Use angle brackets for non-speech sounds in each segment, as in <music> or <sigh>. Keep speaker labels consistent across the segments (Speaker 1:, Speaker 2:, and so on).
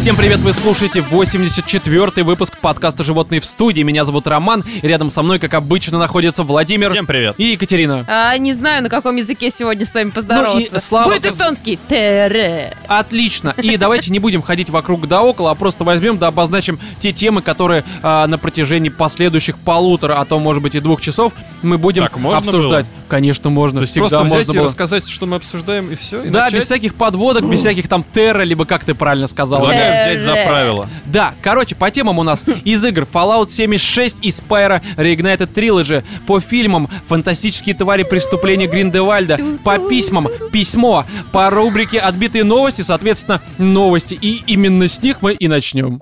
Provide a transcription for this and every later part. Speaker 1: Всем привет, вы слушаете 84-й выпуск подкаста «Животные в студии». Меня зовут Роман, и рядом со мной, как обычно, находятся Владимир
Speaker 2: Всем привет.
Speaker 1: и Екатерина.
Speaker 3: А, не знаю, на каком языке сегодня с вами поздороваться.
Speaker 1: Ну и Слава
Speaker 3: Будет
Speaker 1: сказ-
Speaker 3: эстонский. Тере.
Speaker 1: Отлично.
Speaker 2: <laughs>
Speaker 1: И давайте не будем ходить вокруг да около, а просто возьмем да обозначим те темы, которые а, на протяжении последующих полутора, а то, может быть, и двух часов мы будем
Speaker 2: Так можно
Speaker 1: обсуждать. Конечно, можно.
Speaker 2: То есть
Speaker 1: всегда
Speaker 2: просто взять
Speaker 1: можно
Speaker 2: и
Speaker 1: было.
Speaker 2: рассказать, что мы обсуждаем, и все, и
Speaker 1: Да,
Speaker 2: начать?
Speaker 1: без всяких подводок, без всяких там терра, либо как ты правильно сказала.
Speaker 2: Предлагаю взять за
Speaker 3: Э-э.
Speaker 2: правило.
Speaker 1: Да, короче, по темам у нас из игр Fallout 76 и Spyro Reignited Trilogy, по фильмам «Фантастические твари преступления Гриндевальда», по письмам «Письмо», по рубрике «Отбитые новости», соответственно, новости. И именно с них мы и начнем.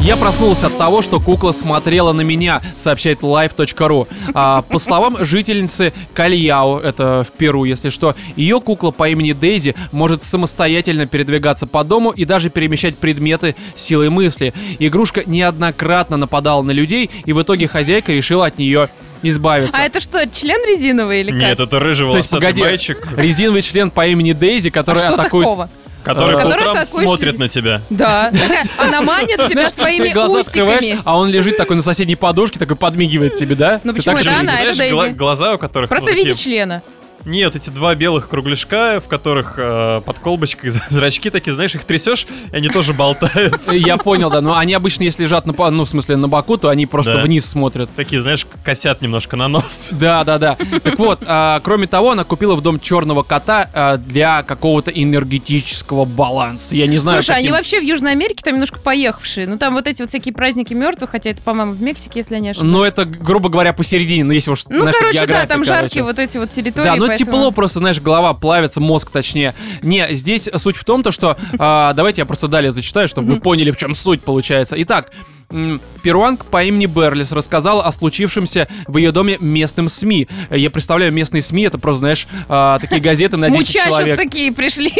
Speaker 1: Я проснулся от того, что кукла смотрела на меня, сообщает live.ru. А, по словам жительницы Кальяо, это в Перу, если что, ее кукла по имени Дейзи может самостоятельно передвигаться по дому и даже перемещать предметы силой мысли. Игрушка неоднократно нападала на людей, и в итоге хозяйка решила от нее избавиться.
Speaker 3: А это что, член резиновый или как?
Speaker 2: Нет, это рыжий
Speaker 1: То есть,
Speaker 2: волосатый
Speaker 1: погоди,
Speaker 2: мальчик,
Speaker 1: резиновый член по имени Дейзи,
Speaker 3: а
Speaker 1: который
Speaker 3: что
Speaker 1: атакует...
Speaker 3: такого?
Speaker 2: который по
Speaker 3: А Который
Speaker 2: утрам
Speaker 3: такой
Speaker 2: смотрит на тебя.
Speaker 3: Да, такая, она манит тебя
Speaker 1: Ты
Speaker 3: своими
Speaker 1: глаза открываешь,
Speaker 3: усиками.
Speaker 1: а он лежит такой на соседней подушке, такой подмигивает тебе, да?
Speaker 3: Ну
Speaker 1: Ты
Speaker 3: почему
Speaker 1: так же
Speaker 3: это
Speaker 1: видишь?
Speaker 3: она?
Speaker 2: Знаешь,
Speaker 3: это
Speaker 2: гла-
Speaker 3: Дейзи.
Speaker 2: глаза, у которых...
Speaker 3: Просто
Speaker 2: ну,
Speaker 3: в
Speaker 2: такие-
Speaker 3: виде члена.
Speaker 2: Нет, эти два белых кругляшка, в которых э, под колбочкой <laughs> зрачки такие, знаешь, их трясешь, и они тоже болтаются. <laughs>
Speaker 1: Э, Я понял, да. Но они обычно, если лежат на, по- ну, в смысле, на боку, то они просто
Speaker 2: Да.
Speaker 1: вниз смотрят.
Speaker 2: Такие, знаешь, косят немножко на нос.
Speaker 1: Да, да, да. Так вот, а, кроме того, она купила в дом черного кота а, для какого-то энергетического баланса. Я не знаю,
Speaker 3: Слушай, они
Speaker 1: каким-
Speaker 3: вообще в Южной Америке там немножко поехавшие. Ну там вот эти вот всякие праздники мертвых, хотя это, по-моему, в Мексике, если я не ошибаюсь.
Speaker 1: Но это, грубо говоря, посередине, ну, если уж
Speaker 3: Ну,
Speaker 1: знаешь, как
Speaker 3: короче, да,
Speaker 1: география,
Speaker 3: там
Speaker 1: короче.
Speaker 3: жаркие вот эти вот территории.
Speaker 1: Да, ну
Speaker 3: поэтому-
Speaker 1: тепло просто, знаешь, голова плавится, мозг точнее. Не, здесь суть в том, то, что... <laughs> а, давайте я просто далее зачитаю, чтобы вы поняли, в чем суть получается. Итак, м, перуанка по имени Берлис рассказала о случившемся в ее доме местным СМИ. Я представляю, местные СМИ это просто, знаешь, а, такие газеты на 10
Speaker 3: Муча сейчас
Speaker 1: человек.
Speaker 3: такие
Speaker 1: <laughs>
Speaker 3: пришли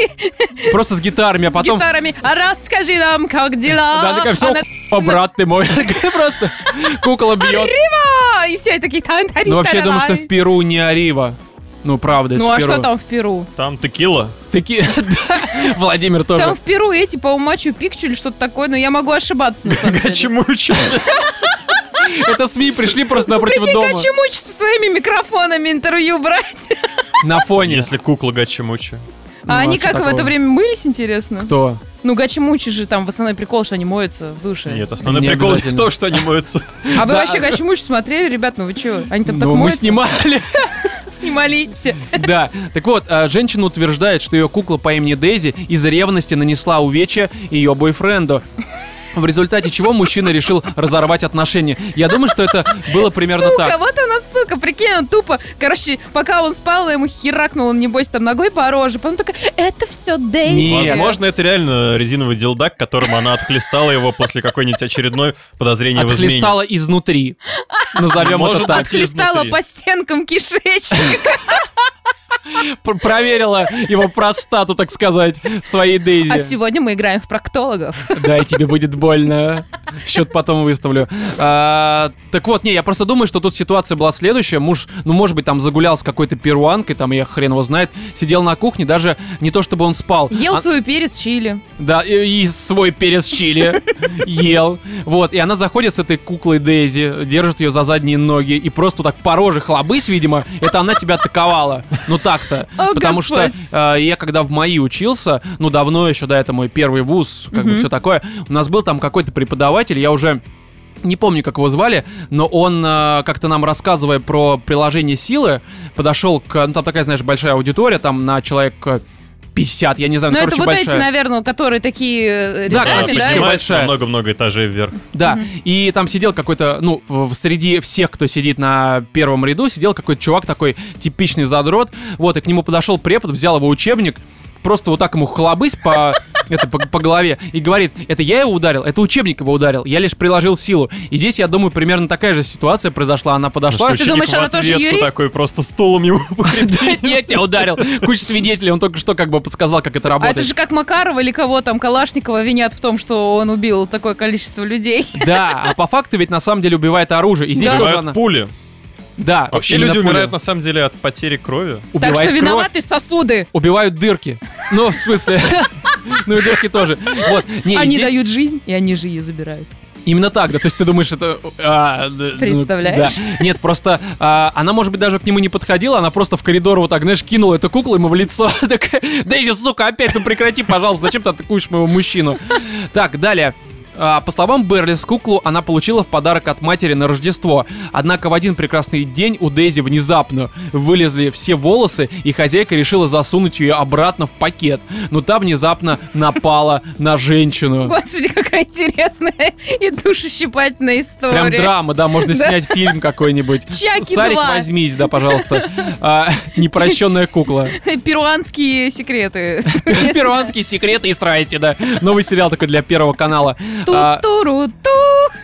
Speaker 1: Просто с гитарами, а
Speaker 3: с
Speaker 1: потом...
Speaker 3: гитарами.
Speaker 1: <laughs>
Speaker 3: А раз скажи нам, как дела?
Speaker 1: Да, такая, все,
Speaker 3: Она-
Speaker 1: брат ты мой. <laughs> Просто кукла бьет.
Speaker 3: «Рива!» «А, И все такие... «Тан-тарин-тарарай».
Speaker 1: Ну вообще, я думаю, что в Перу не Арива. Ну, правда, это
Speaker 3: Ну
Speaker 1: ж
Speaker 3: а
Speaker 1: Перу.
Speaker 3: что там в Перу?
Speaker 2: Там текила.
Speaker 1: Такие, <laughs> да, Владимир тоже.
Speaker 3: Там в Перу эти, по-моему, Мачу Пикчу или что-то такое, но я могу ошибаться на самом деле.
Speaker 2: Гачимуча.
Speaker 1: Это СМИ пришли просто напротив
Speaker 3: Прикинь,
Speaker 1: дома.
Speaker 3: Гачимучи со своими микрофонами интервью брать.
Speaker 1: На фоне.
Speaker 2: Если кукла Гачимуча.
Speaker 1: Ну,
Speaker 3: а они
Speaker 1: что
Speaker 3: как в
Speaker 1: такого?
Speaker 3: это время мылись, интересно?
Speaker 1: Кто?
Speaker 3: Ну, Гачимучи же там в основной прикол, что они моются в душе.
Speaker 2: Нет, основной
Speaker 1: Не
Speaker 2: прикол в
Speaker 1: обязательно.
Speaker 2: том, что они моются.
Speaker 3: А вы
Speaker 1: Да.
Speaker 3: вообще Гачимучи смотрели, ребят, ну вы чё? Они там так
Speaker 1: Ну, мы
Speaker 3: моются?
Speaker 1: снимали. <laughs>
Speaker 3: Снимали все.
Speaker 1: Да. Так вот, а, женщина утверждает, что ее кукла по имени Дейзи из ревности нанесла увечья ее бойфренду. В результате чего мужчина решил разорвать отношения. Я думаю, что это было примерно
Speaker 3: сука,
Speaker 1: так.
Speaker 3: вот она, сука, прикинь, он тупо. Короче, пока он спал, ему херакнул, он, небось, там ногой по роже. Потом только, это все Дейзи.
Speaker 1: Нет.
Speaker 2: Возможно, это реально резиновый делдак, которым она отхлестала его после какой-нибудь очередной подозрения в измене.
Speaker 1: Отхлестала изнутри. Назовем это
Speaker 2: Может
Speaker 1: так.
Speaker 3: Отхлестала
Speaker 2: изнутри.
Speaker 3: по стенкам кишечника.
Speaker 1: Пр- Проверила его простату, так сказать, своей Дейзи.
Speaker 3: А сегодня мы играем в проктологов.
Speaker 1: Да, и тебе будет больно. Счет потом выставлю. А, так вот, не, я просто думаю, что тут ситуация была следующая. Муж, ну, может быть, там загулял с какой-то перуанкой, там, я хрен его знает, сидел на кухне, даже не то, чтобы он спал.
Speaker 3: <laughs> Ел
Speaker 1: А-
Speaker 3: свою перец чили.
Speaker 1: Да, и, и свой перец чили ел. Вот, и она заходит с этой куклой Дейзи, держит ее за задние ноги и просто вот так по роже хлобысь, видимо, это она тебя атаковала. Ну так-то.
Speaker 3: О,
Speaker 1: Потому что
Speaker 3: Господь.
Speaker 1: э, я когда в МАИ учился, ну давно еще, да, это мой первый вуз, как бы все такое, у нас был там какой-то преподаватель, я уже не помню, как его звали, но он, э, как-то нам рассказывая про приложение силы, подошел к... Ну, там такая, знаешь, большая аудитория, там на человек э, 50, я не знаю,
Speaker 3: Ну,
Speaker 1: ну,
Speaker 3: это
Speaker 1: короче,
Speaker 3: вот
Speaker 1: большая.
Speaker 3: эти, наверное, которые такие э,
Speaker 1: Да,
Speaker 2: Она
Speaker 3: рядами,
Speaker 1: классические.
Speaker 3: да?
Speaker 1: Большая. А
Speaker 2: поднимается на много-много этажей вверх.
Speaker 1: Да, и там сидел какой-то, ну, в, в- среди всех, кто сидит на первом ряду, сидел какой-то чувак такой типичный задрот. Вот, и к нему подошел препод, взял его учебник, просто вот так ему хлобысь по, это, по, по голове и говорит, это я его ударил, это учебник его ударил, я лишь приложил силу. И здесь, я думаю, примерно такая же ситуация произошла. Она подошла,
Speaker 3: ты думаешь, она тоже юрист?
Speaker 2: такой просто стулом его
Speaker 1: «Да нет, я тебя ударил. Куча свидетелей, он только что как бы подсказал, как это
Speaker 3: А
Speaker 1: работает.
Speaker 3: это же как Макарова или кого там, Калашникова винят в том, что он убил такое количество людей. <laughs>
Speaker 1: Да, а по факту ведь на самом деле убивает оружие. И здесь тоже она...
Speaker 2: пули.
Speaker 1: Да,
Speaker 2: Вообще
Speaker 1: именно
Speaker 2: люди
Speaker 1: пули.
Speaker 2: умирают на самом деле от потери крови.
Speaker 3: Так что
Speaker 1: Убивает кровь.
Speaker 3: виноваты сосуды.
Speaker 1: Убивают дырки. Ну, в смысле... <laughs> Ну и дырки тоже. Вот. Не,
Speaker 3: Они
Speaker 1: здесь
Speaker 3: дают жизнь, и они же
Speaker 1: <laughs>
Speaker 3: ее забирают.
Speaker 1: Именно так, да. То есть ты думаешь, это... а, да, ну,
Speaker 3: Представляешь?
Speaker 1: да. Нет, просто а, она, может быть, даже к нему не подходила, она просто в коридор вот так, знаешь, кинула эту куклу ему в лицо. <laughs> Такая, Дейзи, сука, опять, ну прекрати, пожалуйста, зачем ты атакуешь моего мужчину? Так, далее. А, По словам Берлис, куклу она получила в подарок от матери на Рождество. Однако в один прекрасный день у Дейзи внезапно вылезли все волосы, и хозяйка решила засунуть ее обратно в пакет. Но та внезапно напала на женщину.
Speaker 3: Господи, какая интересная <laughs> и душещипательная
Speaker 1: Прям
Speaker 3: история.
Speaker 1: драма, да, можно
Speaker 3: Да.
Speaker 1: снять фильм какой-нибудь.
Speaker 3: Чаки
Speaker 1: Сарик,
Speaker 3: 2.
Speaker 1: возьмись, да,
Speaker 3: <laughs>
Speaker 1: пожалуйста. А, Непрощенная кукла.
Speaker 3: <laughs>
Speaker 1: <laughs>
Speaker 3: Перуанские секреты.
Speaker 1: Перуанские секреты и страсти, да. Новый сериал такой для Первого канала. А,
Speaker 3: Ту-ту-ру-ту.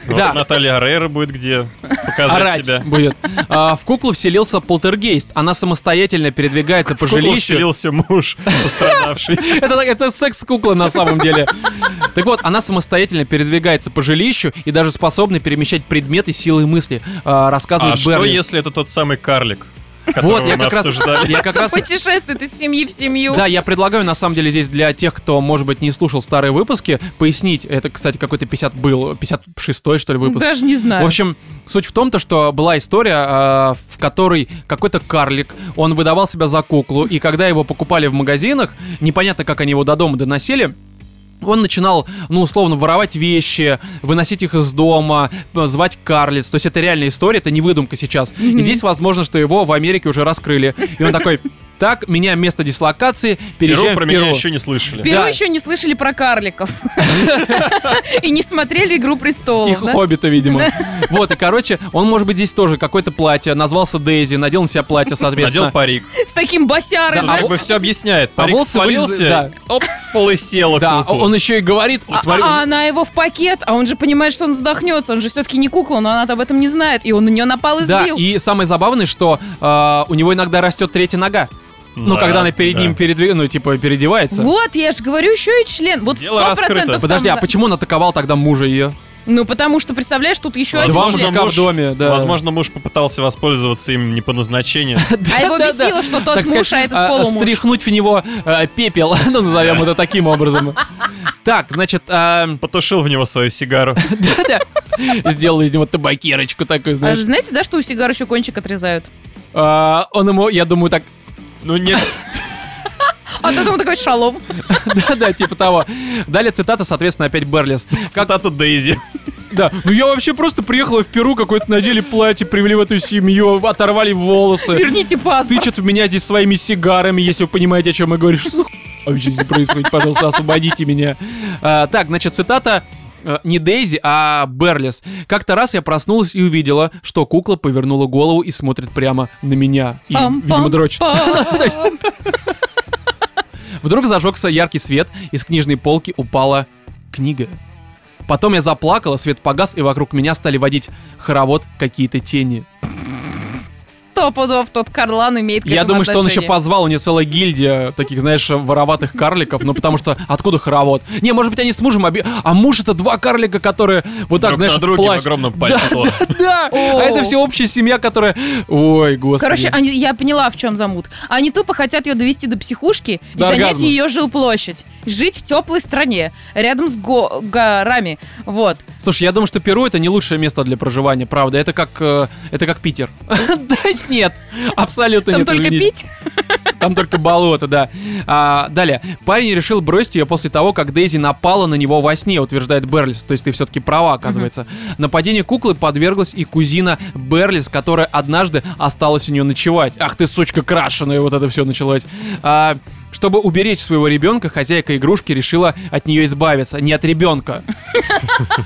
Speaker 2: Вот
Speaker 1: Да.
Speaker 2: Наталья Арейра будет где показать
Speaker 1: Орать
Speaker 2: себя.
Speaker 1: будет. А, в куклу вселился полтергейст. Она самостоятельно передвигается по
Speaker 2: В куклу
Speaker 1: жилищу.
Speaker 2: вселился
Speaker 1: <laughs>
Speaker 2: муж пострадавший.
Speaker 1: Это, так- это секс-кукла на самом деле. Так вот, она самостоятельно передвигается по жилищу и даже способна перемещать предметы силой мысли, а, рассказывает
Speaker 2: А что,
Speaker 1: Бернис.
Speaker 2: если это тот самый карлик,
Speaker 1: Вот,
Speaker 2: которого
Speaker 1: я
Speaker 2: мы
Speaker 1: как раз...
Speaker 2: обсуждали?
Speaker 1: Я как
Speaker 3: <laughs>
Speaker 1: раз...
Speaker 3: Путешествует из семьи в семью.
Speaker 1: А, Да, я предлагаю, на самом деле, здесь для тех, кто, может быть, не слушал старые выпуски, пояснить. Это, кстати, какой-то 50 был, 56-й, что ли, выпуск.
Speaker 3: Даже не
Speaker 1: В
Speaker 3: знаю.
Speaker 1: общем, суть в том, то, что была история, э, в которой какой-то карлик, он выдавал себя за куклу, и когда его покупали в магазинах, непонятно, как они его до дома доносили, он начинал, ну, условно, воровать вещи, выносить их из дома, э, звать карлиц. То есть это реальная история, это не выдумка сейчас. И здесь возможно, что его в Америке уже раскрыли. И он такой, так, меня место дислокации,
Speaker 2: Перу
Speaker 1: переезжаем
Speaker 2: про
Speaker 1: в
Speaker 2: меня
Speaker 1: Перу.
Speaker 2: еще не слышали.
Speaker 3: Впервые
Speaker 1: да.
Speaker 3: еще не слышали
Speaker 1: <laughs>
Speaker 3: про карликов. И не смотрели «Игру престолов».
Speaker 1: Их
Speaker 3: да?
Speaker 1: хоббита, видимо. Вот, и, короче, он, может быть, здесь тоже какое-то платье, назвался Дейзи, надел на себя
Speaker 2: <laughs>
Speaker 1: платье, соответственно.
Speaker 2: Надел парик.
Speaker 3: С таким босярой,
Speaker 1: Да,
Speaker 3: знаешь.
Speaker 1: а
Speaker 2: Как бы все объясняет. Парик
Speaker 1: волосы вылезли,
Speaker 2: свалился, оп, полысела
Speaker 1: Да,
Speaker 2: кукла.
Speaker 1: он еще и говорит,
Speaker 3: А,
Speaker 1: «А, смотри,
Speaker 3: а она его в пакет, а он же понимает, что он задохнется. Он же все-таки не кукла, но она об этом не знает. И он на нее напал и
Speaker 1: да,
Speaker 3: сбил.
Speaker 1: и самое забавное, что э, у него иногда растет третья нога. Ну,
Speaker 2: Да,
Speaker 1: когда она перед
Speaker 2: да.
Speaker 1: ним передвиг... ну, типа, переодевается.
Speaker 3: Вот, я же говорю, еще и член. Вот
Speaker 2: Дело
Speaker 3: сто
Speaker 2: раскрыто.
Speaker 3: процентов.
Speaker 1: Подожди, а
Speaker 3: там-
Speaker 1: почему он атаковал тогда мужа ее?
Speaker 3: Ну, потому что, представляешь, тут еще один
Speaker 1: Два
Speaker 2: Возможно,
Speaker 3: член.
Speaker 1: мужика
Speaker 2: муж-
Speaker 1: в доме, да.
Speaker 2: Возможно, муж попытался воспользоваться им не по назначению.
Speaker 1: <laughs>
Speaker 3: А его
Speaker 1: Да-да-да.
Speaker 3: бесило, что тот
Speaker 1: Так
Speaker 3: муж,
Speaker 1: сказать,
Speaker 3: а этот
Speaker 1: а,
Speaker 3: полумуж.
Speaker 1: Стряхнуть в него э, пепел, <laughs> ну, назовем это таким образом. Так, значит, <laughs> эм,
Speaker 2: Потушил в него свою сигару.
Speaker 1: да-да. сделал из него табакерочку такую,
Speaker 3: А
Speaker 1: знаешь.
Speaker 3: же знаете, да, что у сигар еще кончик отрезают?
Speaker 1: А, он ему, я думаю, так, <laughs>
Speaker 2: Ну, нет,
Speaker 3: А то там такой шалом.
Speaker 1: да-да, типа того. Далее цитата, соответственно, опять Берлис. Как
Speaker 2: цитата Дейзи.
Speaker 1: Да, ну я вообще просто приехала в Перу, какое-то надели платье, привели в эту семью, оторвали волосы.
Speaker 3: Верните паспорт.
Speaker 1: Тычет в меня здесь своими сигарами, если вы понимаете, о чем я говорю. Что за хуйня вообще здесь происходит? Пожалуйста, освободите меня. А, так, значит, цитата э, не Дейзи, а Берлис. Как-то раз я проснулась и увидела, что кукла повернула голову и смотрит прямо на меня. И,
Speaker 3: Пам-пам-пам.
Speaker 1: видимо, дрочит. Вдруг зажегся яркий свет, из книжной полки упала книга. Потом я заплакала, свет погас, и вокруг меня стали водить хоровод какие-то тени.
Speaker 3: Сто пудов тот Карлан имеет к
Speaker 1: я
Speaker 3: этому
Speaker 1: думаю, что он еще
Speaker 3: отношение.
Speaker 1: позвал, у него целая гильдия таких, знаешь, вороватых карликов, ну потому что откуда хоровод? Не, может быть, они с мужем обе... А муж это два карлика, которые вот <laughs> так,
Speaker 2: Друг
Speaker 1: знаешь,
Speaker 2: на друге в
Speaker 1: плащ.
Speaker 2: огромном пальто.
Speaker 1: <laughs> Да, а это
Speaker 3: О.
Speaker 1: все общая семья, которая... Ой, господи.
Speaker 3: Короче, а- они- я поняла, в чем замут. Они тупо хотят ее довести до психушки и
Speaker 1: До
Speaker 3: занять
Speaker 1: оргазма.
Speaker 3: ее жилплощадь. Жить в теплой стране, рядом с го- горами.
Speaker 1: <laughs>
Speaker 3: Вот.
Speaker 1: Слушай, я думаю, что Перу это не лучшее место для проживания, правда. Это как, э, это как Питер. <laughs> Да нет, абсолютно
Speaker 3: Там
Speaker 1: нет.
Speaker 3: только
Speaker 1: извините.
Speaker 3: пить.
Speaker 1: Там только болото, да. А, далее. Парень решил бросить ее после того, как Дейзи напала на него во сне, утверждает Берлис. То есть ты все-таки права, оказывается. Нападению куклы подверглась и кузина Берлис, которая однажды осталась у нее ночевать. Ах ты, сучка крашеная, вот это все началось. А, чтобы уберечь своего ребенка, хозяйка игрушки решила от нее избавиться. Не от ребенка.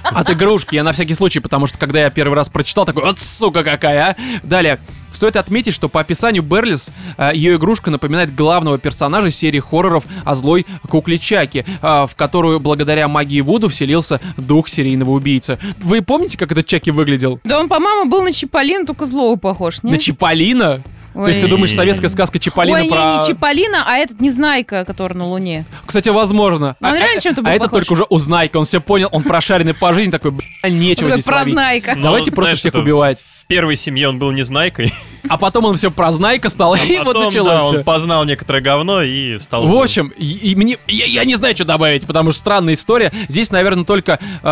Speaker 1: От игрушки, я на всякий случай, потому что когда я первый раз прочитал, такой, вот сука какая, а. Далее. Стоит отметить, что по описанию Берлис э, ее игрушка напоминает главного персонажа серии хорроров о злой кукле Чаки, э, в которую благодаря магии Вуду вселился дух серийного убийцы. Вы помните, как этот Чаки выглядел?
Speaker 3: Да он, по-моему, был на Чиполлино, только злоу похож,
Speaker 1: На
Speaker 3: нет?
Speaker 1: Чиполлина? То есть ты
Speaker 3: Ой.
Speaker 1: думаешь, советская сказка Чиполлина
Speaker 3: Ой,
Speaker 1: про...
Speaker 3: не, не Чиполлино, а этот Незнайка, который на Луне.
Speaker 1: Кстати, возможно.
Speaker 3: Ну, Он
Speaker 1: а,
Speaker 3: реально чем-то был
Speaker 1: а это
Speaker 3: похож.
Speaker 1: только уже узнайка, он все понял, он прошаренный по жизни, такой, бля,
Speaker 3: Он
Speaker 1: нечего
Speaker 3: такой
Speaker 1: здесь ловить.
Speaker 3: прознайка.
Speaker 1: Давайте
Speaker 2: Ну,
Speaker 1: просто
Speaker 2: знаешь,
Speaker 1: всех
Speaker 2: это
Speaker 1: убивать.
Speaker 2: в первой семье он был незнайкой.
Speaker 1: <laughs> А потом он все про Знайка стал, и вот
Speaker 2: А Потом,
Speaker 1: началось
Speaker 2: да,
Speaker 1: всё.
Speaker 2: он познал некоторое говно и стал...
Speaker 1: В
Speaker 2: злым.
Speaker 1: общем, и- и мне- я, я не знаю, что добавить, потому что странная история. Здесь, наверное, только... э,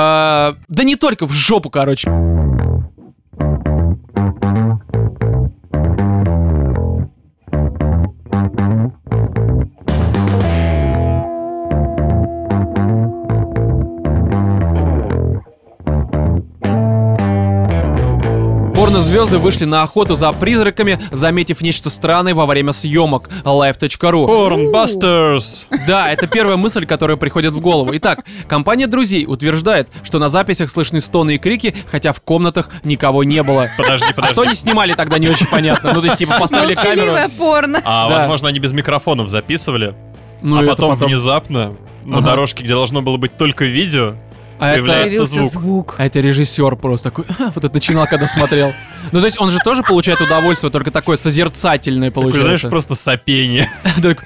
Speaker 1: да не только, в жопу, короче. Порнозвезды вышли на охоту за призраками, заметив нечто странное во время съемок. Life.ru
Speaker 2: Порнбастерс!
Speaker 1: да, это первая мысль, которая приходит в голову. Итак, компания друзей утверждает, что на записях слышны стоны и крики, хотя в комнатах никого не было.
Speaker 2: Подожди,
Speaker 1: <laughs> А что
Speaker 2: подожди.
Speaker 1: они снимали тогда, не очень понятно. Ну, то есть, типа, поставили
Speaker 3: Молчаливое
Speaker 1: камеру.
Speaker 3: порно.
Speaker 2: А,
Speaker 1: Да.
Speaker 2: возможно, они без микрофонов записывали,
Speaker 1: Ну,
Speaker 2: а
Speaker 1: это
Speaker 2: потом, внезапно на
Speaker 1: Ага.
Speaker 2: дорожке, где должно было быть только видео,
Speaker 1: А это...
Speaker 2: появляется-
Speaker 3: Появился
Speaker 2: звук.
Speaker 3: звук.
Speaker 1: а это режиссер просто такой, «Ха», вот это начинал, когда смотрел. Ну, то есть он же тоже получает удовольствие, только такое созерцательное
Speaker 2: такое, знаешь,
Speaker 1: получается.
Speaker 2: просто сопение.
Speaker 1: <laughs> Так,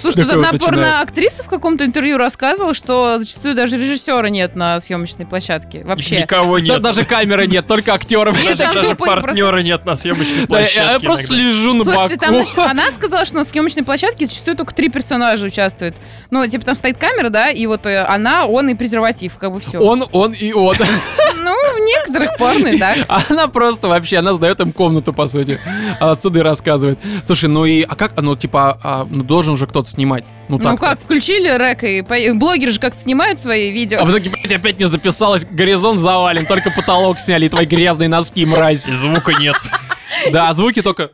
Speaker 3: Слушай, тут
Speaker 1: Такое
Speaker 3: одна
Speaker 1: вот
Speaker 3: порно-актриса в каком-то интервью рассказывала, что зачастую даже режиссера нет на съемочной площадке. Вообще.
Speaker 2: Никого
Speaker 1: да,
Speaker 2: нет.
Speaker 1: даже камеры нет, только актеров.
Speaker 3: Нет,
Speaker 1: Да,
Speaker 3: там
Speaker 2: Даже
Speaker 3: тупые просто-
Speaker 2: партнера нет на съемочной
Speaker 1: Я я
Speaker 2: площадке.
Speaker 1: а просто
Speaker 2: иногда.
Speaker 1: лежу на
Speaker 3: Слушайте, там
Speaker 1: боку.
Speaker 3: значит, она сказала, что на съемочной площадке зачастую только три персонажа участвуют. Ну, типа там стоит камера, да, и вот э, она, он и презерватив, как бы все.
Speaker 1: Он, он и он.
Speaker 3: Ну, в некоторых
Speaker 1: <laughs>
Speaker 3: порно и так.
Speaker 1: А Она просто вообще, она сдает им комнату, по сути. А Отсюда и рассказывает. Слушай, ну и, а как, а, ну типа, а, ну, должен же кто-то снимать. Ну так.
Speaker 3: Ну как, включили рэк, и по- блогеры же как снимают свои
Speaker 1: А в
Speaker 3: видео.
Speaker 1: итоге, блядь, опять не записалось, горизонт завален, только потолок сняли, и твои грязные носки, мразь.
Speaker 2: И звука нет.
Speaker 1: Да, а звуки только...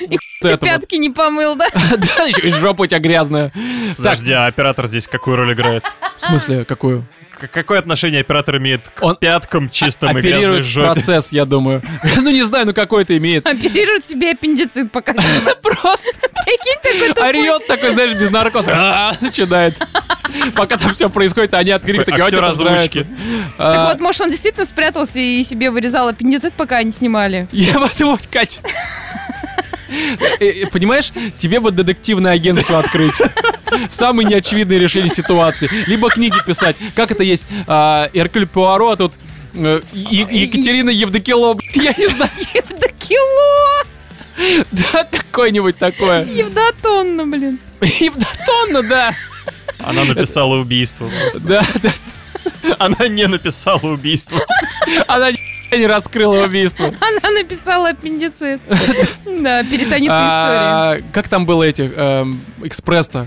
Speaker 3: И
Speaker 1: вот
Speaker 3: ты
Speaker 1: это вот.
Speaker 3: пятки не помыл, да?
Speaker 1: <laughs> Да, еще и жопа у тебя грязная. <laughs> Так,
Speaker 2: Подожди, а оператор здесь какую роль играет?
Speaker 1: в смысле, какую?
Speaker 2: К- Какое отношение оператор имеет к
Speaker 1: Он
Speaker 2: пяткам чистым и грязной
Speaker 1: Оперирует
Speaker 2: жопе?
Speaker 1: процесс, я думаю. <laughs> Ну не знаю, ну какой это имеет.
Speaker 3: Оперируют себе
Speaker 1: <laughs>
Speaker 3: аппендицит пока. Просто. Прикинь, какой тупой.
Speaker 1: Орет такой, знаешь, без наркоза. «А», Начинает. Пока там все происходит, они открыли такие, «А, тебе
Speaker 2: Актер
Speaker 1: это
Speaker 2: озвучки.
Speaker 1: нравится».
Speaker 3: Так
Speaker 1: А,
Speaker 3: вот, может, он действительно спрятался и себе вырезал аппендицит, пока не снимали.
Speaker 1: Я подумал, Кать. Э, э, Понимаешь, тебе бы детективное агентство открыть. Самые неочевидные решения ситуации. Либо книги писать. Как это есть? а, Эркюль Пуаро, а тут э,
Speaker 3: А,
Speaker 1: Е- Е- Екатерина Евдокилова. Б- Я не знаю.
Speaker 3: Евдокило!
Speaker 1: Да, какое-нибудь такое.
Speaker 3: Евдотонна, блин.
Speaker 1: Евдотонна, да.
Speaker 2: Она написала убийство.
Speaker 1: Да, да.
Speaker 2: Она не написала убийство.
Speaker 1: Она ни- не раскрыла убийство.
Speaker 3: Она написала аппендицит. Да, перитонитная
Speaker 1: А, Как там было этих эм, экспресс-то?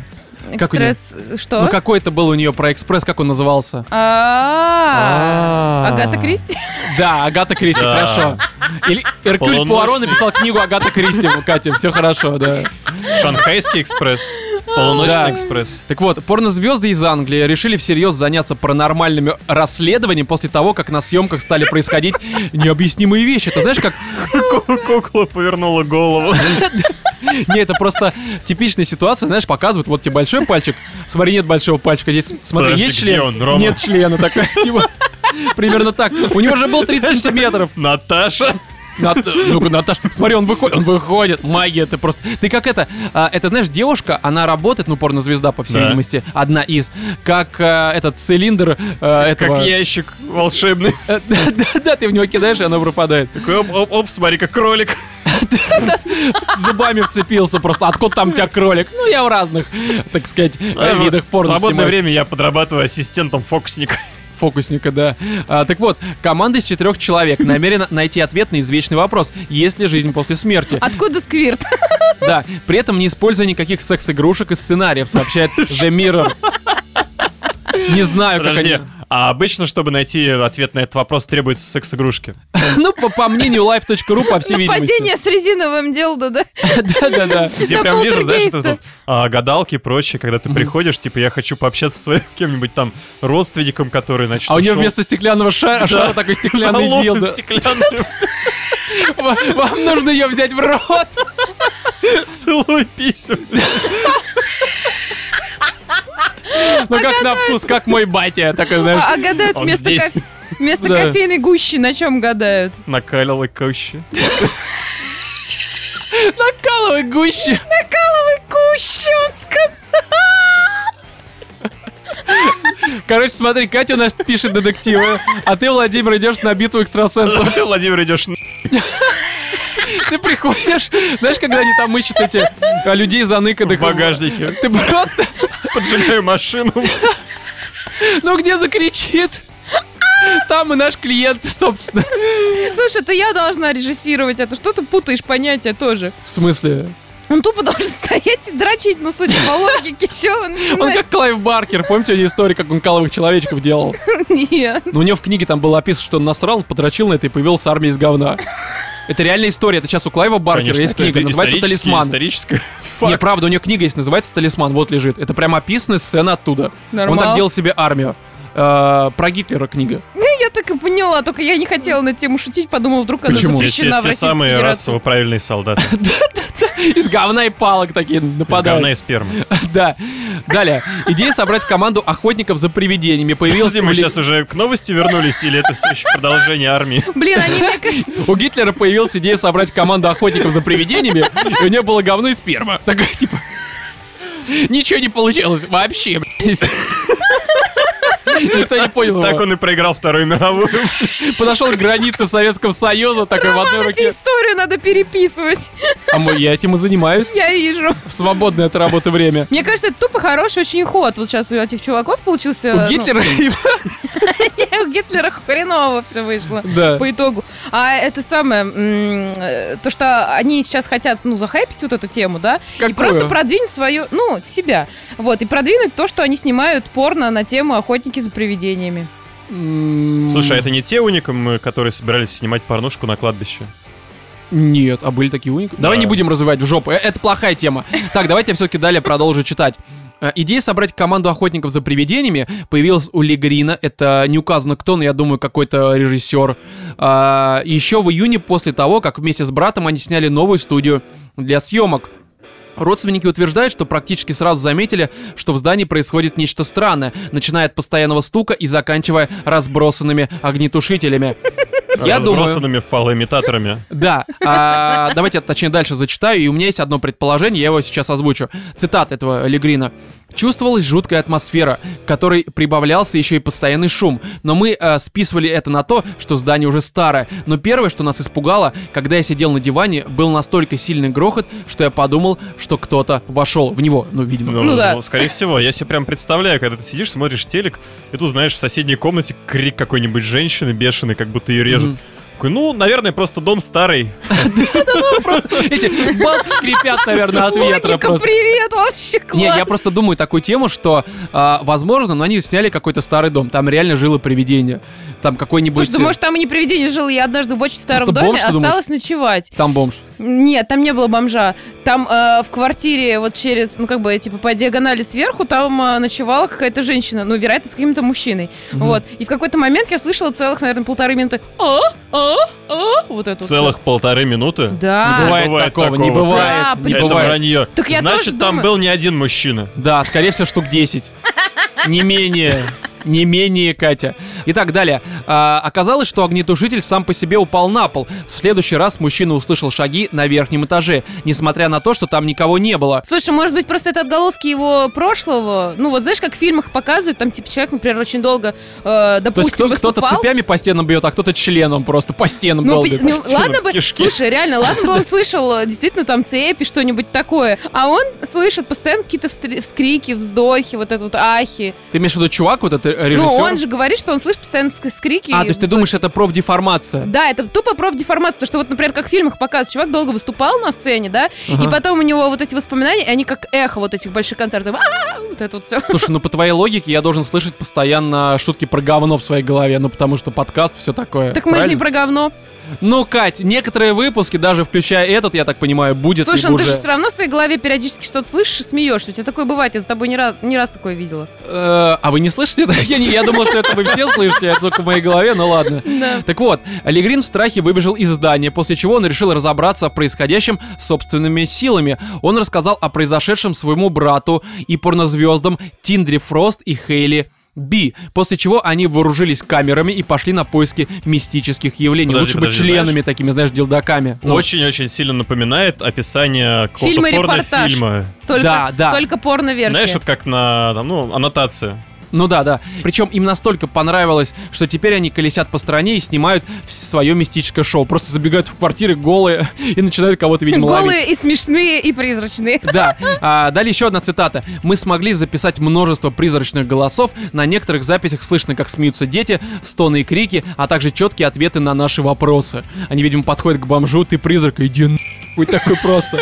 Speaker 3: история.
Speaker 1: как у неё?
Speaker 3: Экстресс, что?
Speaker 1: Ну какой-то был у нее про экспресс, как он назывался?
Speaker 3: А, Агата
Speaker 2: Агата
Speaker 3: Кристи?
Speaker 1: Да, Агата Кристи,
Speaker 2: Да.
Speaker 1: хорошо. Или Эркюль
Speaker 2: Полуночный.
Speaker 1: Пуаро написал книгу Агата Кристи, Катя, все хорошо, да.
Speaker 2: Шанхайский экспресс.
Speaker 1: Да.
Speaker 2: Полуночный экспресс.
Speaker 1: Так вот, порнозвезды из Англии решили всерьез заняться паранормальными расследованием после того, как на съемках стали происходить необъяснимые вещи. Это знаешь, как...
Speaker 2: Ку- Кукла повернула голову.
Speaker 1: Не, это просто типичная ситуация, знаешь, показывают, вот тебе большой пальчик, смотри, нет большого пальчика, здесь, смотри,
Speaker 2: Подожди,
Speaker 1: есть
Speaker 2: где
Speaker 1: член,
Speaker 2: он, Рома?
Speaker 1: нет члена, такая, <laughs> типа, примерно так. У него же был 30 сантиметров.
Speaker 2: Наташа.
Speaker 1: Нат- Ну-ка, Наташа, смотри, он выходит, он выходит. Магия, ты просто... Ты как это... а, это, знаешь, девушка, она работает, ну, порнозвезда, по всей
Speaker 2: Да.
Speaker 1: видимости, одна из, как а, этот цилиндр а, этого...
Speaker 2: Как ящик волшебный.
Speaker 1: Э, <laughs> Да-да-да, ты в него кидаешь, и она пропадает.
Speaker 2: Такой оп-оп-оп, смотри, как кролик.
Speaker 1: С Зубами вцепился просто. Откуда там у тебя кролик? Ну, я в разных, так сказать, э, видах
Speaker 2: В
Speaker 1: порно
Speaker 2: А свободное
Speaker 1: снимаюсь.
Speaker 2: время я подрабатываю ассистентом
Speaker 1: <laughs>
Speaker 2: фокусника.
Speaker 1: Фокусника, да. А, так вот, команда из четырех человек намерена найти ответ на извечный вопрос. Есть ли жизнь после смерти?
Speaker 3: Откуда
Speaker 1: <laughs>
Speaker 3: сквирт?
Speaker 1: Да, при этом не используя никаких секс-игрушек и сценариев, сообщает The Mirror. Не знаю, как
Speaker 2: Подожди,
Speaker 1: они...
Speaker 2: а обычно, чтобы найти ответ на этот вопрос, требуется секс-игрушки.
Speaker 1: Ну, по, по мнению life.ru, по
Speaker 3: Ну,
Speaker 1: всей видимости.
Speaker 3: Нападение с резиновым делдо, да?
Speaker 1: Да-да-да.
Speaker 2: Я
Speaker 3: На
Speaker 2: прям вижу, знаешь, это,
Speaker 3: полтергейста.
Speaker 2: а, гадалки и прочее, когда ты приходишь, типа, я хочу пообщаться с своим <laughs> кем-нибудь там родственником, который, значит,
Speaker 1: А у него
Speaker 2: ушел.
Speaker 1: вместо стеклянного шара, шара такой стеклянный
Speaker 2: Залупа
Speaker 1: дилдо.
Speaker 2: <laughs> стеклянная.
Speaker 1: Вам вам нужно ее взять в рот.
Speaker 2: Целуй
Speaker 1: <laughs>
Speaker 2: писем.
Speaker 1: Ну, как на вкус, как мой батя. Такой, знаешь,
Speaker 3: А а гадают
Speaker 2: Он
Speaker 3: вместо
Speaker 2: здесь.
Speaker 3: кофе- вместо
Speaker 1: Да.
Speaker 3: кофейной гущи, на чем гадают?
Speaker 1: <laughs>
Speaker 2: Накалила кощи.
Speaker 1: накалывай гуще.
Speaker 3: Каловый кущи, он сказал.
Speaker 1: Короче, смотри, Катя у нас пишет детективы, а ты, Владимир, идешь на битву
Speaker 2: <laughs>
Speaker 1: экстрасенсов.
Speaker 2: Ты, Владимир, идешь на...
Speaker 1: Ты приходишь, знаешь, когда они там ищут эти а, людей за
Speaker 2: в
Speaker 1: ныкадых.
Speaker 2: багажнике. <laughs>
Speaker 1: Ты просто,
Speaker 2: Поджигаю машину.
Speaker 1: ну где закричит, там и наш клиент, собственно.
Speaker 3: Слушай, это я должна режиссировать это. Что ты путаешь понятия тоже?
Speaker 1: В смысле?
Speaker 3: Он тупо должен <laughs> стоять и дрочить, ну, судя по логике, чего он
Speaker 1: Он
Speaker 3: начинает?
Speaker 1: как Клайв Баркер, помните у него история, как он каловых человечков делал?
Speaker 3: Нет.
Speaker 1: Но у него в книге там было описано, что он насрал, подрочил на это и появилась армия из говна. Это реальная история, это сейчас у Клайва Баркера
Speaker 2: Конечно,
Speaker 1: есть
Speaker 2: это
Speaker 1: книга, называется
Speaker 2: исторический-
Speaker 1: «Талисман».
Speaker 2: Историческая.
Speaker 1: Не, правда, у нее книга есть, называется «Талисман», вот лежит. Это прям описанная сцена оттуда. Он так
Speaker 3: Нормал.
Speaker 1: делал себе армию. Э, про Гитлера книга.
Speaker 3: Я так и поняла, только я не хотела на тему шутить, подумала, вдруг она
Speaker 1: Почему?
Speaker 2: Те-
Speaker 3: запрещена
Speaker 2: Те
Speaker 3: в
Speaker 2: те
Speaker 3: Российской
Speaker 2: самые
Speaker 3: Федерации.
Speaker 2: расово правильные солдаты.
Speaker 1: Из говна и палок такие
Speaker 2: Из говна
Speaker 1: нападают.
Speaker 2: и спермы.
Speaker 1: <laughs> Да. Далее. Идея собрать команду охотников за привидениями появилась...
Speaker 2: Подожди,
Speaker 1: у
Speaker 2: мы
Speaker 1: Ли-
Speaker 2: сейчас уже к новости вернулись, или это все еще продолжение армии?
Speaker 3: Блин, они,
Speaker 2: <laughs>
Speaker 3: мне кажется,
Speaker 1: У Гитлера появилась идея собрать команду охотников за привидениями, и у нее было говно и сперма. Такая, типа... Ничего не получилось вообще, блядь. Никто не понял
Speaker 2: Так
Speaker 1: его.
Speaker 2: он и проиграл Вторую мировую.
Speaker 1: Подошел к границе Советского Союза, такой в одной
Speaker 3: эти
Speaker 1: руке.
Speaker 3: историю надо переписывать.
Speaker 1: А мы- я этим и занимаюсь.
Speaker 3: Я вижу.
Speaker 1: В свободное от работы время.
Speaker 3: Мне кажется, это тупо хороший очень ход. Вот сейчас у этих чуваков получился...
Speaker 1: У
Speaker 3: ну,
Speaker 1: Гитлера...
Speaker 3: <laughs> у Гитлера хреново все вышло.
Speaker 1: <laughs> Да.
Speaker 3: По итогу. А это самое, м, э, то, что они сейчас хотят, ну, захайпить вот эту тему, да? И
Speaker 1: Какую?
Speaker 3: просто продвинуть свою, ну, себя. Вот, и продвинуть то, что они снимают порно на тему «Охотники за привидениями».
Speaker 1: М,
Speaker 2: Слушай, а это не те уникамы, которые собирались снимать порнушку на кладбище?
Speaker 1: Нет, а были такие уникальные. Давай
Speaker 2: Да.
Speaker 1: не будем развивать в жопу. э, Это плохая тема. Так, давайте я все-таки далее продолжу читать. Э, Идея собрать команду охотников за привидениями появилась у Ли Грина. Это не указано кто, но я думаю, какой-то режиссер. А, еще в июне после того, как вместе с братом они сняли новую студию для съемок. Родственники утверждают, что практически сразу заметили, что в здании происходит нечто странное, начиная от постоянного стука и заканчивая разбросанными огнетушителями. Я думаю...
Speaker 2: Разбросанными фалоимитаторами.
Speaker 1: Да. а, давайте, я, точнее, дальше зачитаю. И у меня есть одно предположение, я его сейчас озвучу. Цитат этого Легрина. Чувствовалась жуткая атмосфера, к которой прибавлялся еще и постоянный шум. Но мы э, списывали это на то, что здание уже старое. Но первое, что нас испугало, когда я сидел на диване, был настолько сильный грохот, что я подумал, что кто-то вошел в него. Ну, видимо.
Speaker 2: Ну,
Speaker 3: Ну да.
Speaker 2: ну, скорее всего, я себе прям представляю, когда ты сидишь, смотришь телек, и тут, знаешь, в соседней комнате крик какой-нибудь женщины бешеный, как будто ее режут.
Speaker 1: Мгм.
Speaker 2: Такой, ну, наверное, просто дом старый.
Speaker 1: <laughs> Эти балки скрипят, наверное, от ветра
Speaker 3: Логика,
Speaker 1: просто.
Speaker 3: привет, вообще класс.
Speaker 1: Не, я просто думаю такую тему, что, а, возможно, но они сняли какой-то старый дом. Там реально жило привидение. Там какой-нибудь...
Speaker 3: Слушай, да
Speaker 1: э,
Speaker 3: может, там и не привидение жил. Я однажды в очень старом
Speaker 1: Просто
Speaker 3: доме
Speaker 1: бомж, ты
Speaker 3: осталась
Speaker 1: думаешь?
Speaker 3: ночевать.
Speaker 1: Там бомж.
Speaker 3: Нет, там не было бомжа. Там э, в квартире вот через, ну, как бы, типа, по диагонали сверху, там э, ночевала какая-то женщина. Ну, вероятно, с каким-то мужчиной. Вот. И в какой-то момент я слышала целых, наверное, полторы минуты. О, о, о, вот это вот
Speaker 2: Целых полторы минуты.
Speaker 3: всё. Да.
Speaker 1: не бывает,
Speaker 2: бывает
Speaker 1: такого, не
Speaker 2: такого.
Speaker 1: бывает. не
Speaker 3: А. Да,
Speaker 2: Это
Speaker 3: прикольно.
Speaker 1: бывает.
Speaker 2: вранье.
Speaker 3: Так я
Speaker 2: Значит,
Speaker 3: тоже
Speaker 2: там
Speaker 3: думаю.
Speaker 2: был не один мужчина.
Speaker 1: Да, скорее всего, штук 10. Не менее. Не менее, Катя. Итак, далее. А, оказалось, что огнетушитель сам по себе упал на пол. В следующий раз мужчина услышал шаги на верхнем этаже, несмотря на то, что там никого не было.
Speaker 3: Слушай, может быть, просто это отголоски его прошлого. Ну, вот знаешь, как в фильмах показывают, там, типа, человек, например, очень долго, э,
Speaker 1: То есть
Speaker 3: допустим,
Speaker 1: кто- кто-то
Speaker 3: выступал.
Speaker 1: цепями по стенам бьет, а кто-то членом просто по стенам
Speaker 3: Ну,
Speaker 1: долбит.
Speaker 3: пи- ну,
Speaker 2: Стену,
Speaker 3: ладно бы,
Speaker 2: кишки.
Speaker 3: слушай, реально, ладно
Speaker 1: <laughs>
Speaker 3: бы он слышал э, действительно там цепи, что-нибудь такое. А он слышит постоянно какие-то встр- вскрики, вздохи, вот это вот ахи.
Speaker 1: Ты имеешь в виду чувак, вот этот режиссер?
Speaker 3: Ну, он же говорит, что он слышит постоянно ск- скрики.
Speaker 1: А, то есть ты думаешь, это профдеформация?
Speaker 3: Да, это тупо профдеформация, потому что вот, например, как в фильмах показывают, чувак долго выступал на сцене, да, и
Speaker 1: Ага.
Speaker 3: потом у него вот эти воспоминания, и они как эхо вот этих больших концертов. «А-а-а», Вот это вот все.
Speaker 1: Слушай, ну по твоей логике я должен слышать постоянно шутки про говно в своей голове, ну потому что подкаст, все такое.
Speaker 3: Так мы же не
Speaker 1: Правильно?
Speaker 3: про говно.
Speaker 1: Ну, Кать, некоторые выпуски, даже включая этот, я так понимаю, будет
Speaker 3: Слушай, ну ты же
Speaker 1: уже.
Speaker 3: все равно в своей голове периодически что-то слышишь и смеешься. У тебя такое бывает, я за тобой не раз, не раз такое видела.
Speaker 1: Э, а вы не слышите <laughs> это? Я, не, я думал, что это вы все слышите, это только в моей голове, ну ладно. Так вот, Легрин в страхе выбежал из здания, после чего он решил разобраться в происходящем собственными силами. Он рассказал о произошедшем своему брату и порнозвездам Тиндри Фрост и Хейли Би, после чего они вооружились камерами и пошли на поиски мистических явлений.
Speaker 2: Подожди,
Speaker 1: Лучше
Speaker 2: подожди,
Speaker 1: бы членами такими, знаешь, делдаками. Ну,
Speaker 2: Очень-очень сильно напоминает описание какого-то
Speaker 3: Фильм и репортаж.
Speaker 2: порнофильма.
Speaker 3: Только,
Speaker 1: Да, да.
Speaker 3: только порно-версия.
Speaker 2: Знаешь, вот как на, там, ну, аннотация.
Speaker 1: Ну да, да. Причем им настолько понравилось, что теперь они колесят по стране и снимают свое мистическое шоу. Просто забегают в квартиры голые <laughs> и начинают кого-то, видимо, ловить.
Speaker 3: Голые и смешные, и призрачные.
Speaker 1: Да. А, далее еще одна цитата. Мы смогли записать множество призрачных голосов. На некоторых записях слышно, как смеются дети, стоны и крики, а также четкие ответы на наши вопросы. Они, видимо, подходят к бомжу, ты призрак, иди нахуй такой
Speaker 3: <laughs>
Speaker 1: просто.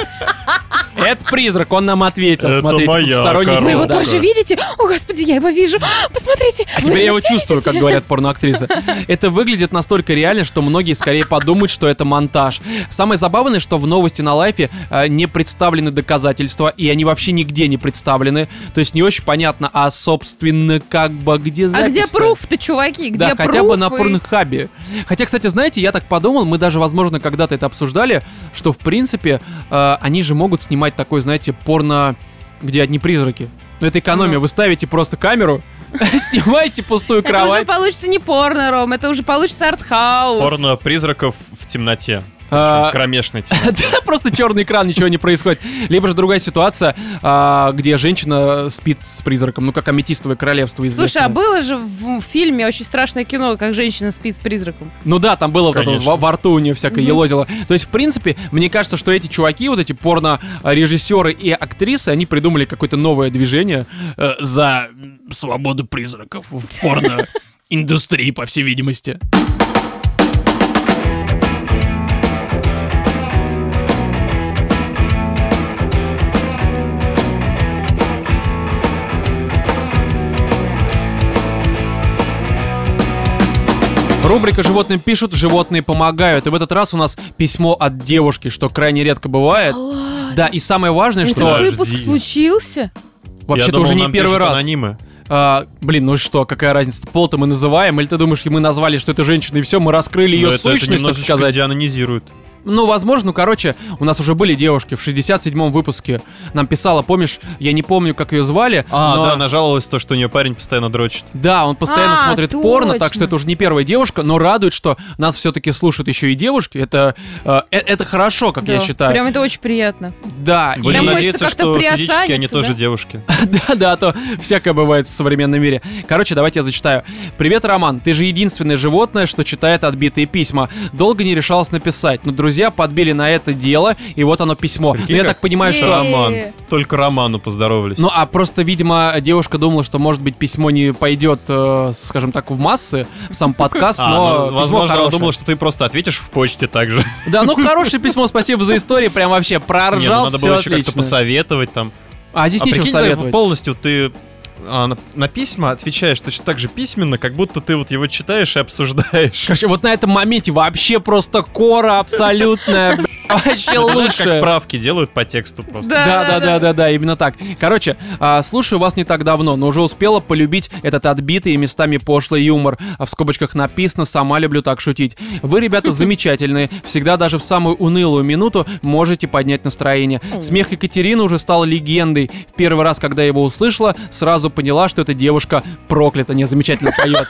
Speaker 1: Это призрак, он нам ответил.
Speaker 2: Это
Speaker 1: Смотрите,
Speaker 2: моя
Speaker 1: посторонний
Speaker 2: корова.
Speaker 3: Вы его
Speaker 1: да.
Speaker 3: тоже видите? О, господи, я его вижу. Посмотрите.
Speaker 1: А
Speaker 3: вы
Speaker 1: теперь я его
Speaker 3: видите?
Speaker 1: чувствую, как говорят порноактрисы. Это выглядит настолько реально, что многие скорее подумают, что это монтаж. Самое забавное, что в новости на лайфе э, не представлены доказательства, и они вообще нигде не представлены. То есть не очень понятно, а собственно, как бы где
Speaker 3: А
Speaker 1: запись
Speaker 3: где пруф-то, чуваки? Где
Speaker 1: да, хотя бы на
Speaker 3: пруфы?
Speaker 1: порнхабе. Хотя, кстати, знаете, я так подумал, мы даже, возможно, когда-то это обсуждали, что, в принципе, э, они же могут снимать такой, знаете, порно, где одни призраки. Но это экономия. Вы ставите просто камеру, <laughs> снимаете пустую
Speaker 3: Это уже
Speaker 1: кровать.
Speaker 3: получится не порно, Ром, это уже получится артхаус.
Speaker 2: Порно призраков в темноте.
Speaker 1: А.
Speaker 2: Кромешной темноте.
Speaker 1: Да, <laughs> просто черный экран, ничего не происходит. Либо же другая ситуация, а, где женщина спит с призраком, ну как аметистовое королевство из
Speaker 3: Слушай, а было же в фильме очень страшное кино, как женщина спит с призраком.
Speaker 1: Ну да, там было вот это вот
Speaker 2: Конечно.
Speaker 1: во, во рту у нее всякое елозило. То есть, в принципе, мне кажется, что эти чуваки, вот эти порно-режиссеры и актрисы, они придумали какое-то новое движение э, за свободу призраков в порно-индустрии, по всей видимости. Рубрика «Животные пишут, животные помогают». И в этот раз у нас письмо от девушки, что крайне редко бывает. Да, и самое важное,
Speaker 3: Этот
Speaker 1: что
Speaker 2: Подожди.
Speaker 3: выпуск случился?
Speaker 2: Я
Speaker 1: вообще-то
Speaker 2: думал,
Speaker 1: уже не
Speaker 2: нам
Speaker 1: первый
Speaker 2: пишут
Speaker 1: раз.
Speaker 2: анонимы.
Speaker 1: А, блин, ну что, какая разница, пол-то мы называем, или ты думаешь, и мы назвали, что это женщина, и все, мы раскрыли
Speaker 2: Но
Speaker 1: ее
Speaker 2: Ну, это- это
Speaker 1: сущность, так
Speaker 2: немножечко
Speaker 1: сказать.
Speaker 2: дианонизирует.
Speaker 1: Ну, возможно, ну, короче, у нас уже были девушки в 67-м выпуске. Нам писала, помнишь, я не помню, как ее звали,
Speaker 2: А,
Speaker 1: но...
Speaker 2: да, она жаловалась то, что у нее парень постоянно дрочит.
Speaker 1: Да, он постоянно
Speaker 3: А,
Speaker 1: смотрит
Speaker 3: точно.
Speaker 1: порно, так что это уже не первая девушка, но радует, что нас все-таки слушают еще и девушки. Это, э, э, это хорошо, как я
Speaker 3: Да.
Speaker 1: считаю.
Speaker 3: Прям это очень приятно.
Speaker 1: Да, и-
Speaker 2: Будем
Speaker 3: хочется
Speaker 2: надеяться,
Speaker 3: как-то
Speaker 2: что физически они
Speaker 3: приосаниться,
Speaker 2: тоже
Speaker 3: да? Э.
Speaker 2: девушки.
Speaker 1: Да, <laughs> да, а то всякое бывает в современном мире. Короче, давайте я зачитаю. Привет, Роман. Ты же единственное животное, что читает отбитые письма. Долго не решалась написать, но друзья подбили на это дело, и вот оно письмо. Но
Speaker 2: Прикинь,
Speaker 1: я
Speaker 2: как-
Speaker 1: так понимаю, что...
Speaker 3: Е-е-е.
Speaker 2: Роман. Только Роману поздоровались.
Speaker 1: Ну, а просто, видимо, девушка думала, что, может быть, письмо не пойдет, э, скажем так, в массы, в сам подкаст,
Speaker 2: А,
Speaker 1: но
Speaker 2: ну,
Speaker 1: письмо
Speaker 2: возможно, она
Speaker 1: хорошее.
Speaker 2: думала, что ты просто ответишь в почте так же.
Speaker 1: Да, ну хорошее письмо, спасибо за историю, прям вообще
Speaker 2: Не,
Speaker 1: проржал,
Speaker 2: ну, надо
Speaker 1: всё
Speaker 2: было еще
Speaker 1: отлично.
Speaker 2: как-то посоветовать там.
Speaker 1: А здесь
Speaker 2: А
Speaker 1: нечего
Speaker 2: прикинь, да,
Speaker 1: советовать.
Speaker 2: полностью ты а, на, на письма отвечаешь точно так же письменно, как будто ты вот его читаешь и обсуждаешь.
Speaker 1: Короче, вот на этом моменте вообще просто кора абсолютная, <laughs> бля, вообще
Speaker 2: Это знаешь, как
Speaker 1: лучше.
Speaker 2: правки делают по тексту просто.
Speaker 1: Да, да, да, да, да, именно так. Короче, а, слушаю вас не так давно, но уже успела полюбить этот отбитый и местами пошлый юмор. А В скобочках написано «Сама люблю так шутить». Вы,
Speaker 3: <laughs>
Speaker 1: ребята, замечательные. Всегда даже в самую унылую минуту можете поднять настроение. Смех Екатерины уже стал легендой. В первый раз, когда я его услышала, сразу поняла, что эта девушка проклята. Не, замечательно поет.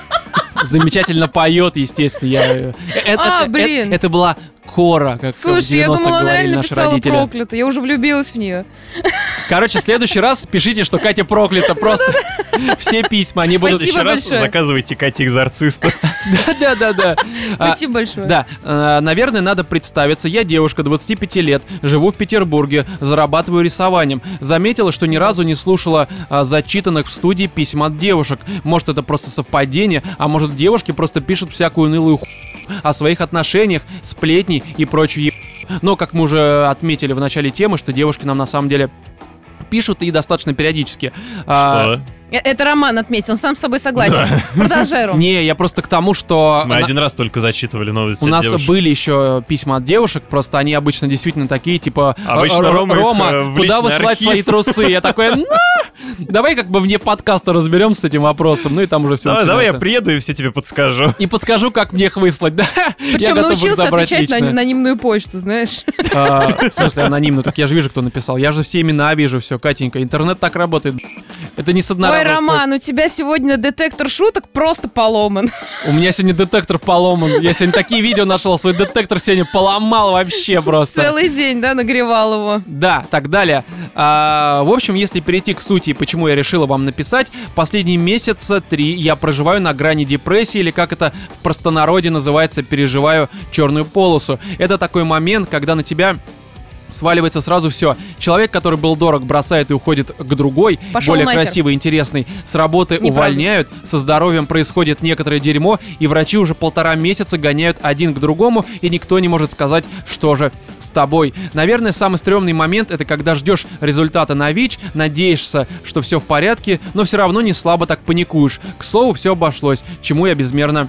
Speaker 1: <laughs> Замечательно поет, естественно. Я... э, э,
Speaker 3: А,
Speaker 1: э, э,
Speaker 3: блин.
Speaker 1: Это была Кора, как в
Speaker 3: Слушай, я
Speaker 1: 90-х
Speaker 3: думала, она
Speaker 1: говорили
Speaker 3: реально
Speaker 1: наши
Speaker 3: писала
Speaker 1: родители.
Speaker 3: проклято. Я уже влюбилась в нее.
Speaker 1: Короче, в следующий раз пишите, что Катя проклята. Просто все письма, они
Speaker 2: В
Speaker 1: будут...
Speaker 2: следующий
Speaker 3: Спасибо
Speaker 2: раз
Speaker 3: большое.
Speaker 2: заказывайте коте экзорциста.
Speaker 1: Да-да-да. А,
Speaker 3: Спасибо большое.
Speaker 1: Да, э, наверное, надо представиться. Я девушка, 25 лет, живу в Петербурге, зарабатываю рисованием. Заметила, что ни разу не слушала а, зачитанных в студии писем от девушек. Может, это просто совпадение, а может, девушки просто пишут всякую унылую ху о своих отношениях, сплетней и прочую еб- Но, как мы уже отметили в начале темы, что девушки нам на самом деле пишут и достаточно периодически. А,
Speaker 2: Что?
Speaker 3: Э, Это Роман отметил, он сам с собой согласен. Продолжай, Ром.
Speaker 1: Не, я просто к тому, что
Speaker 2: Мы
Speaker 1: а, на-
Speaker 2: один раз только зачитывали новости
Speaker 1: у
Speaker 2: от
Speaker 1: нас
Speaker 2: девушек.
Speaker 1: были еще письма от девушек, просто они обычно действительно такие, типа,
Speaker 2: Обычно
Speaker 1: «Ро-
Speaker 2: Рома их,
Speaker 1: Рома,
Speaker 2: э, в
Speaker 1: куда
Speaker 2: личный
Speaker 1: высылать
Speaker 2: архив?»
Speaker 1: свои трусы? Я такой, «Ну, давай как бы вне подкаста разберемся с этим вопросом, ну и там уже все
Speaker 2: Давай, давай я приеду и все тебе подскажу.
Speaker 1: И подскажу, как мне их выслать, да? <laughs> я
Speaker 3: Причем
Speaker 1: готов их
Speaker 3: научился
Speaker 1: забрать
Speaker 3: отвечать на
Speaker 1: лично.
Speaker 3: анонимную
Speaker 1: <laughs>
Speaker 3: почту, знаешь.
Speaker 1: А, в смысле анонимно? Так я же вижу, кто написал. Я же все имена вижу, все, Катенька. Интернет так работает. Это не с
Speaker 3: Ой,
Speaker 1: одноразовых
Speaker 3: Роман, у тебя сегодня детектор шуток просто поломан. <laughs>
Speaker 1: пост. У меня сегодня детектор поломан. Я сегодня такие видео нашел, свой детектор сегодня поломал вообще просто.
Speaker 3: Целый день, да, нагревал его.
Speaker 1: Да, так далее. А, в общем, если перейти к сути думаете и почему я решила вам написать. Последние месяца три я проживаю на грани депрессии, или как это в простонародье называется, переживаю черную полосу. Это такой момент, когда на тебя сваливается сразу все. Человек, который был дорог, бросает и уходит к другой,
Speaker 3: Пошел
Speaker 1: более
Speaker 3: нахер.
Speaker 1: красивый, интересный. С работы
Speaker 3: Неправда.
Speaker 1: увольняют, со здоровьем происходит некоторое дерьмо, и врачи уже полтора месяца гоняют один к другому, и никто не может сказать, что же с тобой. Наверное, самый стрёмный момент это когда ждешь результата на ВИЧ, надеешься, что все в порядке, но все равно не слабо так паникуешь. К слову, все обошлось, чему я безмерно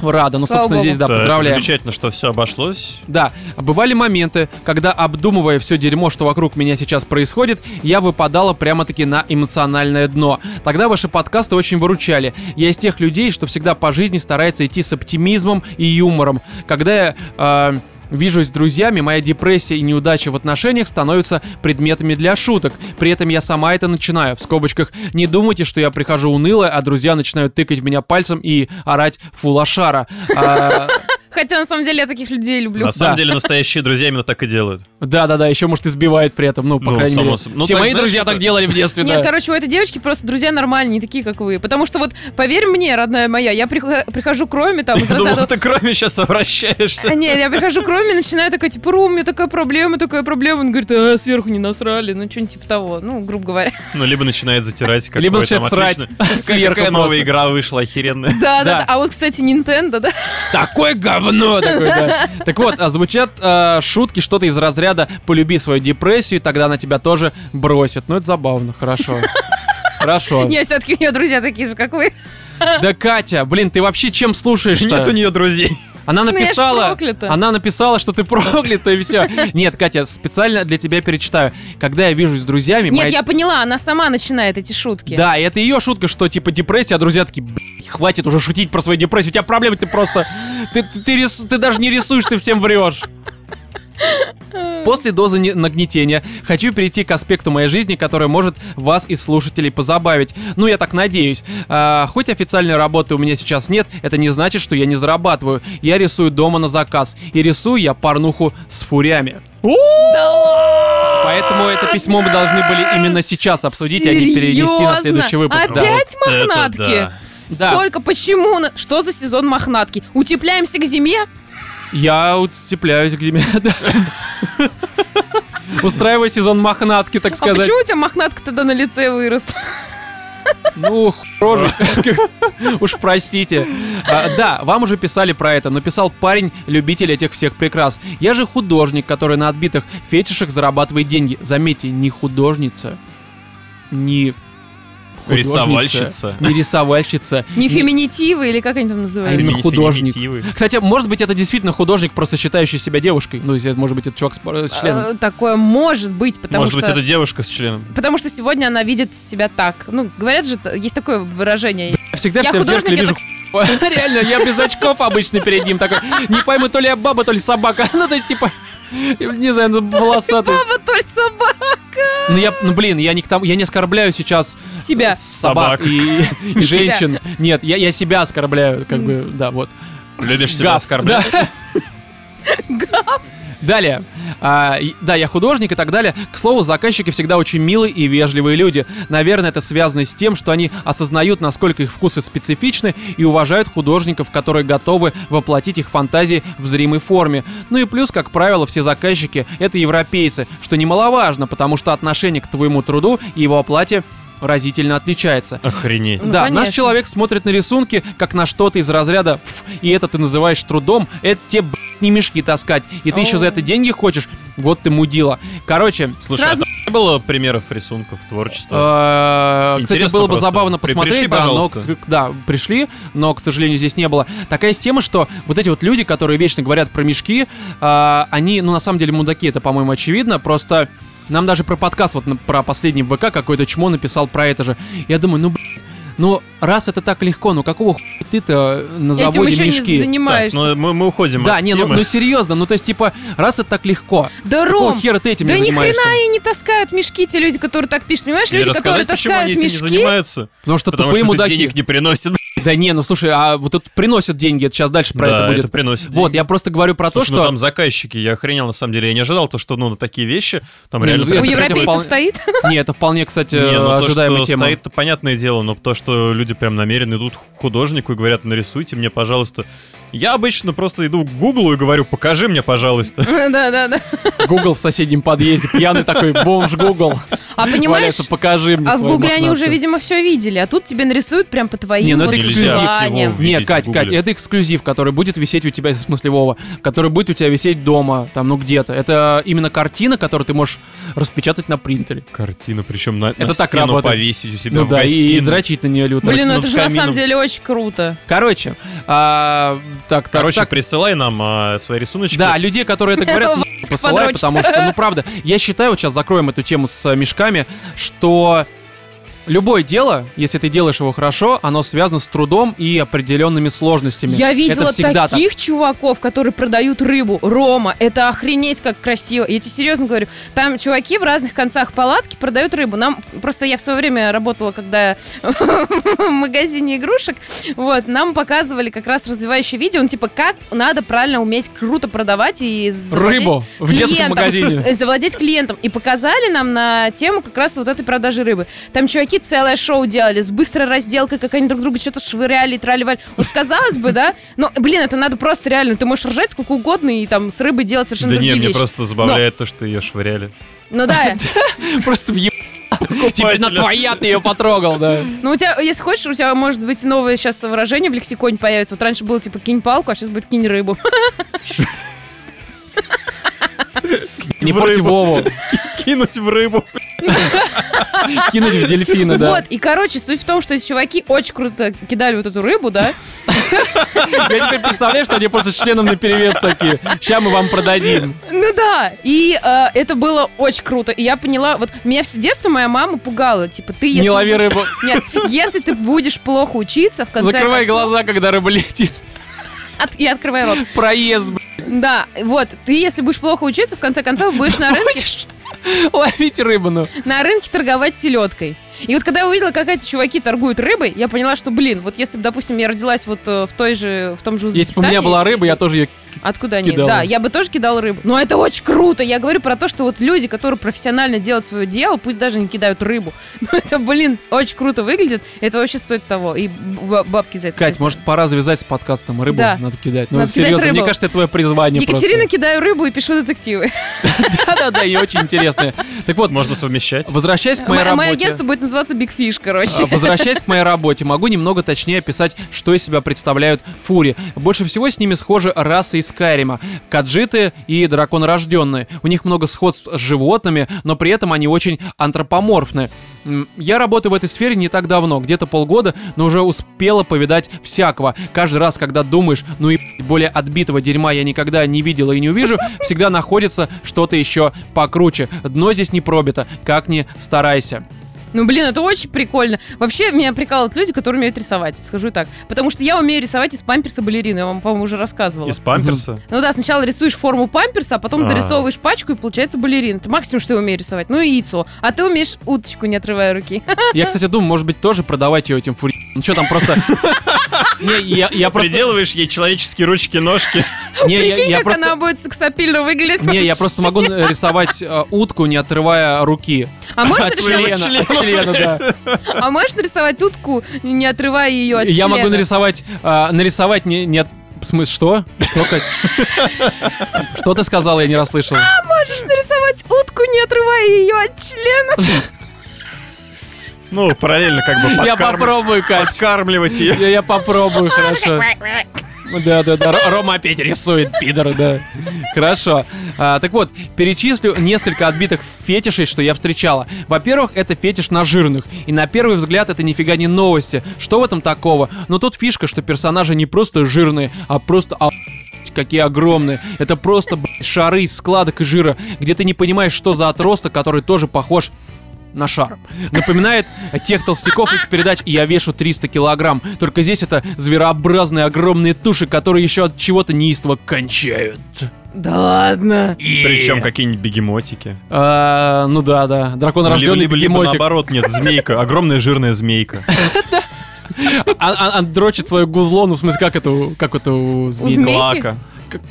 Speaker 1: рада. Ну,
Speaker 3: Слава
Speaker 1: собственно,
Speaker 3: богу.
Speaker 1: здесь, да,
Speaker 2: Это
Speaker 1: поздравляю.
Speaker 2: Замечательно, что все обошлось.
Speaker 1: Да, бывали моменты, когда, обдумывая все дерьмо, что вокруг меня сейчас происходит, я выпадала прямо-таки на эмоциональное дно. Тогда ваши подкасты очень выручали. Я из тех людей, что всегда по жизни старается идти с оптимизмом и юмором. Когда я... э, Вижусь с друзьями, моя депрессия и неудачи в отношениях становятся предметами для шуток. При этом я сама это начинаю. В скобочках не думайте, что я прихожу унылая, а друзья начинают тыкать в меня пальцем и орать фулашара. А,
Speaker 3: Хотя на самом деле я таких людей люблю.
Speaker 2: На самом деле настоящие друзья именно так и делают.
Speaker 1: Да, да, да, еще, может, избивает при этом, ну, по
Speaker 2: Ну,
Speaker 1: крайней
Speaker 2: само
Speaker 1: мере.
Speaker 2: собой. Ну,
Speaker 1: Все
Speaker 2: так
Speaker 1: мои
Speaker 2: знаешь,
Speaker 1: друзья
Speaker 2: это-
Speaker 1: так делали в детстве,
Speaker 3: Нет,
Speaker 1: да.
Speaker 3: короче, у этой девочки просто друзья нормальные, не такие, как вы. Потому что вот, поверь мне, родная моя, я прих- прихожу к Роме
Speaker 1: А
Speaker 3: там из
Speaker 2: Я думал,
Speaker 1: <laughs>
Speaker 3: разряда...
Speaker 2: ты кроме сейчас обращаешься.
Speaker 3: А, Нет, я прихожу к Роме, начинаю такая, типа, Ром, у меня такая проблема, такая проблема. Он говорит, «А, сверху не насрали, ну, что-нибудь типа того. Ну, грубо говоря. <laughs>
Speaker 2: Ну, либо начинает затирать, как
Speaker 1: Либо
Speaker 2: ой, там
Speaker 1: начинает срать
Speaker 2: отлично. Какая-
Speaker 1: сверху
Speaker 2: Какая новая
Speaker 1: просто.
Speaker 2: игра вышла, охеренная.
Speaker 3: Да,
Speaker 1: Да.
Speaker 3: да, да. А вот, кстати, Nintendo, да?
Speaker 1: Такое говно такое,
Speaker 3: <laughs>
Speaker 1: да. Так вот, а, звучат э, шутки что-то из разряда «полюби свою депрессию, и тогда она тебя тоже бросит». Ну, это забавно, хорошо. Хорошо.
Speaker 3: <laughs> Нет, все-таки у нее друзья такие же, как вы.
Speaker 1: Да, Катя, блин, ты вообще чем слушаешь
Speaker 2: Нет у нее друзей.
Speaker 1: Она
Speaker 3: Ну, я ж
Speaker 1: написала,
Speaker 3: проклята.
Speaker 1: она написала, что ты проклята, и все. Нет, Катя, специально для тебя перечитаю. Когда я вижусь с друзьями...
Speaker 3: Нет,
Speaker 1: моя-
Speaker 3: я поняла, она сама начинает эти шутки.
Speaker 1: Да, и это ее шутка, что типа депрессия, а друзья такие, «Блин, хватит уже шутить про свою депрессию, у тебя проблемы, ты просто, ты, ты, ты рис- ты даже не рисуешь, ты всем врешь. После дозы не- нагнетения хочу перейти к аспекту моей жизни, который может вас и слушателей позабавить. Ну, я так надеюсь. А, хоть официальной работы у меня сейчас нет, это не значит, что я не зарабатываю. Я рисую дома на заказ. И рисую я порнуху с фурями. Поэтому это письмо мы должны были именно сейчас обсудить, а не перенести на
Speaker 3: Серьезно?
Speaker 1: следующий выпуск. да.
Speaker 3: Опять
Speaker 2: Это
Speaker 3: мохнатки?
Speaker 2: да.
Speaker 1: Да.
Speaker 3: Сколько, почему? на- Что за сезон мохнатки? Утепляемся к зиме? А
Speaker 1: Я вот степляюсь к зиме, <laughs> да. Устраивай сезон мохнатки, так
Speaker 3: А
Speaker 1: сказать.
Speaker 3: почему у тебя мохнатка тогда на лице выросла?
Speaker 1: Ну, хрожу. <laughs> Уж простите. А, Да, вам уже писали про это. Написал парень, любитель этих всех прекрас. Я же художник, который на отбитых фетишах зарабатывает деньги. Заметьте, не художница, не художница,
Speaker 2: Рисовальщица.
Speaker 1: Не рисовальщица.
Speaker 3: <laughs> Не
Speaker 1: не-
Speaker 3: феминитивы или как они
Speaker 1: <laughs>
Speaker 3: там
Speaker 1: А именно
Speaker 3: называются?
Speaker 2: Фемини-
Speaker 1: художник.
Speaker 2: феминитивы.
Speaker 1: Кстати, может быть, это действительно художник, просто считающий себя девушкой. Ну, если это, может быть, это чувак с пар- с членом.
Speaker 3: Э, Такое может быть, потому
Speaker 2: Может
Speaker 3: что...
Speaker 2: быть, это девушка с членом.
Speaker 3: Потому что сегодня она видит себя так. Ну, говорят же, т- есть такое выражение.
Speaker 1: Я всегда
Speaker 3: Я
Speaker 1: всем зеркале вижу
Speaker 3: художник,
Speaker 1: ху- <laughs> Реально, я без очков обычно перед ним такой. Не пойму, то ли я баба, то ли собака. <laughs> Ну, то есть, типа, не знаю, ну, волосатый.
Speaker 3: Баба, толь собак
Speaker 1: Ну, я, ну, блин, я не к тому, я не оскорбляю сейчас
Speaker 3: себя.
Speaker 1: собак
Speaker 2: Собак.
Speaker 1: и, и
Speaker 3: Себя.
Speaker 1: женщин. Нет, я, я себя оскорбляю, как бы, да, вот.
Speaker 2: Любишь себя
Speaker 1: Гав.
Speaker 2: оскорблять?
Speaker 1: Да. Далее. А, и- да, я художник и так далее. К слову, заказчики всегда очень милые и вежливые люди. Наверное, это связано с тем, что они осознают, насколько их вкусы специфичны и уважают художников, которые готовы воплотить их фантазии в зримой форме. Ну и плюс, как правило, все заказчики — это европейцы, что немаловажно, потому что отношение к твоему труду и его оплате разительно отличается.
Speaker 2: Охренеть.
Speaker 3: Ну,
Speaker 1: Да, наш
Speaker 3: конечно.
Speaker 1: человек смотрит на рисунки, как на что-то из разряда «пф», и это ты называешь трудом, это тебе б***ь, не мешки таскать, и ты еще за это деньги хочешь, вот ты мудила. Короче,
Speaker 2: Слушай,
Speaker 3: Сразу-
Speaker 2: а там не было примеров рисунков, творчества?
Speaker 1: э, кстати,
Speaker 2: Интересно
Speaker 1: было бы
Speaker 2: просто.
Speaker 1: забавно
Speaker 2: При-
Speaker 1: посмотреть,
Speaker 2: пришли,
Speaker 1: да, но,
Speaker 2: пожалуйста.
Speaker 1: к с- да, пришли, но, к сожалению, здесь не было. Такая есть тема, что вот эти вот люди, которые вечно говорят про мешки, э, они, ну, на самом деле, мудаки, это, по-моему, очевидно, просто... Нам даже про подкаст, вот на- про последний в ВК какой-то чмо написал про это же. Я думаю, ну, блин, ну, раз это так легко, ну какого хуя ты-то на
Speaker 3: Этим
Speaker 1: заводе
Speaker 3: еще не
Speaker 1: мешки?
Speaker 2: Так,
Speaker 3: занимаешься.
Speaker 2: ну, мы, мы уходим
Speaker 1: да,
Speaker 2: от
Speaker 1: не, ну,
Speaker 2: темы.
Speaker 1: ну серьезно, ну то есть типа, раз это так легко,
Speaker 3: да,
Speaker 1: какого
Speaker 3: Ром,
Speaker 1: хера ты этим
Speaker 3: да
Speaker 1: не
Speaker 3: ни
Speaker 1: занимаешься?
Speaker 3: хрена и не таскают мешки те люди, которые так пишут. Понимаешь,
Speaker 2: Или
Speaker 3: люди, которые
Speaker 2: рассказать, почему они
Speaker 3: таскают
Speaker 2: этим не
Speaker 3: мешки,
Speaker 2: занимаются?
Speaker 1: Потому что
Speaker 2: Потому
Speaker 1: тупые
Speaker 2: что это
Speaker 1: мудаки.
Speaker 2: денег не приносит.
Speaker 1: Да не, ну слушай, а вот тут приносят деньги, это сейчас дальше <laughs> про
Speaker 2: Да,
Speaker 1: это будет.
Speaker 2: приносит
Speaker 1: Вот,
Speaker 2: деньги.
Speaker 1: я просто говорю про
Speaker 2: Слушай,
Speaker 1: то,
Speaker 2: ну
Speaker 1: что...
Speaker 2: там заказчики, я охренел на самом деле, я не ожидал то, что ну на такие вещи там
Speaker 1: Не,
Speaker 2: реально.
Speaker 1: ну,
Speaker 3: у
Speaker 1: это, кстати,
Speaker 3: европейцев
Speaker 1: вполне-
Speaker 3: стоит. <laughs>
Speaker 1: Не, это вполне, кстати,
Speaker 2: Не, ну, то,
Speaker 1: ожидаемая
Speaker 2: что
Speaker 1: тема.
Speaker 2: стоит, то понятное дело, но то, что люди прям намеренно идут к художнику и говорят, нарисуйте мне, пожалуйста. Я обычно просто иду к Гуглу и говорю, покажи мне, пожалуйста. <laughs>
Speaker 3: Да, да, да.
Speaker 1: Google в соседнем подъезде, пьяный такой бомж Google. <laughs>
Speaker 3: А понимаешь,
Speaker 1: Валяется, покажи мне
Speaker 3: а в
Speaker 1: свою
Speaker 3: Гугле они
Speaker 1: мохнатку».
Speaker 3: уже, видимо, все видели, а тут тебе нарисуют прям по твоим
Speaker 1: Не, ну
Speaker 3: вот
Speaker 1: это
Speaker 2: Нельзя
Speaker 1: эксклюзив.
Speaker 3: желаниям.
Speaker 2: всего.
Speaker 1: Не,
Speaker 2: Видите,
Speaker 1: Кать,
Speaker 2: в
Speaker 1: Кать,
Speaker 2: Гугле.
Speaker 1: это эксклюзив, который будет висеть у тебя, в смысле, Вова, который будет у тебя висеть дома, там, ну где-то. Это именно картина, которую ты можешь распечатать на принтере.
Speaker 2: Картина, причем на, на
Speaker 1: Это так
Speaker 2: стену
Speaker 1: работает.
Speaker 2: повесить у себя
Speaker 1: Ну
Speaker 2: в
Speaker 1: да, и,
Speaker 2: гостиной.
Speaker 1: и дрочить на нее люто.
Speaker 3: Блин, ну
Speaker 2: над
Speaker 3: это же на
Speaker 2: камином.
Speaker 3: самом деле очень круто.
Speaker 1: Короче, а, так, так,
Speaker 2: Короче,
Speaker 1: так.
Speaker 2: присылай нам а, свои рисуночки.
Speaker 1: Да, людей, которые это говорят,
Speaker 3: <laughs>
Speaker 1: ну, посылай,
Speaker 3: подрочит.
Speaker 1: потому что,
Speaker 3: <laughs>
Speaker 1: ну правда, я считаю, вот сейчас закроем эту тему с э, мешками, что любое дело, если ты делаешь его хорошо, оно связано с трудом и определенными сложностями.
Speaker 3: Я видела
Speaker 1: это всегда так.
Speaker 3: таких чуваков, которые продают рыбу. Рома, это охренеть как красиво. Я тебе серьезно говорю. Там чуваки в разных концах палатки продают рыбу. Нам просто я в свое время работала, когда <laughs> в магазине игрушек. Вот, нам показывали как раз развивающее видео. Ну, типа, как надо правильно уметь круто продавать и завладеть
Speaker 1: Рыбу в детском
Speaker 3: клиентом.
Speaker 1: магазине.
Speaker 3: <laughs> завладеть клиентом. И показали нам на тему как раз вот этой продажи рыбы. Там чуваки целое шоу делали с быстрой разделкой, как они друг друга что-то швыряли, траливали. Вот казалось бы, да? Но, блин, это надо просто реально. Ты можешь ржать сколько угодно и там с рыбой делать совершенно
Speaker 2: Да не,
Speaker 3: другие
Speaker 2: мне
Speaker 3: вещи.
Speaker 2: просто забавляет то, что ее <laughs> швыряли.
Speaker 3: Ну да.
Speaker 1: Просто въеб... Теперь на
Speaker 2: Покупателя.
Speaker 1: твоя ты ее потрогал, да.
Speaker 3: Ну у тебя, если хочешь, у тебя может быть новое сейчас выражение в лексиконе появится. Вот раньше было типа кинь палку, а сейчас будет кинь рыбу.
Speaker 1: Не
Speaker 2: В <laughs>
Speaker 1: порти
Speaker 2: рыбу.
Speaker 3: <laughs>
Speaker 1: Вову.
Speaker 2: Кинуть в рыбу.
Speaker 1: Кинуть в дельфина, Ну да.
Speaker 3: Вот, и короче, суть в том, что эти чуваки очень круто кидали вот эту рыбу, да?
Speaker 1: Я теперь представляю, что они просто с членом наперевес такие. Ща мы вам продадим.
Speaker 3: Ну да, и э, это было очень круто. И я поняла, вот меня все детство моя мама пугала, типа ты если
Speaker 1: Не лови
Speaker 3: будешь-
Speaker 1: рыбу.
Speaker 3: Нет, если ты будешь плохо учиться, в конце
Speaker 1: Закрывай
Speaker 3: концов-
Speaker 1: глаза, когда рыба летит.
Speaker 3: От- и открывай рот.
Speaker 1: Проезд, блядь,
Speaker 3: Да, вот ты если будешь плохо учиться, в конце концов будешь на рынке
Speaker 1: будешь <laughs> ловить рыбу, ну.
Speaker 3: на рынке торговать селедкой. И вот когда я увидела, как эти чуваки торгуют рыбой, я поняла, что, блин, вот если бы, допустим, я родилась вот э, в той же, в том же
Speaker 1: Если бы у меня
Speaker 3: Узбекистане,
Speaker 1: была рыба, я тоже ее...
Speaker 3: Откуда они?
Speaker 1: Кидала.
Speaker 3: Да, я бы тоже кидал рыбу. Но это очень круто. Я говорю про то, что вот люди, которые профессионально делают свое дело, пусть даже не кидают рыбу. <laughs> Но это, блин, очень круто выглядит. Это вообще стоит того. И б- бабки за это.
Speaker 1: Кать,
Speaker 3: естественно.
Speaker 1: может, пора завязать с подкастом рыбу?
Speaker 3: Да.
Speaker 1: Надо кидать. Ну,
Speaker 3: Надо кидать
Speaker 1: серьезно, мне
Speaker 3: рыбу.
Speaker 1: кажется, это твое призвание
Speaker 3: Екатерина, кидаю рыбу и пишу детективы.
Speaker 1: просто. Да-да-да, и очень интересно. Так вот,
Speaker 2: <laughs> Можно совмещать.
Speaker 1: возвращаясь к моей
Speaker 3: Мо- Мое
Speaker 1: работе...
Speaker 3: а агентство будет называться Big Fish, короче.
Speaker 1: А, Возвращаясь к моей работе, могу немного точнее описать, что из себя представляют фури. Больше всего с ними схожи расы из Кайрима, каджиты и драконорожденные. У них много сходств с животными, но при этом они очень антропоморфны. М, Я работаю в этой сфере не так давно, где-то полгода, но уже успела повидать всякого. Каждый раз, когда думаешь, ну и более отбитого дерьма я никогда не видела и не увижу, всегда находится что-то еще покруче. Дно здесь не пробито, как ни старайся.
Speaker 3: Ну, блин, это очень прикольно. Вообще, меня прикалывают люди, которые умеют рисовать, скажу так. Потому что я умею рисовать из памперса балерины, я вам, по-моему, уже рассказывала.
Speaker 2: Из памперса.
Speaker 3: Ну да, сначала рисуешь форму памперса, а потом
Speaker 2: А.
Speaker 3: дорисовываешь пачку, и получается балерин. Это максимум, что я умею рисовать. Ну и яйцо. А ты умеешь уточку, не отрывая руки.
Speaker 1: Я, кстати, думаю, может быть, тоже продавать ее этим фури... Ну что там просто... Не, я, я просто...
Speaker 2: Приделываешь ей человеческие ручки-ножки.
Speaker 1: Не, я,
Speaker 3: Прикинь,
Speaker 1: я
Speaker 3: как
Speaker 1: просто...
Speaker 3: она будет сексапильно выглядеть.
Speaker 1: Не, я
Speaker 3: вообще.
Speaker 1: просто могу рисовать э, утку, не отрывая руки.
Speaker 3: А можешь,
Speaker 1: От
Speaker 3: нарисовать,
Speaker 1: члена,
Speaker 2: члена.
Speaker 1: от члена, да.
Speaker 3: а можешь нарисовать утку, не отрывая ее от
Speaker 1: Я
Speaker 3: члена?
Speaker 1: могу нарисовать... э, Нарисовать не... не от- В смысле, что? Что, Кать? Что ты сказала, я не расслышал.
Speaker 3: Можешь нарисовать утку, не отрывая ее от члена?
Speaker 2: <laughs> Ну, параллельно как бы
Speaker 1: Я
Speaker 2: подкарм-
Speaker 1: попробую, Кать.
Speaker 2: подкармливать ее.
Speaker 1: Я, я попробую, хорошо. Да, да, да. Ро- Рома опять рисует, пидор, да. Хорошо. А, так вот, перечислю несколько отбитых фетишей, что я встречала. Во-первых, это фетиш на жирных. И на первый взгляд это нифига не новости. Что в этом такого? Но тут фишка, что персонажи не просто жирные, а просто охуеть, какие огромные. Это просто блядь, шары из складок и жира, где ты не понимаешь, что за отросток, который тоже похож на шар. Напоминает тех толстяков из передач «Я вешу 300 килограмм». Только здесь это зверообразные огромные туши, которые еще от чего-то неистово кончают.
Speaker 3: Да ладно.
Speaker 1: И-
Speaker 2: Причем какие-нибудь бегемотики.
Speaker 1: А, ну да, да. Дракон
Speaker 2: Либо,
Speaker 1: рожденный
Speaker 2: либо- либо наоборот, нет, змейка, огромная жирная змейка.
Speaker 1: Он А, дрочит свою гузло, ну в смысле, как это, у- как это у змеи?
Speaker 3: змеи. Змейки?
Speaker 2: Клака.
Speaker 1: Как-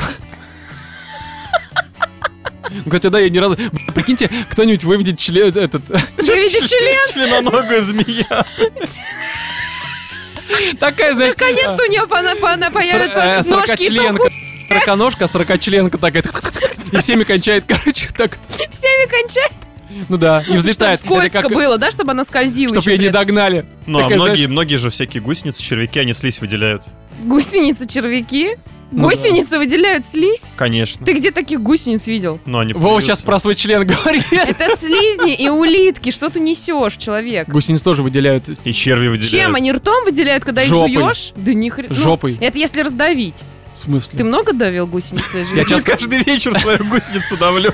Speaker 1: Ну, Кстати, да, я ни разу... Б- Прикиньте, кто-нибудь выведет член этот...
Speaker 3: Выведи член.
Speaker 2: Членоногая змея.
Speaker 1: Такая, знаешь...
Speaker 3: Наконец-то у нее пона-
Speaker 1: сор- э,
Speaker 3: пона- появятся ножки и
Speaker 1: сорокачленка. Сороконожка, сорокачленка такая. И всеми кончает, короче, так.
Speaker 3: пахнет. Всеми кончает.
Speaker 1: Ну да, и
Speaker 3: Чтобы
Speaker 1: взлетает. Это
Speaker 3: скользко
Speaker 1: как-
Speaker 3: было, да, чтобы она скользила.
Speaker 1: Чтоб
Speaker 3: ещё
Speaker 1: ее
Speaker 3: при
Speaker 1: не
Speaker 3: этом.
Speaker 1: догнали.
Speaker 2: Ну, а
Speaker 1: Такая, знаешь,
Speaker 2: многие, многие же всякие гусеницы, червяки, они слизь выделяют.
Speaker 3: Гусеницы, червяки.
Speaker 1: Ну
Speaker 3: Гусеницы выделяют слизь.
Speaker 2: Конечно.
Speaker 3: Ты где таких гусениц видел?
Speaker 2: Но они
Speaker 1: Вова
Speaker 2: плюются.
Speaker 1: сейчас про свой член говорит.
Speaker 3: Это слизни и улитки. Что ты несешь, человек?
Speaker 1: Гусениц тоже выделяют
Speaker 2: И черви выделяют.
Speaker 3: Чем они ртом выделяют, когда их
Speaker 1: Жопой.
Speaker 3: жуешь? Да ни хрена. Ну,
Speaker 1: жопой.
Speaker 3: Это если раздавить.
Speaker 1: В
Speaker 3: Ты
Speaker 1: смысле?
Speaker 3: много давил гусеницы?
Speaker 1: Я <laughs>
Speaker 2: Я
Speaker 1: часто-
Speaker 2: каждый вечер свою гусеницу давлю.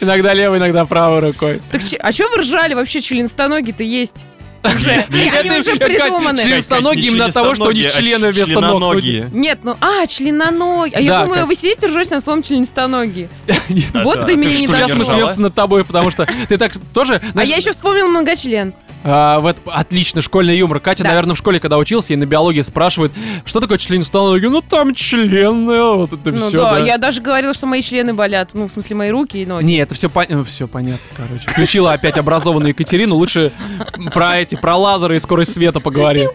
Speaker 1: Иногда левой, иногда правой рукой.
Speaker 3: Так че- а чё вы ржали вообще, членстоноги-то есть?
Speaker 1: <laughs>
Speaker 3: Уже. И Они
Speaker 1: Это
Speaker 3: уже
Speaker 1: как
Speaker 3: придуманы.
Speaker 1: член- Членистоногие именно от того, что у них члены вместо ног.
Speaker 2: а Членоногие.
Speaker 3: Нет, ну, а, членоногие. А
Speaker 1: Да,
Speaker 3: я думаю,
Speaker 1: как-
Speaker 3: вы сидите ржете на
Speaker 1: <laughs>
Speaker 3: словом членистоногие.
Speaker 1: Нет.
Speaker 3: Вот
Speaker 2: да.
Speaker 3: ты
Speaker 2: Ты
Speaker 3: меня не
Speaker 2: что,
Speaker 1: Сейчас
Speaker 2: держала?
Speaker 1: мы
Speaker 3: дожал.
Speaker 2: смеялся?
Speaker 1: смеемся над тобой, потому что ты так тоже...
Speaker 3: А
Speaker 1: знаешь,
Speaker 3: я еще вспомнил многочлен.
Speaker 1: А, в это- отлично, школьный юмор. Катя,
Speaker 3: Да.
Speaker 1: наверное, в школе, когда учился, ей на биологии спрашивает, что такое член стола. Я говорю, ну там члены, вот это
Speaker 3: Ну
Speaker 1: все.
Speaker 3: да, я даже говорила, что мои члены болят. Ну, в смысле, мои руки и ноги.
Speaker 1: Не, это все, все понятно, короче. Включила опять образованную Екатерину, лучше про эти, про лазеры и скорость света поговорим.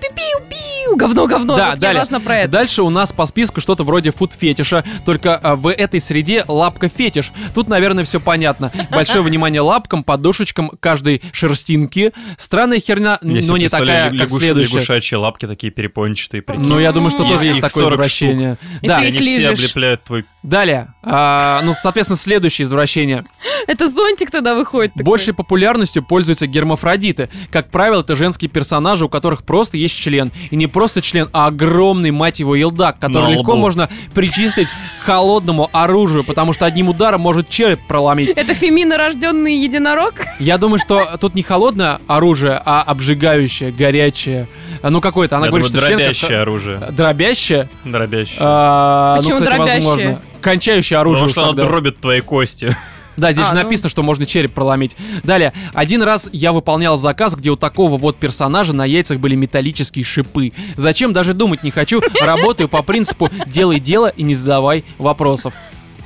Speaker 3: Пиу, говно, говно.
Speaker 1: Да,
Speaker 3: Вот я
Speaker 1: далее.
Speaker 3: должна Ну, про это.
Speaker 1: Дальше у нас по списку что-то вроде фуд-фетиша, только а, в этой среде лапка-фетиш. Тут, наверное, все понятно.
Speaker 3: <laughs>
Speaker 1: Большое внимание лапкам, подушечкам каждой шерстинки. Странная херня,
Speaker 2: Я
Speaker 1: но
Speaker 2: себе
Speaker 1: ну, не такая,
Speaker 2: представляю,
Speaker 1: как
Speaker 2: лягуш-
Speaker 1: следующая.
Speaker 2: лягушачьи лапки такие перепончатые, прикинь.
Speaker 1: Ну, я думаю, что
Speaker 3: Их-
Speaker 1: тоже есть
Speaker 2: их
Speaker 1: такое
Speaker 2: 40 штук.
Speaker 1: извращение.
Speaker 3: И
Speaker 1: Да,
Speaker 3: ты
Speaker 2: Они
Speaker 3: их
Speaker 2: все
Speaker 3: лижешь.
Speaker 2: облепляют твой...
Speaker 1: далее. А, ну, соответственно, следующее извращение.
Speaker 3: Это зонтик тогда выходит. такой.
Speaker 1: Большей популярностью пользуются гермафродиты. Как правило, это женские персонажи, у которых просто есть член. И не просто член, а огромный, мать его, елдак, который
Speaker 2: На
Speaker 1: легко
Speaker 2: лбу.
Speaker 1: можно причислить к холодному оружию, потому что одним ударом может череп проломить.
Speaker 3: Это фемино рожденный единорог?
Speaker 1: Я думаю, что тут не холодное оружие, а обжигающее, горячее. А, Ну, какое-то. Она
Speaker 2: я
Speaker 1: говорит,
Speaker 2: думаю,
Speaker 1: что член...
Speaker 2: дробящее
Speaker 1: как-то-
Speaker 2: оружие.
Speaker 1: Дробящее?
Speaker 2: Дробящее.
Speaker 1: А,
Speaker 3: Почему
Speaker 1: ну, кстати,
Speaker 3: дробящее?
Speaker 1: возможно. Кончающее оружие.
Speaker 2: Потому
Speaker 1: уж
Speaker 2: что оно
Speaker 1: тогда.
Speaker 2: дробит твои кости.
Speaker 1: Да, здесь
Speaker 3: А,
Speaker 1: же
Speaker 3: ну.
Speaker 1: написано, что можно череп проломить. Далее. Один раз я выполнял заказ, где у такого вот персонажа на яйцах были металлические шипы. Зачем даже думать не
Speaker 3: <laughs>
Speaker 1: хочу. Работаю по принципу «делай дело и не задавай вопросов».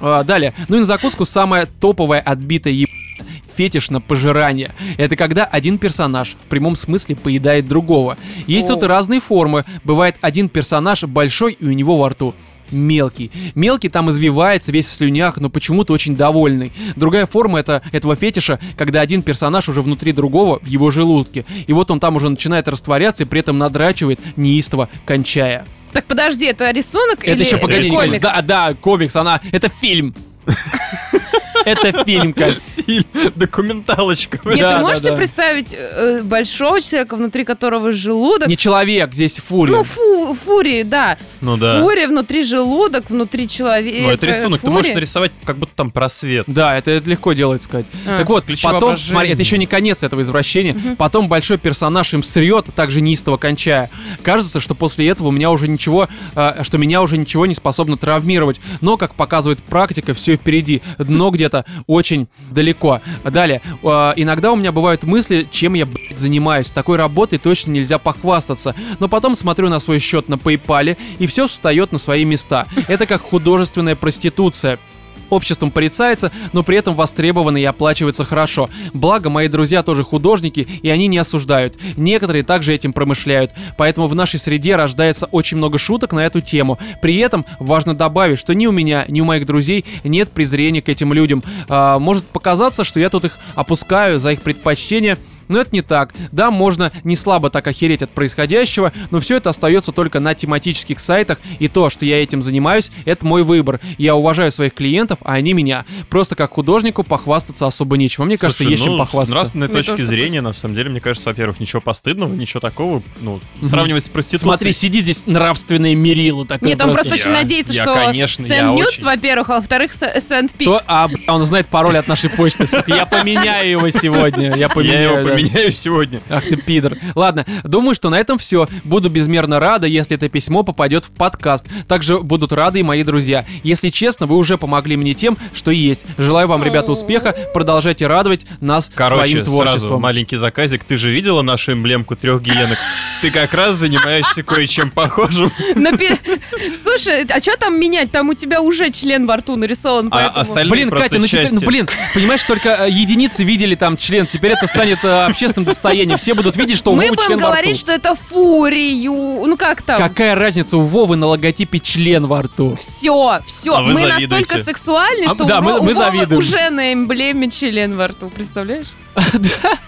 Speaker 1: А, далее. Ну и на закуску самая топовая отбитая еб... фетиш на пожирание. Это когда один персонаж в прямом смысле поедает другого. Есть
Speaker 3: О.
Speaker 1: тут и разные формы. Бывает один персонаж большой и у него во рту мелкий. Мелкий там извивается весь в слюнях, но почему-то очень довольный. Другая форма это, этого фетиша, когда один персонаж уже внутри другого в его желудке. И вот он там уже начинает растворяться и при этом надрачивает неистово, кончая.
Speaker 3: Так подожди, это рисунок или
Speaker 1: это еще погоди. не
Speaker 3: комикс?
Speaker 1: комикс. Да, да, комикс, она... Это
Speaker 3: <laughs>
Speaker 1: фильм. Это фильм, Кать.
Speaker 2: Документалочка.
Speaker 3: Нет,
Speaker 1: Да, да,
Speaker 3: ты можете
Speaker 1: да.
Speaker 3: представить э, большого человека, внутри которого желудок?
Speaker 1: Не человек, здесь фурия.
Speaker 3: Ну, фу, фурии, да.
Speaker 2: Ну да.
Speaker 3: Фурия внутри желудок, внутри человека.
Speaker 2: Ну, это рисунок. Ты
Speaker 3: фурии.
Speaker 2: можешь нарисовать, как будто там просвет.
Speaker 1: Да, это, это легко делать, сказать.
Speaker 3: А.
Speaker 1: Так вот,
Speaker 2: Включи
Speaker 1: потом,
Speaker 2: воображение.
Speaker 1: смотри, это еще не конец этого извращения. Потом большой персонаж им срет, также неистово кончая. Кажется, что после этого у меня уже ничего, э, что меня уже ничего не способно травмировать. Но, как показывает практика, все впереди. Дно где-то очень далеко. Далее, э, иногда у меня бывают мысли, чем я, блядь, занимаюсь. Такой работой точно нельзя похвастаться. Но потом смотрю на свой счет на PayPal, и все встает на свои места. Это как художественная проституция обществом порицается, но при этом востребованы и оплачивается хорошо. Благо, мои друзья тоже художники, и они не осуждают. Некоторые также этим промышляют. Поэтому в нашей среде рождается очень много шуток на эту тему. При этом важно добавить, что ни у меня, ни у моих друзей нет презрения к этим людям. А, может показаться, что я тут их опускаю за их предпочтение, Но это не так. Да, можно не слабо так охереть от происходящего, но все это остается только на тематических сайтах, и то, что я этим занимаюсь, это мой выбор. Я уважаю своих клиентов, а они меня. Просто как художнику похвастаться особо нечем. А мне кажется,
Speaker 2: Слушай,
Speaker 1: есть чем
Speaker 2: ну, С
Speaker 1: похвастаться.
Speaker 2: нравственной
Speaker 3: Мне
Speaker 2: точки
Speaker 3: тоже
Speaker 2: зрения, на самом деле, мне кажется, во-первых, ничего постыдного, ничего такого. Ну, сравнивать с проституцией.
Speaker 1: Смотри, сидит здесь нравственные мерила. такая
Speaker 3: Нет, он просто
Speaker 2: Я-
Speaker 1: просто...
Speaker 3: очень надеется,
Speaker 2: я,
Speaker 3: что
Speaker 2: конечно, я
Speaker 3: Сент Ньютс,
Speaker 2: очень.
Speaker 3: во-первых, а во-вторых, Сент
Speaker 1: То-
Speaker 3: Пикс.
Speaker 1: а, бля, он знает пароль от нашей почты, сука. Я поменяю его сегодня. Я поменяю.
Speaker 2: я его
Speaker 1: да.
Speaker 2: поменяю сегодня.
Speaker 1: Ах ты пидор. Ладно, думаю, что на этом все. Буду безмерно рада, если это письмо попадет в подкаст. Также будут рады и мои друзья. Если честно, вы уже помогли мне тем, что есть. Желаю вам, ребята, успеха. Продолжайте радовать нас своим
Speaker 2: Короче, сразу
Speaker 1: творчеством.
Speaker 2: маленький заказик. Ты же видела нашу эмблемку трех гиенок? Ты как раз занимаешься кое-чем похожим.
Speaker 3: Слушай, а что там менять? Там у тебя уже член во рту нарисован,
Speaker 2: А
Speaker 3: поэтому...
Speaker 2: остальные
Speaker 1: Блин,
Speaker 2: просто
Speaker 1: Катя, ну, теперь- ну,
Speaker 2: части.
Speaker 1: блин, понимаешь, только э, единицы видели там член, теперь это станет э, общественным достоянием. Все будут видеть, что у
Speaker 3: Мы
Speaker 1: Вовы член
Speaker 3: будем
Speaker 1: во
Speaker 3: говорить,
Speaker 1: рту.
Speaker 3: что это фурию. Ну как там?
Speaker 1: Какая разница у Вовы на логотипе член во рту?
Speaker 3: Все, все.
Speaker 2: А вы
Speaker 3: мы
Speaker 2: завидуете.
Speaker 3: настолько сексуальны,
Speaker 1: А,
Speaker 3: что
Speaker 1: да,
Speaker 3: у,
Speaker 1: мы-
Speaker 3: Ро- у
Speaker 1: мы
Speaker 3: Вовы
Speaker 1: завидуем.
Speaker 3: уже на эмблеме член во рту, представляешь?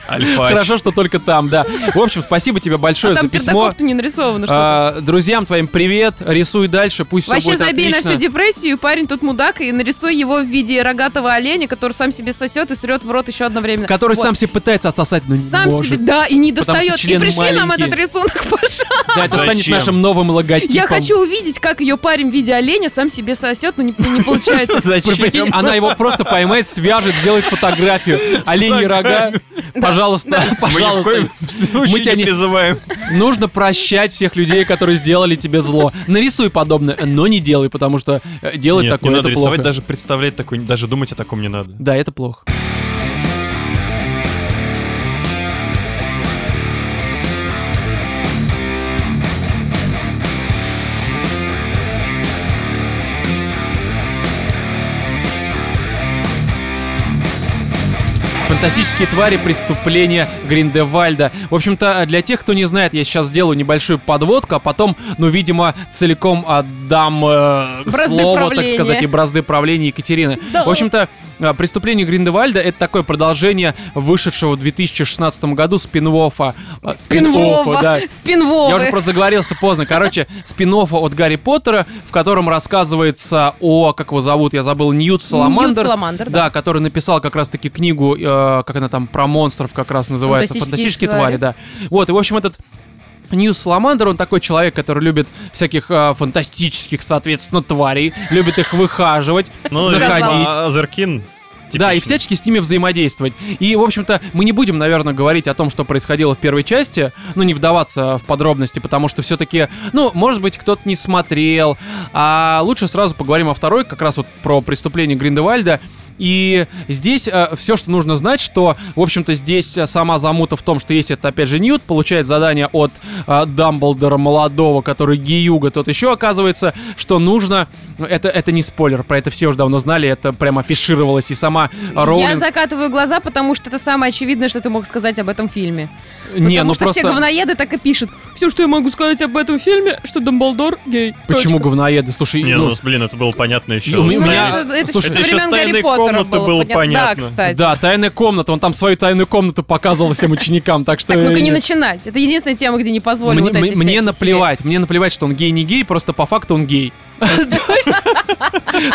Speaker 2: Альфа.
Speaker 1: Хорошо, что только там, да. В общем, спасибо тебе большое
Speaker 3: а
Speaker 1: за
Speaker 3: там
Speaker 1: письмо.
Speaker 3: пердаков-то не нарисовано что-то.
Speaker 1: А, друзьям твоим привет, рисуй дальше, пусть все
Speaker 3: Вообще
Speaker 1: будет
Speaker 3: забей на
Speaker 1: отлично.
Speaker 3: всю депрессию, парень тут мудак, и нарисуй его в виде рогатого оленя, который сам себе сосет и срет в рот еще одновременно.
Speaker 1: который
Speaker 3: Вот.
Speaker 1: сам себе пытается ососать, но не
Speaker 3: Сам
Speaker 1: может.
Speaker 3: себе, да, и не
Speaker 1: Потому что
Speaker 3: достает. И
Speaker 1: член
Speaker 3: пришли нам
Speaker 1: маленький. Типа
Speaker 3: этот рисунок, <laughs> пожалуйста.
Speaker 1: Да, это станет
Speaker 2: Зачем?
Speaker 1: нашим новым логотипом.
Speaker 3: Я хочу увидеть, как ее парень в виде оленя сам себе сосет, но не,
Speaker 1: <laughs>
Speaker 3: не получается.
Speaker 1: Вы прикинь,
Speaker 2: <laughs> Зачем?
Speaker 1: она его просто поймает, свяжет, сделает фотографию. Олени рога. Пожалуйста,
Speaker 2: Мы ни в
Speaker 1: пожалуйста.
Speaker 2: коем случае
Speaker 1: тебя не-
Speaker 2: не призываем.
Speaker 1: Нужно прощать всех людей, которые сделали тебе зло. Нарисуй подобное, но не делай, потому что э, делать
Speaker 2: Нет,
Speaker 1: такое
Speaker 2: не
Speaker 1: это
Speaker 2: надо рисовать,
Speaker 1: плохо.
Speaker 2: даже представлять такой, даже думать о таком не надо.
Speaker 1: Да, это плохо. Фантастические твари преступления Гриндевальда. В общем-то, для тех, кто не знает, я сейчас сделаю небольшую подводку, а потом, ну, видимо, целиком отдам э,
Speaker 3: Бразды
Speaker 1: слово, так
Speaker 3: правления.
Speaker 1: сказать, и бразды правления Екатерины. В общем-то, э, «Преступление Гриндевальда» — это такое продолжение вышедшего в 2016 году спин-оффа. Э, спин-оффа, да. Я
Speaker 3: Спинвова.
Speaker 1: уже
Speaker 3: Спинвовы.
Speaker 1: просто заговорился поздно. Короче, спин от Гарри Поттера, в котором рассказывается о, как его зовут, я забыл, Ньют Саламандр.
Speaker 3: Ньют Саламандр, да.
Speaker 1: Да, который написал как раз-таки книгу, э, как она там, про монстров как раз называется. Фантастические,
Speaker 3: Фантастические
Speaker 1: твари. да. Вот, и, в общем, этот Ньюс Саламандр, он такой человек, который любит всяких э, фантастических, соответственно, тварей, любит их выхаживать,
Speaker 2: Ну,
Speaker 1: заходить.
Speaker 2: а- Азеркин.
Speaker 1: Да, и
Speaker 2: типичный.
Speaker 1: всячески с ними взаимодействовать. И, в общем-то, мы не будем, наверное, говорить о том, что происходило в первой части, ну, не вдаваться в подробности, потому что все-таки, ну, может быть, кто-то не смотрел. А лучше сразу поговорим о второй, как раз вот про преступление Гриндевальда. И здесь все, что нужно знать, что, в общем-то, здесь э, сама замута в том, что есть это, опять же, Ньют, получает задание от э, Дамблдора молодого, который Гиюга, тот еще оказывается, что нужно... ну, Это, это не спойлер, про это все уже давно знали, это прям афишировалось, и сама
Speaker 3: Я
Speaker 1: Роулинг...
Speaker 3: закатываю глаза, потому что это самое очевидное, что ты мог сказать об этом фильме.
Speaker 1: Не,
Speaker 3: потому
Speaker 1: ну
Speaker 3: что
Speaker 1: просто...
Speaker 3: все говноеды так и пишут. Все, что я могу сказать об этом фильме, что Дамблдор гей.
Speaker 1: Почему
Speaker 3: Точка.
Speaker 1: говноеды? Слушай,
Speaker 2: Не,
Speaker 1: ну,
Speaker 2: ну, блин, это было понятно еще.
Speaker 1: у меня-
Speaker 3: Ну,
Speaker 1: у меня-
Speaker 3: это, это
Speaker 1: слушай,
Speaker 3: еще
Speaker 2: это
Speaker 3: со
Speaker 2: еще
Speaker 3: времен Гарри
Speaker 2: «Тайная
Speaker 3: Поттера
Speaker 2: комната»
Speaker 3: было,
Speaker 2: было
Speaker 3: понятно.
Speaker 2: понятно.
Speaker 3: Да, кстати.
Speaker 1: Да, тайная комната, он там свою тайную комнату показывал всем ученикам, так что...
Speaker 3: Так, ну-ка не
Speaker 1: э,
Speaker 3: начинать. Это единственная тема, где не позволю
Speaker 1: Мне,
Speaker 3: вот эти
Speaker 1: мне- мне
Speaker 3: всякие <laughs>
Speaker 1: наплевать, мне наплевать, что он гей не гей, просто по факту он гей. <laughs> То есть,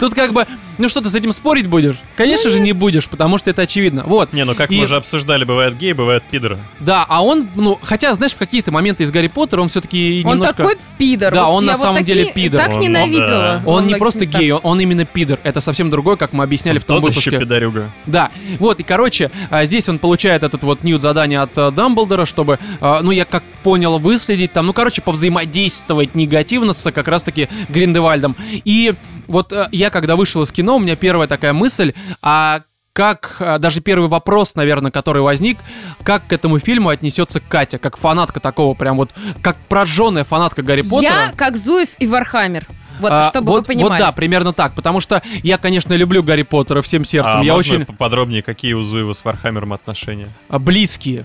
Speaker 1: Тут как бы, ну что ты с этим спорить будешь? Конечно
Speaker 3: Ну,
Speaker 1: же не будешь, потому что это очевидно. Вот.
Speaker 2: Не, ну как
Speaker 1: И-
Speaker 2: мы уже обсуждали, бывает гей, бывает пидоры.
Speaker 1: Да, а он, ну, хотя, знаешь, в какие-то моменты из Гарри Поттера он все-таки
Speaker 3: себе. Он
Speaker 1: немножко...
Speaker 3: такой пидор.
Speaker 1: Да,
Speaker 3: Вот
Speaker 1: он
Speaker 3: я
Speaker 1: на
Speaker 3: вот
Speaker 1: самом деле
Speaker 3: такие-
Speaker 1: пидор.
Speaker 3: Так
Speaker 2: Он, ну,
Speaker 3: ненавидела.
Speaker 2: да.
Speaker 3: во
Speaker 1: Он не
Speaker 3: многих
Speaker 1: просто
Speaker 3: местах.
Speaker 1: гей, он, он именно пидор. Это совсем другое, как мы объясняли в том
Speaker 2: Тот еще
Speaker 1: выпуске.
Speaker 2: пидорюга.
Speaker 1: Да, вот, и, короче, а, здесь он получает этот вот Ньют задание от э, Дамблдора, чтобы, а, ну, я как понял, выследить там, ну, короче, повзаимодействовать негативно с как раз-таки Гриндевальдом. И вот э, я, когда вышел из кино, у меня первая такая мысль, а как, э, даже первый вопрос, наверное, который возник, как к этому фильму отнесется Катя, как фанатка такого, прям вот, как прожженная фанатка Гарри Поттера?
Speaker 3: Я как Зуев и Вархаммер. Вот,
Speaker 1: А,
Speaker 3: чтобы
Speaker 1: вот,
Speaker 3: вы понимали.
Speaker 1: вот да, примерно так, потому что я, конечно, люблю Гарри Поттера всем сердцем,
Speaker 2: А
Speaker 1: я
Speaker 2: можно
Speaker 1: очень
Speaker 2: поподробнее, какие у Зуева с Вархаммером отношения?
Speaker 1: А,
Speaker 3: <laughs>
Speaker 1: Близкие.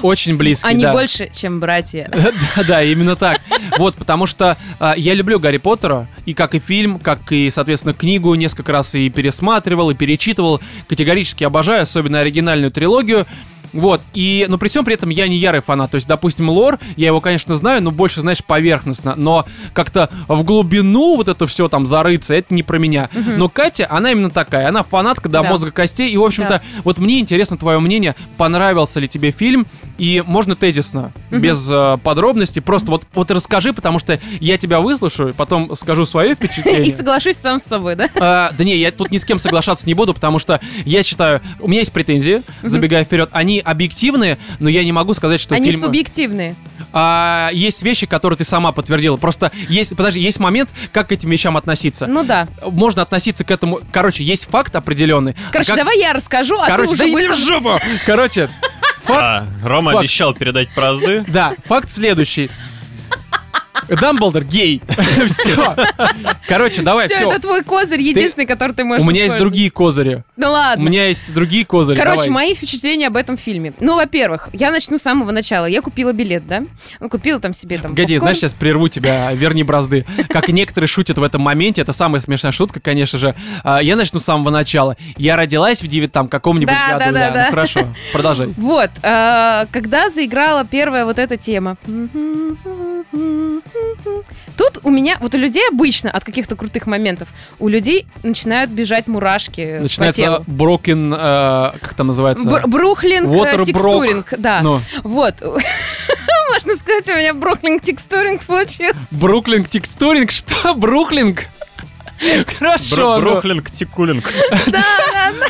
Speaker 1: Очень близкие,
Speaker 3: Они
Speaker 1: да.
Speaker 3: больше, чем братья.
Speaker 1: <laughs> Да, <laughs> да, именно так. Вот, потому что а, я люблю Гарри Поттера, и как и фильм, как и, соответственно, книгу несколько раз и пересматривал, и перечитывал. Категорически обожаю, особенно оригинальную трилогию. Вот, и, но при всем при этом я не ярый фанат. То есть, допустим, лор, я его, конечно, знаю, но больше, знаешь, поверхностно. Но как-то в глубину вот это все там зарыться, это не про меня. Но Катя, она именно такая. Она фанатка до
Speaker 3: Да.
Speaker 1: мозга костей. И, в общем-то,
Speaker 3: Да.
Speaker 1: вот мне интересно твое мнение, понравился ли тебе фильм. И можно тезисно, без э, подробностей. Просто вот, вот расскажи, потому что я тебя выслушаю, потом скажу
Speaker 3: <laughs>
Speaker 1: свое
Speaker 3: И
Speaker 1: впечатление.
Speaker 3: соглашусь сам с собой, да?
Speaker 1: А, да не, я тут ни с кем соглашаться не буду, потому что я считаю, у меня есть претензии, забегая вперед, они объективные, но я не могу сказать, что
Speaker 3: Они
Speaker 1: фильм...
Speaker 3: субъективные.
Speaker 1: А, есть вещи, которые ты сама подтвердила. Просто есть, подожди, есть момент, как к этим вещам относиться.
Speaker 3: Ну да.
Speaker 1: Можно относиться к этому, короче, есть факт определенный. а
Speaker 3: Короче,
Speaker 1: как-
Speaker 3: давай я расскажу, а
Speaker 1: короче,
Speaker 3: ты уже
Speaker 1: да иди
Speaker 3: быстро-
Speaker 1: в жопу! Короче, факт,
Speaker 2: А, Рома
Speaker 1: Факт.
Speaker 2: обещал передать
Speaker 1: <laughs>
Speaker 2: празды.
Speaker 1: да, факт следующий. Дамблдор гей. <laughs> Все. Короче, давай,
Speaker 3: Все,
Speaker 1: все.
Speaker 3: это твой козырь, единственный, который ты можешь
Speaker 1: У меня есть
Speaker 3: использовать.
Speaker 1: другие козыри.
Speaker 3: Да
Speaker 1: У
Speaker 3: ладно.
Speaker 1: меня есть другие козыри.
Speaker 3: Короче,
Speaker 1: давай.
Speaker 3: мои впечатления об этом фильме. Ну, во-первых, я начну с самого начала. Я купила билет, да? Ну, Купила там себе там.
Speaker 1: Погоди,
Speaker 3: попкорн.
Speaker 1: знаешь, сейчас прерву тебя, верни бразды. Как некоторые шутят в этом моменте, это самая смешная шутка, конечно же. А, Я начну с самого начала. Я родилась в 9 там каком-нибудь
Speaker 3: Да,
Speaker 1: году,
Speaker 3: да, да,
Speaker 1: Ну,
Speaker 3: да.
Speaker 1: хорошо, продолжай.
Speaker 3: Вот, э, когда заиграла первая вот эта тема. Тут у меня, вот у людей обычно от каких-то крутых моментов, у людей начинают бежать мурашки по
Speaker 1: Начинается
Speaker 3: телу.
Speaker 1: Брокен, э, как там называется?
Speaker 3: Бр- брухлинг, э,
Speaker 1: Waterbrook.
Speaker 3: текстуринг, да.
Speaker 1: Ну,
Speaker 3: Вот. <laughs> Можно сказать, у меня брухлинг, текстуринг случился.
Speaker 1: Бруклинг, текстуринг, что?
Speaker 3: <laughs>
Speaker 1: Бруклинг? Хорошо.
Speaker 2: Бро-
Speaker 1: ну.
Speaker 2: Брохлинг, тикулинг.
Speaker 3: Да, да, да.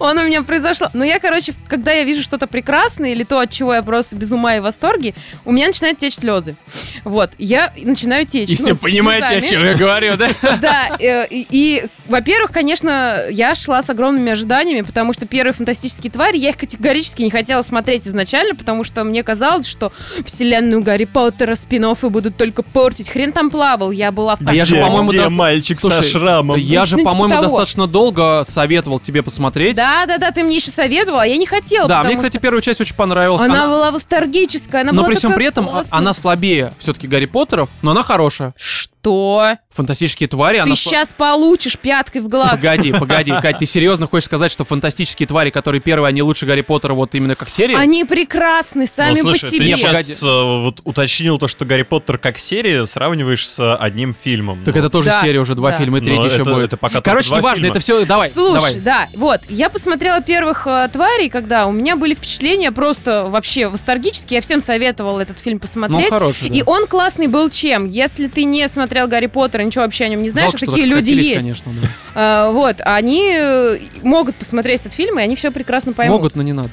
Speaker 3: Он у меня произошло. Но я, короче, когда я вижу что-то прекрасное или то, от чего я просто без ума и в восторге, у меня начинают течь слезы. Вот, я начинаю течь.
Speaker 1: И
Speaker 3: ну,
Speaker 1: все
Speaker 3: с
Speaker 1: понимаете, о
Speaker 3: слезами.
Speaker 1: чем я говорю, да?
Speaker 3: Да, э, и, и, во-первых, конечно, я шла с огромными ожиданиями, потому что первые фантастические твари, я их категорически не хотела смотреть изначально, потому что мне казалось, что вселенную Гарри Поттера спин будут только портить. Хрен там плавал, я была в
Speaker 1: Да я же,
Speaker 2: Где-
Speaker 1: по-моему,
Speaker 2: где
Speaker 1: дос-
Speaker 2: мальчик со
Speaker 1: Слушай,
Speaker 2: шрамом?
Speaker 1: Я же,
Speaker 3: Ну, типа
Speaker 1: по-моему,
Speaker 3: того.
Speaker 1: достаточно долго советовал тебе посмотреть.
Speaker 3: Да, да, да, ты мне еще советовала, а я не хотела.
Speaker 1: Да,
Speaker 3: потому
Speaker 1: мне, кстати, первая часть очень понравилась.
Speaker 3: Она,
Speaker 1: Она-
Speaker 3: была восторгическая, она
Speaker 1: но
Speaker 3: была
Speaker 1: при всем
Speaker 3: такая
Speaker 1: при этом а-
Speaker 3: классная.
Speaker 1: она слабее все-таки Гарри Поттеров, но она хорошая.
Speaker 3: Что?
Speaker 1: Фантастические твари, она...
Speaker 3: Ты
Speaker 1: сла-
Speaker 3: сейчас получишь пяткой в глаз.
Speaker 1: Погоди, погоди, Кать, ты серьезно хочешь сказать, что фантастические твари, которые первые, они лучше Гарри Поттера вот именно как серии?
Speaker 3: Они прекрасны сами
Speaker 2: Ну, слушай,
Speaker 3: по себе.
Speaker 2: ты
Speaker 1: Не, погоди.
Speaker 2: сейчас э, вот уточнил то, что Гарри Поттер как серия сравниваешь с э, одним фильмом.
Speaker 1: Так
Speaker 2: Ну,
Speaker 1: это тоже
Speaker 3: Да,
Speaker 1: серия уже, два
Speaker 3: да.
Speaker 1: фильма и
Speaker 2: Но
Speaker 1: третий еще
Speaker 2: это-
Speaker 1: будет.
Speaker 2: это пока только
Speaker 1: Короче,
Speaker 2: два
Speaker 1: неважно,
Speaker 2: фильма.
Speaker 1: это все, давай,
Speaker 3: Слушай,
Speaker 1: давай. Ну,
Speaker 3: да, вот, я посмотрела первых э, тварей, когда у меня были впечатления просто вообще восторгические, я всем советовала этот фильм
Speaker 1: Ну,
Speaker 3: посмотреть.
Speaker 1: хороший, да.
Speaker 3: и он классный был чем? Если ты не смотрел Гарри Поттера, ничего вообще о нем не знаешь,
Speaker 1: Жалко,
Speaker 3: а
Speaker 1: что
Speaker 3: такие
Speaker 1: так
Speaker 3: люди
Speaker 1: скатились,
Speaker 3: есть.
Speaker 1: конечно, да.
Speaker 3: э, вот, они э, могут посмотреть этот фильм, и они все прекрасно поймут.
Speaker 1: Могут, но не надо.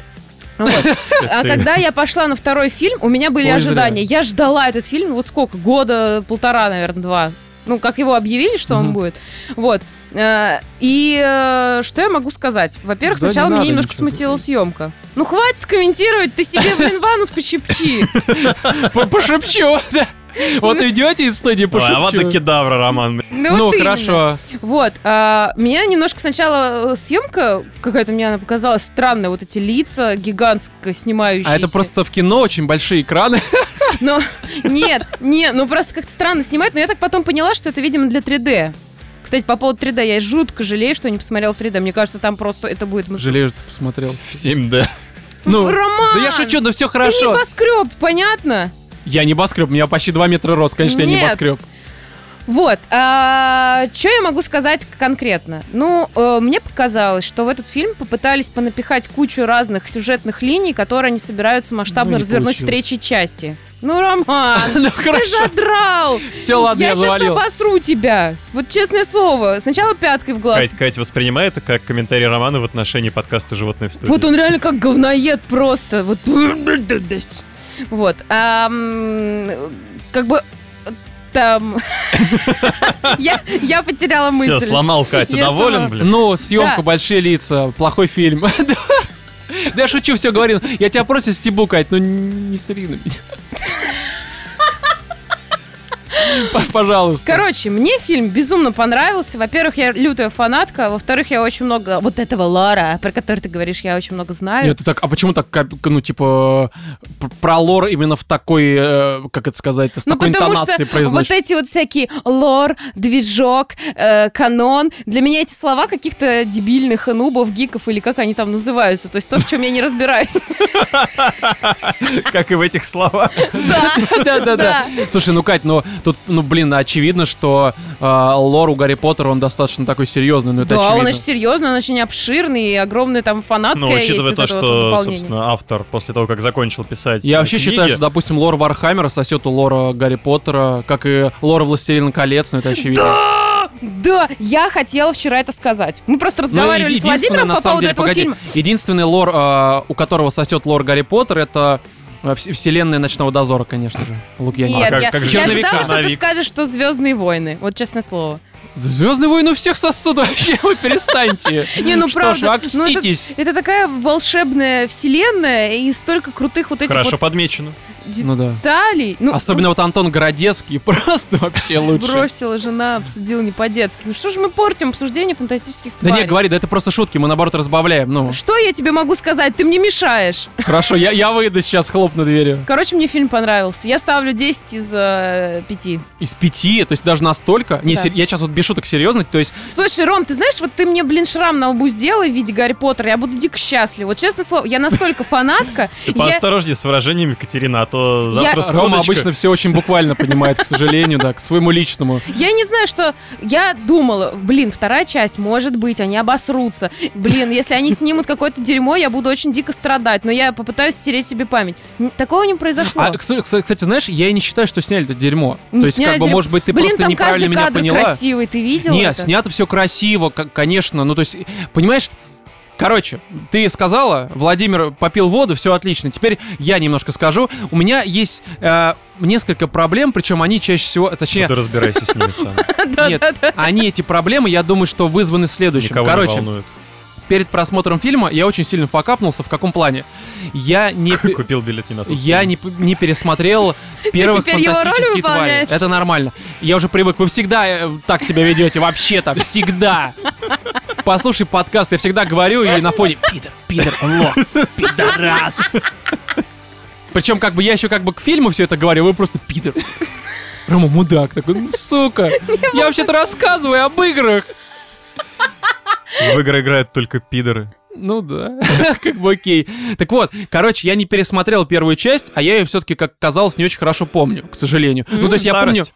Speaker 3: Вот. А
Speaker 2: ты-
Speaker 3: когда я пошла на второй фильм, у меня были
Speaker 1: Ой,
Speaker 3: ожидания. Я ждала этот фильм, вот сколько, года полтора, наверное, два. Ну, как его объявили, что он
Speaker 1: Мгм.
Speaker 3: будет. Вот. Э, И э, что я могу сказать? Во-первых,
Speaker 1: Да не
Speaker 3: сначала
Speaker 1: надо
Speaker 3: меня немножко
Speaker 1: ничего
Speaker 3: смутила съемка. Ну, хватит комментировать, ты себе, блин, ванус
Speaker 1: <laughs>
Speaker 3: почепчи.
Speaker 1: П- Пошепчу, <laughs> да. Вот идете из студии,
Speaker 2: Ой, а
Speaker 1: пошепчу.
Speaker 2: вот кедавра, Роман. блин.
Speaker 1: Ну,
Speaker 3: вот именно.
Speaker 1: хорошо.
Speaker 3: Вот. а, Меня немножко сначала э, съемка какая-то мне она показалась странная. Вот эти лица гигантско снимающиеся.
Speaker 1: А это просто в кино очень большие экраны.
Speaker 3: Но нет, нет, ну просто как-то странно снимать, но я так потом поняла, что это, видимо, для 3D. Кстати, по поводу 3D, я жутко жалею, что не посмотрела в 3D. Мне кажется, там просто это будет... мас-
Speaker 1: Жалею, что посмотрел.
Speaker 2: В 7D.
Speaker 1: Ну,
Speaker 3: Роман!
Speaker 1: да я шучу, но все
Speaker 3: Ты
Speaker 1: хорошо.
Speaker 3: небоскреб, понятно?
Speaker 1: Я небоскреб, у меня почти 2 метра рост, конечно, я
Speaker 3: Нет.
Speaker 1: небоскреб.
Speaker 3: Вот, что я могу сказать конкретно? Ну, э, мне показалось, что в этот фильм попытались понапихать кучу разных сюжетных линий, которые они собираются масштабно
Speaker 1: Ну, не
Speaker 3: развернуть в
Speaker 1: получилось.
Speaker 3: третьей части. Ну, Роман,
Speaker 1: <laughs> Ну
Speaker 3: ты
Speaker 1: хорошо,
Speaker 3: задрал!
Speaker 1: все, Ну, ладно, я
Speaker 3: я сейчас
Speaker 1: завалил.
Speaker 3: обосру тебя. Вот честное слово. Сначала пяткой в глаз.
Speaker 2: Кать, Кать воспринимает это как комментарий Романа в отношении подкаста «Животные в студии».
Speaker 3: Вот он реально как говноед просто. Вот. Вот. ам, Как бы там... <laughs> Я я потеряла
Speaker 2: Все,
Speaker 3: мысль. <laughs>
Speaker 2: сломал Катя.
Speaker 3: Я
Speaker 2: Доволен,
Speaker 3: сломал. <laughs>
Speaker 2: блин?
Speaker 1: Ну, съемка,
Speaker 3: Да.
Speaker 1: большие лица, плохой фильм. <laughs> Да я шучу, все говорю. Я тебя просто стебу, Кать, ну не сори на меня. <laughs> П- Пожалуйста.
Speaker 3: Короче, мне фильм безумно понравился. Во-первых, я лютая фанатка. а Во-вторых, я очень много вот этого Лора, про который ты говоришь, я очень много знаю.
Speaker 1: Нет, ты так, а почему так, как, ну, типа, пр- про лор именно в такой, э, как это сказать, с
Speaker 3: Ну,
Speaker 1: такой
Speaker 3: потому что
Speaker 1: интонацией
Speaker 3: вот
Speaker 1: произносишь?
Speaker 3: эти вот всякие лор, движок, э, канон, для меня эти слова каких-то дебильных нубов, гиков или как они там называются. То есть то, в чем я не разбираюсь.
Speaker 2: Как и в этих словах.
Speaker 3: Да,
Speaker 1: <laughs> Да, да, да. Слушай, ну, Кать, ну, тут, ну, блин, очевидно, что э, лор у Гарри Поттера, он достаточно такой серьезный, ну, это
Speaker 3: Да, он
Speaker 1: очевидно.
Speaker 3: очень серьезный, он очень обширный, и огромное там фанатское
Speaker 2: Ну, учитывая
Speaker 3: есть
Speaker 2: то,
Speaker 3: вот это вот
Speaker 2: что,
Speaker 3: дополнение.
Speaker 2: собственно, автор после того, как закончил писать
Speaker 1: Я вообще
Speaker 2: книги,
Speaker 1: считаю, что, допустим, лор Вархаммера сосет у лора Гарри Поттера, как и лор Властелина колец, ну это очевидно.
Speaker 3: Да, я хотела вчера это сказать. Мы просто
Speaker 1: Ну,
Speaker 3: разговаривали
Speaker 1: и-
Speaker 3: с
Speaker 1: единственное,
Speaker 3: Владимиром по поводу этого
Speaker 1: погоди,
Speaker 3: фильма.
Speaker 1: единственный лор, э, у которого сосет лор Гарри Поттер, это э, вс- вселенная Ночного Дозора, конечно же, Лукьянин.
Speaker 3: Нет,
Speaker 2: как-
Speaker 3: я,
Speaker 2: как
Speaker 3: я
Speaker 2: же
Speaker 1: черновик,
Speaker 3: ожидала, что ты
Speaker 2: черновик.
Speaker 3: скажешь, что Звездные войны. Вот честное слово.
Speaker 1: Звездные войны всех сосуд вообще, вы перестаньте.
Speaker 3: <laughs> Не, ну
Speaker 1: Что ж,
Speaker 3: правда, ну это-
Speaker 1: окститесь.
Speaker 3: Это такая волшебная вселенная и столько крутых вот этих
Speaker 2: Хорошо подмечено.
Speaker 3: вот деталей.
Speaker 1: Ну да.
Speaker 3: Ну,
Speaker 1: Особенно вот Антон Городецкий, <laughs> просто вообще
Speaker 3: ну,
Speaker 1: лучше.
Speaker 3: бросила жена, обсудила не по-детски. Ну что же мы портим обсуждение фантастических
Speaker 1: Да
Speaker 3: тварей?
Speaker 1: не, говори, да это просто шутки, мы наоборот разбавляем. Ну,
Speaker 3: Что я тебе могу сказать? Ты мне мешаешь.
Speaker 1: хорошо, я, я выйду сейчас, хлопну дверью.
Speaker 3: Короче, мне фильм понравился. Я ставлю 10 из э, 5.
Speaker 1: Из пяти, то есть даже настолько. Не,
Speaker 3: Да.
Speaker 1: сер- я сейчас вот без шуток серьезно, то есть
Speaker 3: Слушай, Ром, ты знаешь, вот ты мне, блин, шрам на лбу сделай в виде Гарри Поттера, я буду дико счастлива. Вот честное слово, я
Speaker 1: <laughs>
Speaker 3: настолько фанатка.
Speaker 2: Ты
Speaker 3: я-
Speaker 2: поосторожнее с выражениями, Катерина, а то завтра
Speaker 3: Я-
Speaker 2: сходочка.
Speaker 1: Рома обычно все очень буквально понимает, к сожалению, да, к своему личному.
Speaker 3: Я не знаю, что... Я думала, блин, вторая часть, может быть, они обосрутся. Блин, если они снимут какое-то дерьмо, я буду очень дико страдать, но я попытаюсь стереть себе память. Н- Такого не произошло.
Speaker 1: А, кс- кс- кстати, знаешь, я и не считаю, что сняли это дерьмо.
Speaker 3: Не
Speaker 1: то есть,
Speaker 3: Ну, сняли
Speaker 1: как бы,
Speaker 3: дерьмо.
Speaker 1: может быть, ты
Speaker 3: блин,
Speaker 1: просто
Speaker 3: там
Speaker 1: неправильно
Speaker 3: каждый
Speaker 1: меня
Speaker 3: кадр
Speaker 1: поняла.
Speaker 3: красивый, ты видел
Speaker 1: Не,
Speaker 3: это? <laughs>
Speaker 1: снято все красиво, ко- конечно. Ну, то есть, понимаешь, Короче, ты сказала, Владимир попил воду, все отлично. Теперь я немножко скажу. У меня есть э, несколько проблем, причем они чаще всего,
Speaker 2: Ну
Speaker 1: точнее,
Speaker 2: Ты разбирайся с
Speaker 1: <laughs>
Speaker 2: ними сам.
Speaker 3: Да,
Speaker 1: нет.
Speaker 3: да, да.
Speaker 1: они эти проблемы, я думаю, что вызваны следующим.
Speaker 2: Никого не
Speaker 1: Короче,
Speaker 2: волнует.
Speaker 1: перед просмотром фильма я очень сильно факапнулся. В каком плане? Я не пе-
Speaker 2: Купил билет не на тот
Speaker 1: Я
Speaker 2: фильм.
Speaker 1: не, п- не пересмотрел
Speaker 3: <laughs>
Speaker 1: первых
Speaker 3: теперь его роль
Speaker 1: фантастических тварей.
Speaker 3: выполняешь?
Speaker 1: Это нормально. Я уже привык. Вы всегда э, так себя ведете. Вообще-то, всегда. Послушай подкаст, я всегда говорю и на фоне «Пидор, пидор, он лох, пидорас». Причем как бы я еще как бы к фильму все это говорю, вы просто «Пидор». Рома, мудак, такой, ну,
Speaker 3: <laughs>
Speaker 1: сука, я вообще-то рассказываю об играх.
Speaker 2: В игры играют только пидоры.
Speaker 1: Ну да, <laughs> как бы окей. Так вот, короче, я не пересмотрел первую часть, а я ее все-таки, как казалось, не очень хорошо помню, к сожалению. Ну, то есть я помню...
Speaker 2: Старость.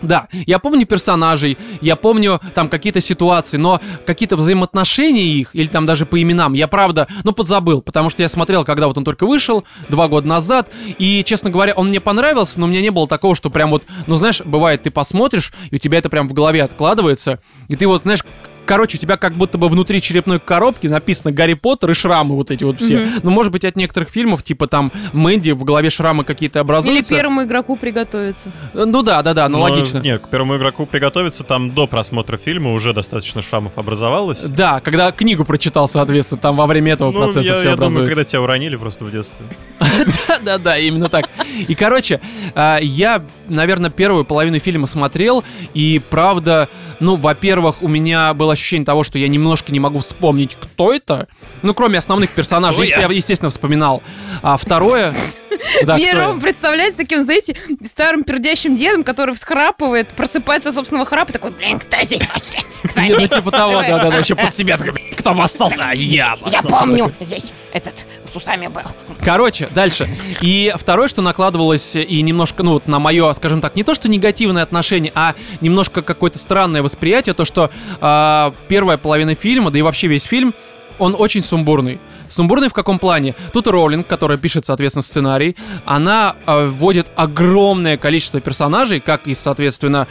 Speaker 1: Да, я помню персонажей, я помню там какие-то ситуации, но какие-то взаимоотношения их, или там даже по именам, я правда, ну, подзабыл, потому что я смотрел, когда вот он только вышел, два года назад, и, честно говоря, он мне понравился, но у меня не было такого, что прям вот, ну, знаешь, бывает, ты посмотришь, и у тебя это прям в голове откладывается, и ты вот, знаешь, Короче, у тебя как будто бы внутри черепной коробки написано Гарри Поттер и шрамы вот эти вот все.
Speaker 3: Мгм.
Speaker 1: Ну, может быть, от некоторых фильмов, типа там Мэнди, в голове шрамы какие-то
Speaker 3: Или
Speaker 1: образуются.
Speaker 3: первому игроку приготовиться.
Speaker 1: Ну да, да, да,
Speaker 2: Но,
Speaker 1: аналогично.
Speaker 2: Не, к первому игроку приготовиться, там до просмотра фильма уже достаточно шрамов образовалось.
Speaker 1: Да, когда книгу прочитал, соответственно, там во время этого
Speaker 2: Ну,
Speaker 1: процесса
Speaker 2: я,
Speaker 1: все
Speaker 2: я думаю,
Speaker 1: образуется.
Speaker 2: когда тебя уронили просто в детстве.
Speaker 1: <laughs> Да-да, именно так. И, короче, а, я, наверное, первую половину фильма смотрел, и, правда, ну, во-первых, у меня было ощущение того, что я немножко не могу вспомнить, кто это. Ну, кроме основных персонажей,
Speaker 2: Кто
Speaker 1: их я, естественно, вспоминал. А второе... Да,
Speaker 3: Мне
Speaker 1: кто я?
Speaker 3: Рома представляется таким, знаете, старым пердящим дедом, который всхрапывает, просыпается от собственного храпа и такой, блин, кто здесь
Speaker 1: <laughs>
Speaker 3: вообще? Кто
Speaker 1: Нет, ну,
Speaker 3: здесь?
Speaker 1: типа того, да-да-да, еще под себя. такой, «Блин, Кто обоссался? А Я
Speaker 4: Я
Speaker 1: обоссался».
Speaker 4: помню, здесь этот с усами был.
Speaker 1: Короче, дальше. И второе, что накладывалось и немножко, ну вот на мое, скажем так, не то что негативное отношение, а немножко какое-то странное восприятие, то что а, первая половина фильма, да и вообще весь фильм, он очень сумбурный. Сумбурный в каком плане? Тут Роулинг, которая пишет, соответственно, сценарий, она а, вводит огромное количество персонажей, как и, соответственно,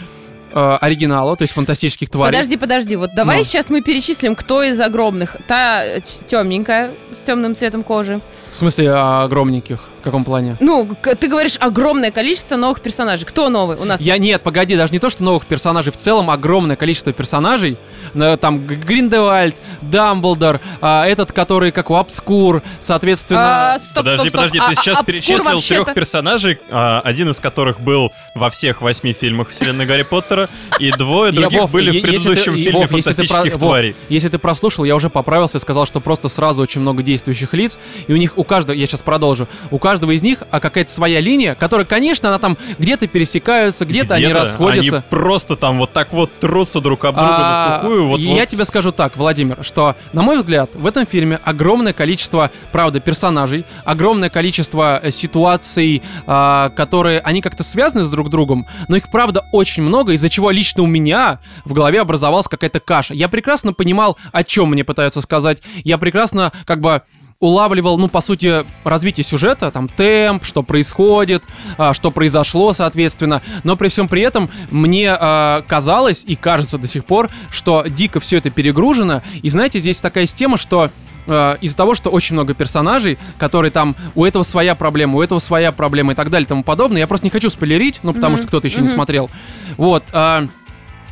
Speaker 1: э, оригинала, то есть фантастических тварей.
Speaker 3: Подожди, подожди, вот давай
Speaker 1: Ну.
Speaker 3: сейчас мы перечислим, кто из огромных. Та темненькая, с темным цветом кожи.
Speaker 1: В смысле, а, огромненьких. В каком плане?
Speaker 3: Ну, к- ты говоришь огромное количество новых персонажей. Кто новый у нас?
Speaker 1: Я нет, погоди, даже не то, что новых персонажей, в целом огромное количество персонажей. На- Там Г- Гриндевальд, Дамблдор, а, этот, который как у Обскур,
Speaker 3: А,
Speaker 1: соответственно...
Speaker 3: стоп, стоп,
Speaker 2: Подожди,
Speaker 3: стоп.
Speaker 2: подожди,
Speaker 3: А-
Speaker 2: ты
Speaker 3: а-
Speaker 2: сейчас
Speaker 3: обскур
Speaker 2: перечислил
Speaker 3: вообще-то-
Speaker 2: трех персонажей, а, один из которых был во всех восьми фильмах вселенной Гарри Поттера, и двое
Speaker 1: Я,
Speaker 2: других
Speaker 1: Вов,
Speaker 2: были
Speaker 1: е-
Speaker 2: в
Speaker 1: если ты-
Speaker 2: предыдущем
Speaker 1: и,
Speaker 2: фильме
Speaker 1: Вов, если ты про-
Speaker 2: «Фантастических
Speaker 1: Вов,
Speaker 2: тварей».
Speaker 1: Если ты прослушал, я уже поправился и сказал, что просто сразу очень много действующих лиц, и у них у каждого, я сейчас продолжу, у каждого из них а, какая-то своя линия, которая, конечно, она там где-то пересекаются, где-то, они расходятся.
Speaker 2: Они просто там вот так вот трутся друг об друга
Speaker 1: А,
Speaker 2: на сухую. Вот,
Speaker 1: я
Speaker 2: вот
Speaker 1: тебе
Speaker 2: с-
Speaker 1: скажу так, Владимир, что, на мой взгляд, в этом фильме огромное количество, правда, персонажей, огромное количество э, ситуаций, а, которые, они как-то связаны с друг другом, но их, правда, очень много, из-за чего лично у меня в голове образовалась какая-то каша. Я прекрасно понимал, о чем мне пытаются сказать. Я прекрасно, как бы, улавливал, ну, по сути, развитие сюжета, там, темп, что происходит, а, что произошло, соответственно. Но при всем при этом мне а, казалось и кажется до сих пор, что дико все это перегружено. И знаете, здесь такая тема, что э, из-за того, что очень много персонажей, которые там у этого своя проблема, у этого своя проблема и так далее и тому подобное, я просто не хочу спойлерить, ну потому
Speaker 3: Мгм.
Speaker 1: что кто-то еще не
Speaker 3: Мгм.
Speaker 1: смотрел. Вот. а,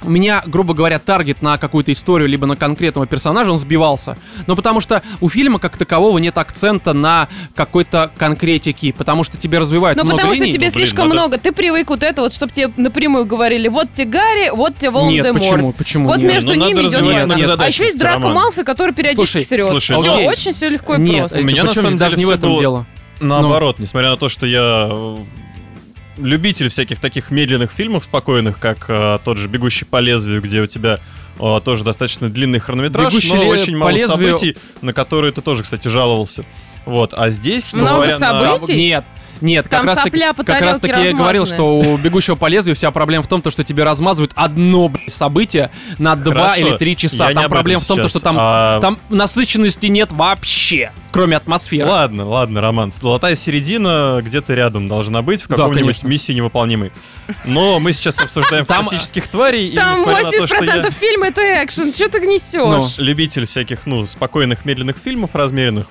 Speaker 1: у меня, грубо говоря, таргет на какую-то историю, либо на конкретного персонажа, он сбивался. Но потому что у фильма как такового нет акцента на какой-то конкретике, потому что тебе развивают
Speaker 3: Ну,
Speaker 1: много
Speaker 3: потому что
Speaker 1: линий.
Speaker 3: тебе
Speaker 2: Ну, блин,
Speaker 3: слишком
Speaker 2: надо-
Speaker 3: много. Ты привык вот это вот, чтобы тебе напрямую говорили, вот тебе Гарри, вот тебе волан
Speaker 1: Нет, почему? Почему?
Speaker 3: Вот
Speaker 1: нет?
Speaker 3: между
Speaker 2: Ну, надо
Speaker 3: ними идет
Speaker 2: развивать
Speaker 3: война.
Speaker 2: многозадачность,
Speaker 3: А еще есть Драко
Speaker 2: Роман.
Speaker 3: Малфой, который периодически
Speaker 1: Слушай,
Speaker 3: серет.
Speaker 2: слушай,
Speaker 3: все
Speaker 1: окей.
Speaker 3: очень все легко и
Speaker 1: Нет,
Speaker 3: просто.
Speaker 2: У
Speaker 1: это
Speaker 2: меня, на
Speaker 1: причем
Speaker 2: самом
Speaker 1: здесь даже
Speaker 2: деле,
Speaker 1: не в
Speaker 2: всё
Speaker 1: этом
Speaker 2: было-
Speaker 1: дело.
Speaker 2: Наоборот, несмотря на то, что я э, любитель всяких таких медленных фильмов спокойных, как э, тот же «Бегущий по лезвию», где у тебя э, тоже достаточно длинный хронометраж,
Speaker 1: «Бегущий
Speaker 2: но
Speaker 1: ле-
Speaker 2: очень
Speaker 1: по
Speaker 2: мало
Speaker 1: лезвию».
Speaker 2: событий, на которые ты тоже, кстати, жаловался. Вот, а здесь,
Speaker 3: Много
Speaker 2: несмотря на-
Speaker 3: событий?
Speaker 1: Там- Нет. Нет,
Speaker 3: Там
Speaker 1: как раз, таки,
Speaker 3: сопля по
Speaker 1: как раз таки я и
Speaker 3: тарелке
Speaker 1: говорил,
Speaker 3: размазанная.
Speaker 1: что у бегущего по лезвию вся проблема в том, то, что тебе размазывают одно блядь, событие на два
Speaker 2: Хорошо,
Speaker 1: или три часа.
Speaker 2: я не
Speaker 1: Там
Speaker 2: об
Speaker 1: проблема
Speaker 2: этом
Speaker 1: в том, то,
Speaker 2: сейчас,
Speaker 1: что там,
Speaker 2: а-
Speaker 1: там насыщенности нет вообще, кроме атмосферы.
Speaker 2: Ладно, ладно, Роман. Золотая середина где-то рядом должна быть, в
Speaker 1: Да,
Speaker 2: каком-нибудь
Speaker 1: конечно.
Speaker 2: миссии невыполнимой. Но мы сейчас обсуждаем
Speaker 1: Там- э,
Speaker 2: фантастических тварей, и
Speaker 3: Там
Speaker 2: несмотря на
Speaker 3: 80%
Speaker 2: то, что я
Speaker 3: фильма это экшен. Что ты
Speaker 1: Ну.
Speaker 3: несешь?
Speaker 2: любитель всяких, ну, спокойных, медленных фильмов размеренных,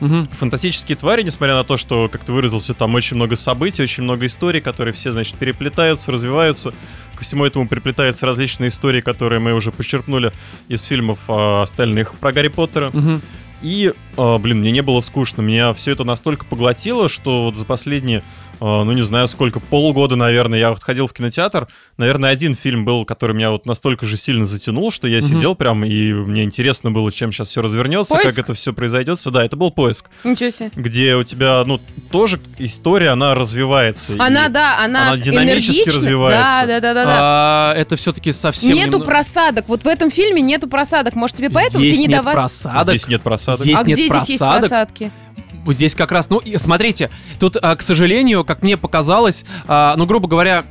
Speaker 1: Мгм.
Speaker 2: фантастические твари, несмотря на то, что, как ты выразился, там очень много событий, очень много историй, которые все, значит, переплетаются, развиваются. Ко всему этому приплетаются различные истории, которые мы уже почерпнули из фильмов а, остальных про Гарри Поттера.
Speaker 1: Мгм.
Speaker 2: И, э, блин, мне не было скучно. Меня все это настолько поглотило, что вот за последние, э, ну не знаю сколько, полгода, наверное, я вот ходил в кинотеатр. Наверное, один фильм был, который меня вот настолько же сильно затянул, что я
Speaker 1: Мгм.
Speaker 2: сидел прям, и мне интересно было, чем сейчас все развернется,
Speaker 3: «Поиск»?
Speaker 2: как это все произойдет. Да, это был поиск,
Speaker 1: Ну.
Speaker 3: Ничего себе.
Speaker 2: где у тебя, ну, тоже история, она развивается. и-
Speaker 3: Она, да, она,
Speaker 2: она динамически
Speaker 3: энергична.
Speaker 2: развивается.
Speaker 3: Да, да, да, да. да.
Speaker 1: А, это все-таки совсем...
Speaker 3: нету
Speaker 1: немно-
Speaker 3: просадок. Вот в этом фильме нету просадок. Может, тебе поэтому
Speaker 1: здесь
Speaker 3: тебе не
Speaker 1: нет
Speaker 3: давали.
Speaker 1: просадок.
Speaker 2: Здесь нет просадок.
Speaker 1: Здесь нет
Speaker 3: а где здесь есть
Speaker 1: просадок.
Speaker 3: просадки?
Speaker 1: Здесь как раз, ну, и смотрите, тут, а, к сожалению, как мне показалось, а, ну, грубо говоря,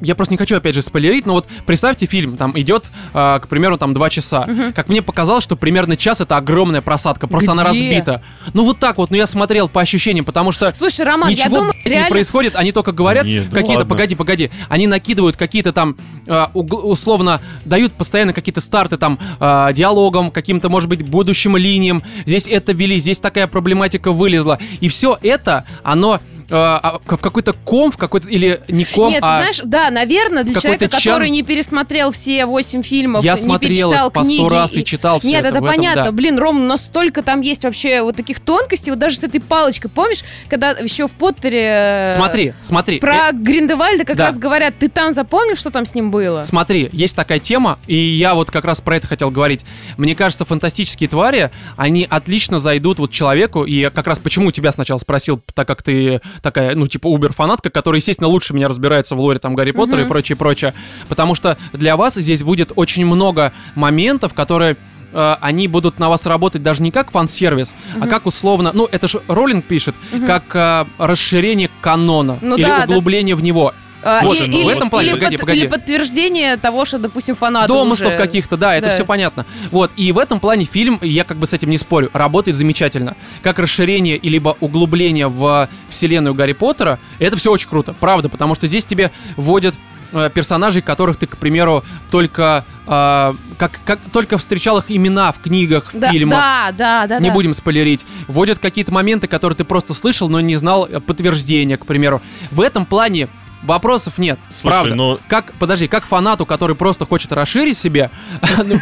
Speaker 1: я просто не хочу, опять же, спойлерить, но вот представьте фильм, там идет, а, к примеру, там два часа. Как мне показалось, что примерно час это огромная просадка, просто она
Speaker 3: Где?
Speaker 1: разбита. Ну вот так вот, ну я смотрел по ощущениям, потому что
Speaker 3: Слушай, Роман, я
Speaker 1: ничего
Speaker 3: думаю,
Speaker 1: не
Speaker 3: реально
Speaker 1: происходит, они только говорят
Speaker 2: Нет, да
Speaker 1: какие-то,
Speaker 2: ладно.
Speaker 1: погоди, погоди, они накидывают какие-то там, э, уг- условно, дают постоянно какие-то старты там э, диалогам, каким-то, может быть, будущим линиям, здесь это вели, здесь такая проблематика вылезла, и все это, оно э, а, в какой-то ком, в какой-то, или не ком,
Speaker 3: Нет,
Speaker 1: а...
Speaker 3: знаешь, да, наверное, для
Speaker 1: какой-то
Speaker 3: человека,
Speaker 1: чан.
Speaker 3: который не пересмотрел все восемь фильмов,
Speaker 1: Я
Speaker 3: не
Speaker 1: смотрел
Speaker 3: перечитал
Speaker 1: их по сто
Speaker 3: книги
Speaker 1: раз и читал всё
Speaker 3: Нет,
Speaker 1: это,
Speaker 3: это,
Speaker 1: в этом,
Speaker 3: понятно.
Speaker 1: да.
Speaker 3: Блин, Ром, настолько там есть вообще вот таких тонкостей, вот даже с этой палочкой. Помнишь, когда еще в Поттере... э,
Speaker 1: Смотри, смотри. э,
Speaker 3: Про Гриндевальда как
Speaker 1: да.
Speaker 3: раз говорят, ты там запомнил, что там с ним было?
Speaker 1: Смотри, есть такая тема, и я вот как раз про это хотел говорить. Мне кажется, фантастические твари, они отлично зайдут вот человеку, и я как раз почему тебя сначала спросил, так как ты такая, ну, типа, убер-фанатка, которая, естественно, лучше меня разбирается в лоре, там, Гарри Поттера и прочее, прочее. Потому что для вас здесь будет очень много моментов, которые э, они будут на вас работать даже не как фан-сервис, а как условно, ну это же Роллинг пишет, как э, расширение канона
Speaker 3: Ну
Speaker 1: или
Speaker 3: да, да.
Speaker 1: углубление в него.
Speaker 3: А,
Speaker 2: Слушай,
Speaker 3: и-
Speaker 2: ну,
Speaker 3: или-
Speaker 2: в этом
Speaker 1: плане,
Speaker 3: или
Speaker 1: погоди,
Speaker 3: под-
Speaker 1: погоди.
Speaker 3: или подтверждение того, что, допустим, фанаты
Speaker 1: Домыслов
Speaker 3: уже-
Speaker 1: каких-то, да, это
Speaker 3: да.
Speaker 1: все понятно. Вот, и в этом плане фильм, я как бы с этим не спорю, работает замечательно. Как расширение и либо углубление в вселенную Гарри Поттера, это все очень круто, правда, потому что здесь тебе вводят э, персонажей, которых ты, к примеру, только э, как, как только встречал их имена в книгах, в
Speaker 3: Да,
Speaker 1: фильмах.
Speaker 3: да, да, да.
Speaker 1: не
Speaker 3: да.
Speaker 1: будем спойлерить. Вводят какие-то моменты, которые ты просто слышал, но не знал э, подтверждения, к примеру. В этом плане вопросов нет.
Speaker 2: Слушай,
Speaker 1: правда.
Speaker 2: ну-
Speaker 1: Как, подожди, как фанату, который просто хочет расширить себе... <laughs> ну,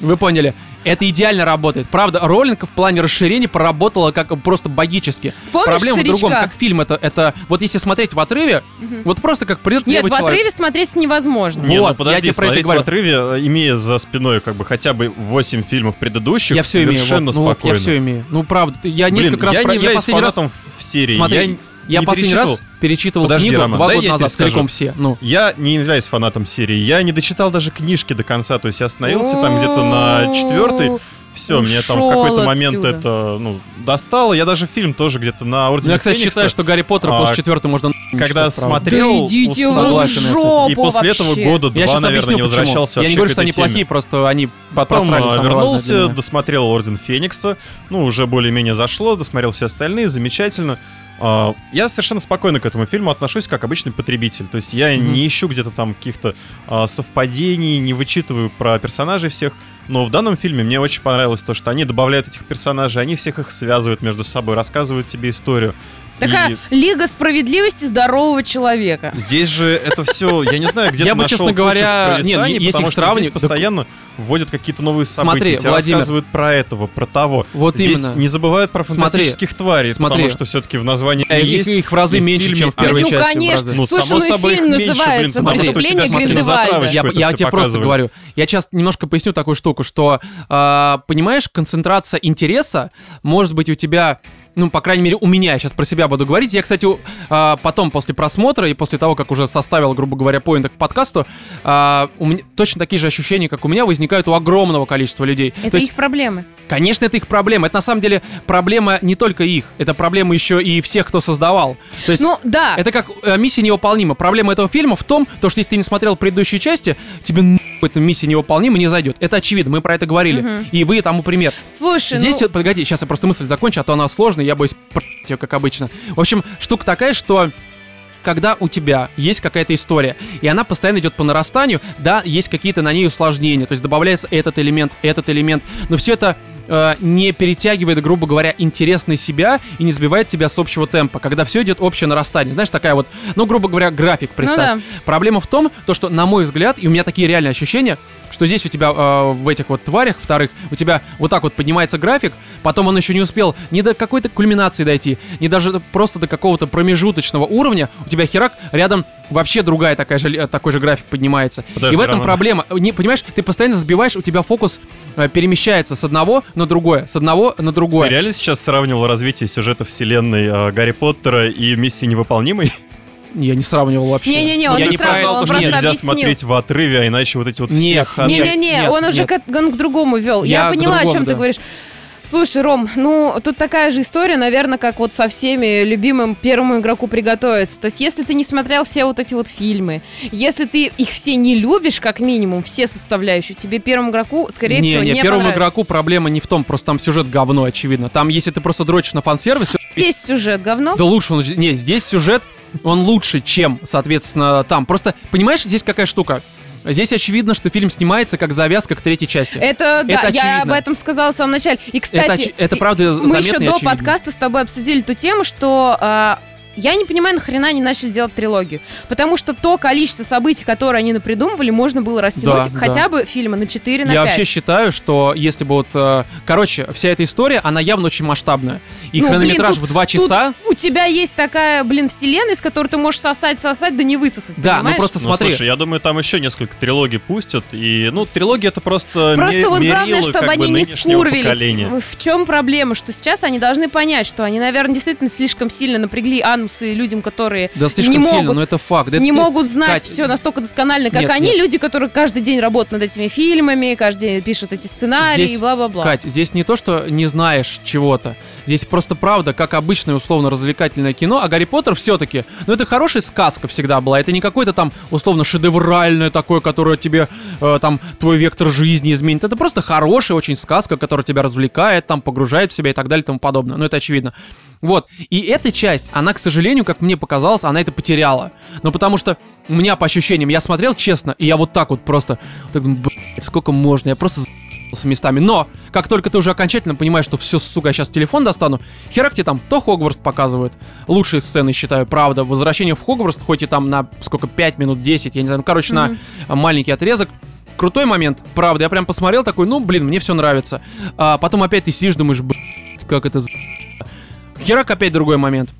Speaker 1: Вы поняли. Это идеально работает. Правда, Роллинг в плане расширения проработала как просто богически.
Speaker 3: Помнишь
Speaker 1: Проблема в другом,
Speaker 3: «Старичка»?
Speaker 1: как фильм это, это... Вот если смотреть в отрыве, вот просто как придет
Speaker 3: Нет,
Speaker 1: левый
Speaker 3: в
Speaker 1: человек.
Speaker 3: отрыве смотреть невозможно.
Speaker 2: Не,
Speaker 1: Вот,
Speaker 2: ну подожди,
Speaker 1: я тебе про это
Speaker 2: смотреть
Speaker 1: говорю.
Speaker 2: в отрыве, э, имея за спиной как бы хотя бы 8 фильмов предыдущих,
Speaker 1: Я все имею. вот,
Speaker 2: совершенно
Speaker 1: ну вот,
Speaker 2: спокойно.
Speaker 1: я все имею. Ну, правда, ты- я
Speaker 2: Блин,
Speaker 1: несколько раз...
Speaker 2: я
Speaker 1: про-
Speaker 2: не являюсь
Speaker 1: последний раз
Speaker 2: фанатом в серии.
Speaker 1: Смотри,
Speaker 2: я
Speaker 1: я,
Speaker 2: н- не
Speaker 1: последний раз
Speaker 2: перечитывал.
Speaker 1: перечитывал
Speaker 2: Подожди,
Speaker 1: книгу
Speaker 2: Роман,
Speaker 1: два
Speaker 2: дай
Speaker 1: года
Speaker 2: я тебе
Speaker 1: назад, целиком
Speaker 2: скажу.
Speaker 1: все. Ну,
Speaker 2: Я не являюсь фанатом серии. Я не дочитал даже книжки до конца. То есть я остановился там где-то на четвертой. Все,
Speaker 3: Ушёл
Speaker 2: мне там в какой-то момент
Speaker 3: отсюда.
Speaker 2: это ну, достало. Я даже фильм тоже где-то на
Speaker 1: ну,
Speaker 2: Ордене
Speaker 1: я, кстати,
Speaker 2: Феникса,
Speaker 1: считаю, что Гарри Поттер
Speaker 2: а,
Speaker 1: после четвертой можно нахуй
Speaker 2: когда
Speaker 1: читать, правда.
Speaker 3: Да
Speaker 2: смотрел,
Speaker 3: идите
Speaker 2: ус-
Speaker 3: вы в
Speaker 1: согласен я с этим.
Speaker 3: жопу
Speaker 2: и после этого
Speaker 3: вообще.
Speaker 2: года
Speaker 1: Я
Speaker 2: два,
Speaker 1: сейчас
Speaker 2: наверное,
Speaker 1: объясню,
Speaker 2: не
Speaker 1: почему.
Speaker 2: возвращался
Speaker 1: Я не
Speaker 2: вообще
Speaker 1: говорю,
Speaker 2: к
Speaker 1: что
Speaker 2: этой
Speaker 1: они
Speaker 2: теме.
Speaker 1: плохие, просто они
Speaker 2: Потом
Speaker 1: просрали
Speaker 2: а,
Speaker 1: самое важное для
Speaker 2: вернулся,
Speaker 1: меня.
Speaker 2: досмотрел Орден Феникса, ну, уже более-менее зашло, досмотрел все остальные, замечательно. А, Я совершенно спокойно к этому фильму отношусь как обычный потребитель. То есть я
Speaker 1: Мгм.
Speaker 2: не ищу где-то там каких-то а, совпадений, не вычитываю про персонажей всех. Но в данном фильме мне очень понравилось то, что они добавляют этих персонажей, они всех их связывают между собой, рассказывают тебе историю.
Speaker 3: Такая
Speaker 2: И
Speaker 3: лига справедливости здорового человека.
Speaker 2: Здесь же это все, я не знаю, где
Speaker 1: Я
Speaker 2: ты
Speaker 1: бы,
Speaker 2: нашел
Speaker 1: честно
Speaker 2: кучу
Speaker 1: говоря, не,
Speaker 2: прописаний,
Speaker 1: ну, если
Speaker 2: потому
Speaker 1: их
Speaker 2: что
Speaker 1: сравнивать,
Speaker 2: здесь
Speaker 1: так-
Speaker 2: постоянно вводят какие-то новые события,
Speaker 1: Смотри,
Speaker 2: тебе
Speaker 1: Владимир.
Speaker 2: рассказывают про этого, про того.
Speaker 1: Вот
Speaker 2: здесь
Speaker 1: именно.
Speaker 2: не забывают про
Speaker 1: Смотри,
Speaker 2: фантастических тварей,
Speaker 1: смотри.
Speaker 2: потому что все-таки в названии
Speaker 1: Э, Их,
Speaker 2: есть.
Speaker 1: их в разы
Speaker 2: и в
Speaker 1: меньше,
Speaker 2: фильме,
Speaker 1: чем в
Speaker 2: а,
Speaker 1: первой
Speaker 3: ну,
Speaker 1: части. в
Speaker 3: конечно.
Speaker 1: разы.
Speaker 2: Ну,
Speaker 3: Слушай,
Speaker 2: само
Speaker 3: ну и
Speaker 2: собой,
Speaker 3: фильм
Speaker 2: их меньше,
Speaker 3: называется
Speaker 2: блин, потому что у тебя
Speaker 3: «Преступление
Speaker 2: смотри, на
Speaker 3: Гриндевальда».
Speaker 2: затравочку
Speaker 1: Я,
Speaker 2: это
Speaker 1: я
Speaker 2: всё
Speaker 1: тебе просто
Speaker 2: показывают.
Speaker 1: говорю, я сейчас немножко поясню такую штуку, что, а, понимаешь, концентрация интереса может быть у тебя, ну, по крайней мере, у меня, я сейчас про себя буду говорить. Я, кстати, у- а, потом, после просмотра и после того, как уже составил, грубо говоря, поинты к подкасту, а, у меня точно такие же ощущения, как у меня, возникают у огромного количества людей.
Speaker 3: Это
Speaker 1: То есть
Speaker 3: их проблемы.
Speaker 1: Конечно, это их проблема. Это на самом деле проблема не только их, это проблема еще и всех, кто создавал. То есть
Speaker 3: Ну, да.
Speaker 1: это как э, миссия невыполнима. Проблема этого фильма в том, то, что если ты не смотрел предыдущие части, тебе нахуй эта миссия невыполнима не зайдет. Это очевидно, мы про это говорили. И вы тому пример.
Speaker 3: Слушай,
Speaker 1: Здесь,
Speaker 3: ну,
Speaker 1: вот, погоди, сейчас я просто мысль закончу, а то она сложная, я боюсь про***ть её, как обычно. В общем, штука такая, что когда у тебя есть какая-то история, и она постоянно идет по нарастанию, да, есть какие-то на ней усложнения, то есть добавляется этот элемент, этот элемент, но все это э, не перетягивает, грубо говоря, интерес на себя и не сбивает тебя с общего темпа, когда все идет общее нарастание. Знаешь, такая вот, ну, грубо говоря, график представь.
Speaker 3: да.
Speaker 1: Проблема в том, то, что, на мой взгляд, и у меня такие реальные ощущения, что здесь у тебя э, в этих вот тварях, вторых, у тебя вот так вот поднимается график, потом он еще не успел ни до какой-то кульминации дойти, ни даже просто до какого-то промежуточного уровня, у тебя херак, рядом вообще другая такая же, э, такой же график поднимается.
Speaker 2: Подожди,
Speaker 1: и в этом
Speaker 2: Роман.
Speaker 1: проблема. Не, понимаешь, ты постоянно сбиваешь, у тебя фокус э, перемещается с одного на другое, с одного на
Speaker 2: Ты
Speaker 1: другое.
Speaker 2: реально сейчас сравнивал развитие сюжета вселенной э, Гарри Поттера и Миссии Невыполнимой?
Speaker 1: Я не сравнивал вообще.
Speaker 3: Не-не-не, он
Speaker 1: Я
Speaker 3: не
Speaker 1: не
Speaker 3: сравнивал,
Speaker 1: про-
Speaker 3: он
Speaker 2: то, что
Speaker 3: просто
Speaker 2: нельзя
Speaker 3: объяснил.
Speaker 2: смотреть в отрыве, а иначе вот эти вот
Speaker 1: Нет,
Speaker 2: все ходы.
Speaker 1: нет,
Speaker 3: Не-не-не,
Speaker 1: нет,
Speaker 3: он уже
Speaker 1: нет.
Speaker 3: к, он к другому вел. Я,
Speaker 1: Я к
Speaker 3: поняла, о
Speaker 1: другому,
Speaker 3: чем ты
Speaker 1: да.
Speaker 3: говоришь. Слушай, Ром, ну тут такая же история, наверное, как вот со всеми любимым первому игроку приготовиться. То есть, если ты не смотрел все вот эти вот фильмы, если ты их все не любишь, как минимум, все составляющие, тебе первому игроку, скорее
Speaker 1: не,
Speaker 3: всего,
Speaker 1: не,
Speaker 3: не,
Speaker 1: первому
Speaker 3: понравится.
Speaker 1: игроку проблема не в том, просто там сюжет говно, очевидно. Там, если ты просто дрочишь на фан-сервис, всё,
Speaker 3: Здесь сюжет говно.
Speaker 1: да лучше он... Не, здесь сюжет, он лучше, чем, соответственно, там. Просто, понимаешь, здесь какая штука? Здесь очевидно, что фильм снимается как завязка к третьей части.
Speaker 3: Это, да,
Speaker 1: Это
Speaker 3: я
Speaker 1: очевидно.
Speaker 3: об этом сказала в самом начале. И, Э, кстати,
Speaker 1: это, оч- это правда
Speaker 3: мы
Speaker 1: заметно
Speaker 3: еще
Speaker 1: и
Speaker 3: до
Speaker 1: очевидно.
Speaker 3: подкаста с тобой обсудили ту тему, что а, я не понимаю, нахрена они начали делать трилогию. Потому что то количество событий, которые они напридумывали, можно было
Speaker 1: Да,
Speaker 3: растянуть хотя
Speaker 1: да.
Speaker 3: бы фильма на 4 на
Speaker 1: Я
Speaker 3: 5.
Speaker 1: вообще считаю, что если бы вот... э, короче, вся эта история, она явно очень масштабная. И
Speaker 3: Ну, блин,
Speaker 1: хронометраж
Speaker 3: тут-
Speaker 1: в два часа...
Speaker 3: Тут у тебя есть такая, блин, вселенная, из которой ты можешь сосать, сосать, да не высосать.
Speaker 1: Да, ну
Speaker 3: понимаешь?
Speaker 1: просто
Speaker 2: Ну,
Speaker 1: смотри.
Speaker 2: слушай, я думаю, там еще несколько трилогий пустят, и, ну, трилогия это просто
Speaker 3: Просто
Speaker 2: ме-
Speaker 3: вот главное,
Speaker 2: мерило,
Speaker 3: чтобы
Speaker 2: как бы,
Speaker 3: они не
Speaker 2: нынешнего
Speaker 3: скурвились.
Speaker 2: поколения.
Speaker 3: В чем проблема? Что сейчас они должны понять, что они, наверное, действительно слишком сильно напрягли анусы людям, которые
Speaker 1: да слишком
Speaker 3: не
Speaker 1: сильно,
Speaker 3: могут
Speaker 1: но это факт. Да
Speaker 3: не
Speaker 1: это-
Speaker 3: могут
Speaker 1: Кать,
Speaker 3: знать все настолько досконально, как
Speaker 1: нет,
Speaker 3: они,
Speaker 1: нет.
Speaker 3: люди, которые каждый день работают над этими фильмами, каждый день пишут эти сценарии,
Speaker 1: Здесь,
Speaker 3: бла-бла-бла.
Speaker 1: Кать, здесь не то, что не знаешь чего-то. Здесь просто правда, как обычное условно-развлекательное кино, а Гарри Поттер все-таки, ну это хорошая сказка всегда была, это не какое-то там условно-шедевральное такое, которое тебе э, там твой вектор жизни изменит, это просто хорошая очень сказка, которая тебя развлекает, там погружает в себя и так далее и тому подобное, ну это очевидно. Вот, и эта часть, она, к сожалению, как мне показалось, она это потеряла. Но потому что у меня по ощущениям, я смотрел честно, и я вот так вот просто, так, думаю, «Блядь, сколько можно, я просто с местами. Но, как только ты уже окончательно понимаешь, что все, сука, я сейчас телефон достану, херак тебе там то Хогвартс показывают. Лучшие сцены, считаю, правда. Возвращение в Хогвартс, хоть и там на сколько, 5 минут, 10, я не знаю, ну, короче,
Speaker 3: Мгм.
Speaker 1: на маленький отрезок. Крутой момент, правда, я прям посмотрел такой, ну, блин, мне все нравится. А потом опять ты сидишь, думаешь, блин, как это за... Херак опять другой момент.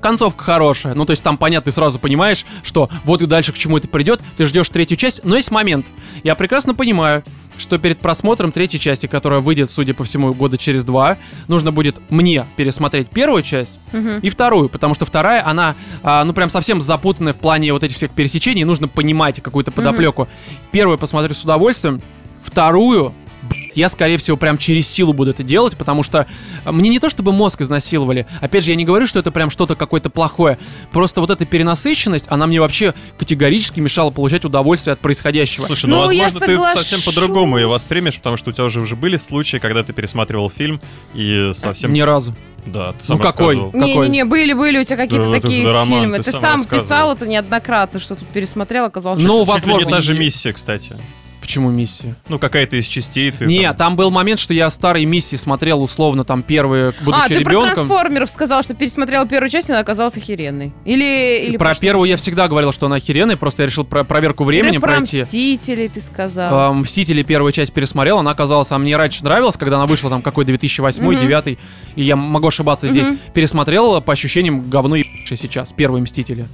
Speaker 1: Концовка хорошая, ну то есть там понятно, ты сразу понимаешь, что вот и дальше к чему это придет, ты ждешь третью часть, но есть момент. Я прекрасно понимаю, что перед просмотром третьей части, которая выйдет, судя по всему, года через два, нужно будет мне пересмотреть первую часть
Speaker 3: Мгм.
Speaker 1: и вторую, потому что вторая, она, а, ну прям совсем запутанная в плане вот этих всех пересечений, нужно понимать какую-то подоплеку. Первую посмотрю с удовольствием, вторую блядь, я, скорее всего, прям через силу буду это делать, потому что а, мне не то чтобы мозг изнасиловали. Опять же, я не говорю, что это прям что-то какое-то плохое. Просто вот эта перенасыщенность, она мне вообще категорически мешала получать удовольствие от происходящего.
Speaker 2: Слушай, ну,
Speaker 3: Ну, я
Speaker 2: возможно, ты совсем
Speaker 3: соглашусь.
Speaker 2: по-другому ее воспримешь, потому что у тебя уже, уже были случаи, когда ты пересматривал фильм и совсем...
Speaker 1: Ни разу.
Speaker 2: Да, ты сам
Speaker 1: Ну, какой?
Speaker 2: рассказывал.
Speaker 1: Какой?
Speaker 3: Не-не-не, были, были у тебя какие-то
Speaker 2: Да, это
Speaker 3: такие
Speaker 2: же роман,
Speaker 3: фильмы.
Speaker 2: ты
Speaker 3: Ты,
Speaker 2: сам
Speaker 3: сам
Speaker 2: рассказывал.
Speaker 3: писал это неоднократно, что тут пересмотрел, оказалось,
Speaker 1: Ну,
Speaker 3: что...
Speaker 2: Чуть ли не
Speaker 1: возможно.
Speaker 2: та же
Speaker 1: не-
Speaker 2: миссия, кстати.
Speaker 1: Почему миссия?
Speaker 2: Ну, какая-то из частей ты...
Speaker 1: Не,
Speaker 2: там- Ну,
Speaker 1: там был момент, что я старые миссии смотрел условно там первые, будучи
Speaker 3: а, ты про
Speaker 1: ребенком.
Speaker 3: трансформеров сказал, что пересмотрел первую часть, и она оказалась охеренной. Или... или
Speaker 1: про
Speaker 3: что
Speaker 1: первую
Speaker 3: еще?
Speaker 1: я всегда говорил, что она охеренная, просто я решил про проверку времени
Speaker 3: Или про
Speaker 1: пройти.
Speaker 3: Мстителей ты сказал.
Speaker 1: А, Мстители первую часть пересмотрел, она оказалась, а мне раньше нравилась, когда она вышла там какой 2008
Speaker 3: Мгм.
Speaker 1: 2009, и я могу ошибаться здесь.
Speaker 3: Мгм.
Speaker 1: Пересмотрел по ощущениям говно ебавшее сейчас, первые Мстители.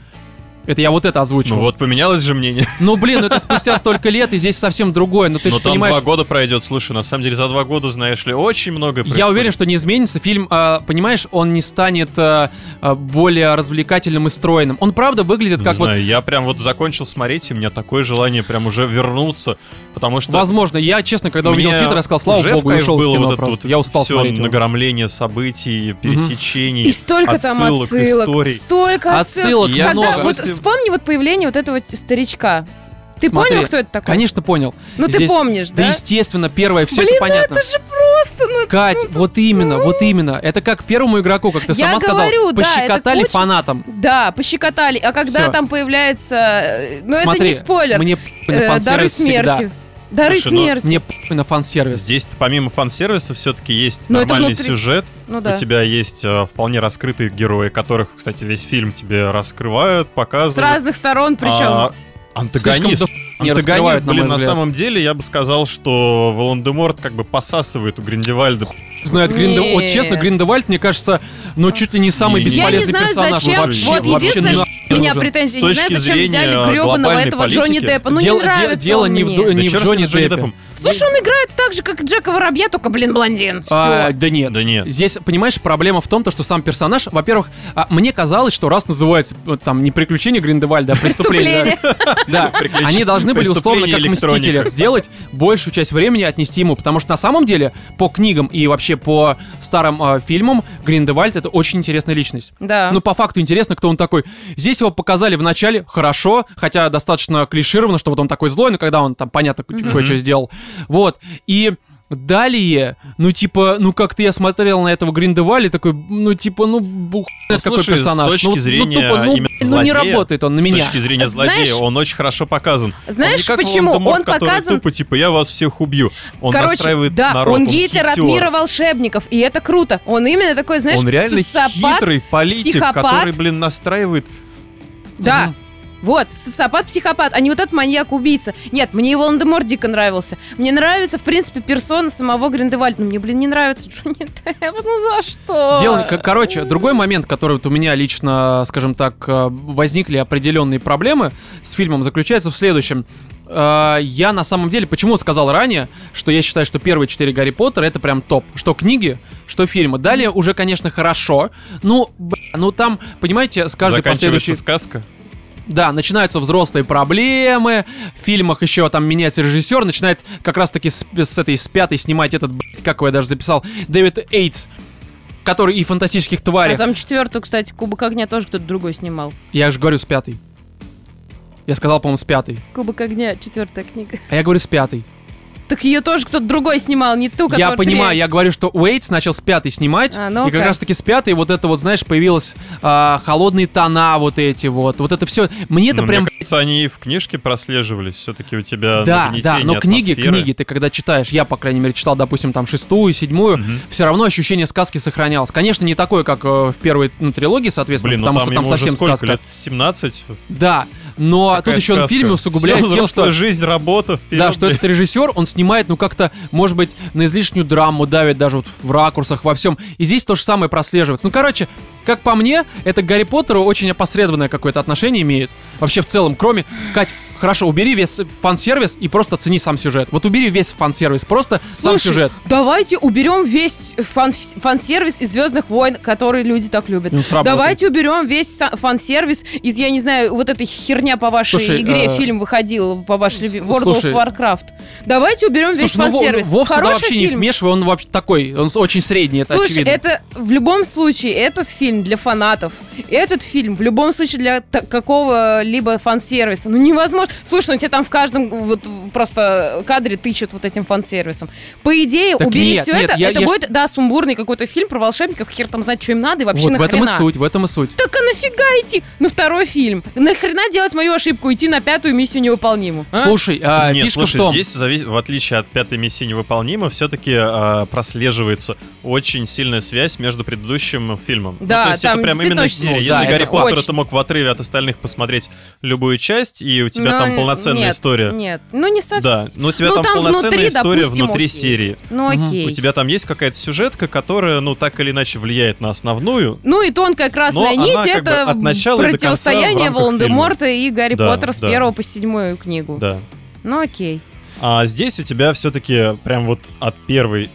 Speaker 1: Это я вот это озвучил.
Speaker 2: Ну вот поменялось же мнение.
Speaker 1: Ну блин, ну это спустя столько лет, и здесь совсем другое. Ну ты
Speaker 2: Но
Speaker 1: же
Speaker 2: там
Speaker 1: понимаешь,
Speaker 2: два года пройдет. Слушай, на самом деле за два года, знаешь ли, очень много
Speaker 1: Я уверен, что не изменится. Фильм, э, понимаешь, он не станет э, э, более развлекательным и стройным. Он правда выглядит
Speaker 2: Не
Speaker 1: как вот.
Speaker 2: знаю, я прям вот закончил смотреть, и у меня такое желание прям уже вернуться, потому что...
Speaker 1: Возможно, я, честно, когда увидел
Speaker 2: мне
Speaker 1: титр, я сказал, слава
Speaker 2: уже в
Speaker 1: богу, и
Speaker 2: кайф
Speaker 1: ушел
Speaker 2: было
Speaker 1: с кино
Speaker 2: вот это
Speaker 1: просто.
Speaker 2: вот
Speaker 1: я устал
Speaker 2: всё
Speaker 1: смотреть. его.
Speaker 2: нагромление событий, пересечений,
Speaker 3: И столько там
Speaker 2: отсылок,
Speaker 3: отсылок.
Speaker 2: историй.
Speaker 3: Столько отсылок.
Speaker 1: Отсылок
Speaker 2: Я
Speaker 1: много.
Speaker 3: Когда,
Speaker 2: знаю,
Speaker 3: вот
Speaker 2: если-
Speaker 3: вспомни вот появление вот этого старичка. Ты
Speaker 1: Смотри,
Speaker 3: понял, кто это такой?
Speaker 1: Конечно, понял.
Speaker 3: Ну ты
Speaker 1: Здесь-
Speaker 3: помнишь,
Speaker 1: Да,
Speaker 3: да?
Speaker 1: естественно, первое, все
Speaker 3: Блин, ну
Speaker 1: это понятно.
Speaker 3: Это же просто, ну,
Speaker 1: Кать, вот именно, вот именно. Это как первому игроку, как ты
Speaker 3: Я
Speaker 1: сама сказала,
Speaker 3: говорю, да, это
Speaker 1: пощекотали
Speaker 3: куча-
Speaker 1: фанатам.
Speaker 3: Да, пощекотали. А когда
Speaker 1: Всё.
Speaker 3: там появляется... э, Ну,
Speaker 1: Смотри,
Speaker 3: это не спойлер.
Speaker 1: Мне п- на
Speaker 3: Э, Дары
Speaker 1: фан-сервис всегда.
Speaker 3: смерти. Дары
Speaker 2: Слушай, ну,
Speaker 3: смерти.
Speaker 1: Мне п- на фан-сервис.
Speaker 2: Здесь помимо фан-сервиса все-таки есть
Speaker 3: Но это
Speaker 2: нормальный
Speaker 3: внутри-
Speaker 2: сюжет.
Speaker 3: Ну да.
Speaker 2: У тебя есть э, вполне раскрытые герои, которых, кстати, весь фильм тебе раскрывают,
Speaker 3: С
Speaker 2: показывают.
Speaker 3: разных сторон причем.
Speaker 2: А, антагонист.
Speaker 1: Слишком до- не
Speaker 2: Антагонист,
Speaker 1: раскрывают, на
Speaker 2: блин,
Speaker 1: мой
Speaker 2: на
Speaker 1: взгляд.
Speaker 2: самом деле, я бы сказал, что Волан-де-Морт как бы посасывает у Гриндевальда.
Speaker 1: Знает Гринде... Вот честно,
Speaker 3: Нет.
Speaker 1: Гриндевальд, мне кажется, ну чуть ли не самый
Speaker 2: Не-не-не.
Speaker 3: Я
Speaker 1: бесполезный
Speaker 3: не знаю,
Speaker 1: персонаж.
Speaker 3: зачем.
Speaker 1: Вообще,
Speaker 3: вот
Speaker 1: вообще
Speaker 3: единственное,
Speaker 1: нахуй
Speaker 3: что у меня
Speaker 1: нужен.
Speaker 3: претензии.
Speaker 2: С
Speaker 3: Не знаю,
Speaker 2: точки
Speaker 3: зачем
Speaker 2: зрения
Speaker 3: взяли гребаного
Speaker 2: глобальной
Speaker 3: этого Джонни
Speaker 2: политики-
Speaker 3: Деппа. Ну
Speaker 1: Дело-
Speaker 3: не
Speaker 1: де-
Speaker 3: нравится
Speaker 1: дело
Speaker 3: он
Speaker 1: не в
Speaker 3: мне.
Speaker 1: до-
Speaker 2: Да
Speaker 1: не в
Speaker 2: чёрт с
Speaker 1: Джонни
Speaker 2: ним, с Джонни
Speaker 1: Деппе.
Speaker 2: Деппом.
Speaker 3: Слушай, он играет так же, как Джека Воробья, только, блин, блондин. Все.
Speaker 1: А, да нет.
Speaker 2: Да нет.
Speaker 1: Здесь, понимаешь, проблема в том, то, что сам персонаж, во-первых, а, мне казалось, что раз называется э, там не приключение Гриндевальда, а преступление. Да,
Speaker 2: Приключ-
Speaker 1: они должны были условно как в
Speaker 2: преступление
Speaker 1: Мстителях
Speaker 2: электроника.
Speaker 1: сделать большую часть времени отнести ему, потому что на самом деле по книгам и вообще по старым э, фильмам Гриндевальд это очень интересная личность.
Speaker 3: Да.
Speaker 1: Ну, по факту интересно, кто он такой. Здесь его показали в начале хорошо, хотя достаточно клишировано, что вот он такой злой, но когда он там, понятно, ко- кое-что сделал. Вот. И далее, ну, типа, ну, как-то я смотрел на этого Гриндевали, такой, ну, типа, ну, бух,
Speaker 2: Ну,
Speaker 1: какой
Speaker 2: слушай, с
Speaker 1: персонаж.
Speaker 2: точки
Speaker 1: ну, вот, ну,
Speaker 2: зрения
Speaker 1: тупо, ну,
Speaker 2: именно
Speaker 1: ну, не
Speaker 2: злодея,
Speaker 1: работает он на
Speaker 2: С
Speaker 1: меня.
Speaker 2: точки зрения
Speaker 3: Знаешь-
Speaker 2: злодея, он очень хорошо показан. Он
Speaker 3: Знаешь,
Speaker 2: не как
Speaker 3: почему?
Speaker 2: Волан-де-Морт,
Speaker 3: Он
Speaker 2: который
Speaker 3: показан-
Speaker 2: Тупо, типа, я вас всех убью. Он
Speaker 3: Короче,
Speaker 2: настраивает
Speaker 3: да,
Speaker 2: народ,
Speaker 3: он Гитлер от
Speaker 2: хитер.
Speaker 3: мира волшебников, и это круто. Он именно такой, знаешь,
Speaker 2: он реально
Speaker 3: социопат.
Speaker 2: хитрый политик,
Speaker 3: психопат.
Speaker 2: который, блин, настраивает.
Speaker 3: Да.
Speaker 1: Мгм.
Speaker 3: Вот, социопат-психопат, а не вот этот маньяк-убийца. Нет, мне и Волан-де-Морт дико нравился. Мне нравится, в принципе, персона самого Гриндевальда. Но мне, блин, не нравится Джонни <laughs> Депп. Ну за что?
Speaker 1: Дело, к- короче, другой момент, который вот у меня лично, скажем так, э, возникли определенные проблемы с фильмом, заключается в следующем. Э, Я на самом деле, почему сказал ранее, что я считаю, что первые четыре Гарри Поттера это прям топ. Что книги, что фильмы. Далее уже, конечно, хорошо. Ну, б- ну там, понимаете, с каждой
Speaker 2: Заканчивается
Speaker 1: последующей...
Speaker 2: сказка.
Speaker 1: Да, начинаются взрослые проблемы, в фильмах еще там меняется режиссер, начинает как раз-таки с, с этой с пятой снимать этот, блядь, как его я даже записал, Дэвид Эйтс. который и фантастических
Speaker 3: А
Speaker 1: тварей.
Speaker 3: там четвертую, кстати, Кубок огня тоже кто-то другой снимал.
Speaker 1: Я же говорю с пятой. Я сказал, по-моему, с пятой.
Speaker 3: Кубок огня, четвертая книга.
Speaker 1: А я говорю с пятой.
Speaker 3: Так ее тоже кто-то другой снимал, не ту,
Speaker 1: Я
Speaker 3: которую ты-
Speaker 1: понимаю, я говорю, что Уэйтс начал с пятой снимать,
Speaker 3: А, ну
Speaker 1: и как
Speaker 3: ок.
Speaker 1: раз таки с пятой вот это вот, знаешь, появилось а, холодные тона вот эти вот, вот это все. Мне это
Speaker 2: Ну,
Speaker 1: прям...
Speaker 2: Мне кажется, они и в книжке прослеживались. Все-таки у
Speaker 1: Да,
Speaker 2: тебя
Speaker 1: да,
Speaker 2: нагнетение
Speaker 1: но книги,
Speaker 2: атмосферы.
Speaker 1: книги, ты когда читаешь, я, по крайней мере, читал, допустим, там шестую, седьмую,
Speaker 2: Мгм.
Speaker 1: все равно ощущение сказки сохранялось. Конечно, не такое, как э, в первой ну, трилогии, соответственно,
Speaker 2: Блин, ну
Speaker 1: потому
Speaker 2: там,
Speaker 1: что там
Speaker 2: ему уже
Speaker 1: совсем
Speaker 2: сколько
Speaker 1: сказка.
Speaker 2: лет? 17?
Speaker 1: Да, но
Speaker 2: Какая
Speaker 1: тут еще он
Speaker 2: сказка?
Speaker 1: фильм усугубляет
Speaker 2: Всё,
Speaker 1: тем, что...
Speaker 2: взрослая жизнь, работа, вперед.
Speaker 1: Да, что этот режиссер, он снимает, ну, как-то, может быть, на излишнюю драму давит даже вот в ракурсах, во всем. И здесь то же самое прослеживается. Ну, короче, как по мне, это к Гарри Поттеру очень опосредованное какое-то отношение имеет. Вообще, в целом, кроме... Кать, хорошо, убери весь фан-сервис и просто оцени сам сюжет. Вот убери весь фан-сервис, просто сам
Speaker 3: Слушай,
Speaker 1: сюжет.
Speaker 3: давайте уберем весь фан- фан-сервис из «Звездных войн», который люди так любят.
Speaker 1: Ну, сработает.
Speaker 3: Давайте уберем весь са- фан-сервис из, я не знаю, вот этой херня по вашей
Speaker 1: Слушай,
Speaker 3: игре,
Speaker 1: э,
Speaker 3: фильм выходил по вашей любимой, World
Speaker 1: слушай.
Speaker 3: of Warcraft. Давайте уберем весь
Speaker 1: Слушай, ну, Во-
Speaker 3: фан-сервис.
Speaker 1: Вов сюда
Speaker 3: Хороший
Speaker 1: вообще не
Speaker 3: фильм.
Speaker 1: вмешивай, он вообще такой, он с- очень средний, это
Speaker 3: Слушай,
Speaker 1: очевидно.
Speaker 3: это в любом случае, этот фильм для фанатов. Этот фильм в любом случае для та- какого-либо фан-сервиса. Ну невозможно. Слушай, ну тебе там в каждом вот в- просто кадре тычут вот этим фан-сервисом. По идее,
Speaker 1: Так
Speaker 3: убери
Speaker 1: нет,
Speaker 3: все
Speaker 1: нет,
Speaker 3: это,
Speaker 1: я-
Speaker 3: это
Speaker 1: я ж-
Speaker 3: будет, да, сумбурный какой-то фильм про волшебников, хер там знает, что им надо и вообще
Speaker 1: вот в этом и
Speaker 3: нахрена.
Speaker 1: суть, в этом и суть.
Speaker 3: Так а нафига идти на второй фильм? Нахрена делать мою ошибку, идти на пятую миссию невыполнимую? а?
Speaker 1: Слушай, а,
Speaker 2: Нет,
Speaker 1: фишка
Speaker 2: слушай,
Speaker 1: в том...
Speaker 2: здесь, завис- в отличие от пятой миссии невыполнима, все-таки прослеживается очень сильная связь между предыдущим фильмом. Ну,
Speaker 3: Да,
Speaker 2: то есть
Speaker 3: там
Speaker 2: это прям именно
Speaker 3: действительно
Speaker 2: серия.
Speaker 1: очень
Speaker 2: Если
Speaker 1: сильно. Да,
Speaker 2: Гарри
Speaker 1: это
Speaker 2: Поттер,
Speaker 3: очень.
Speaker 2: ты мог в отрыве от остальных посмотреть любую часть, и у тебя
Speaker 3: Ну,
Speaker 2: там полноценная
Speaker 3: нет,
Speaker 2: история.
Speaker 3: Нет, ну не совсем.
Speaker 2: Да, ну у тебя
Speaker 3: Ну,
Speaker 2: там,
Speaker 3: там
Speaker 2: полноценная
Speaker 3: внутри,
Speaker 2: история
Speaker 3: допустим,
Speaker 2: внутри
Speaker 3: окей.
Speaker 2: серии.
Speaker 3: Ну
Speaker 1: Мгм.
Speaker 3: окей.
Speaker 2: У тебя там есть какая-то сюжетка, которая, ну, так или иначе влияет на основную.
Speaker 3: Ну и тонкая
Speaker 2: Но
Speaker 3: красная
Speaker 2: она
Speaker 3: нить
Speaker 2: как бы
Speaker 3: это
Speaker 2: от начала и до конца
Speaker 3: противостояние
Speaker 2: в рамках
Speaker 3: Волан-де-Морта и Гарри
Speaker 2: Да,
Speaker 3: Поттера с
Speaker 2: да.
Speaker 3: первого по седьмую книгу.
Speaker 2: Да.
Speaker 3: Ну окей.
Speaker 2: А здесь у тебя все-таки прям вот от первой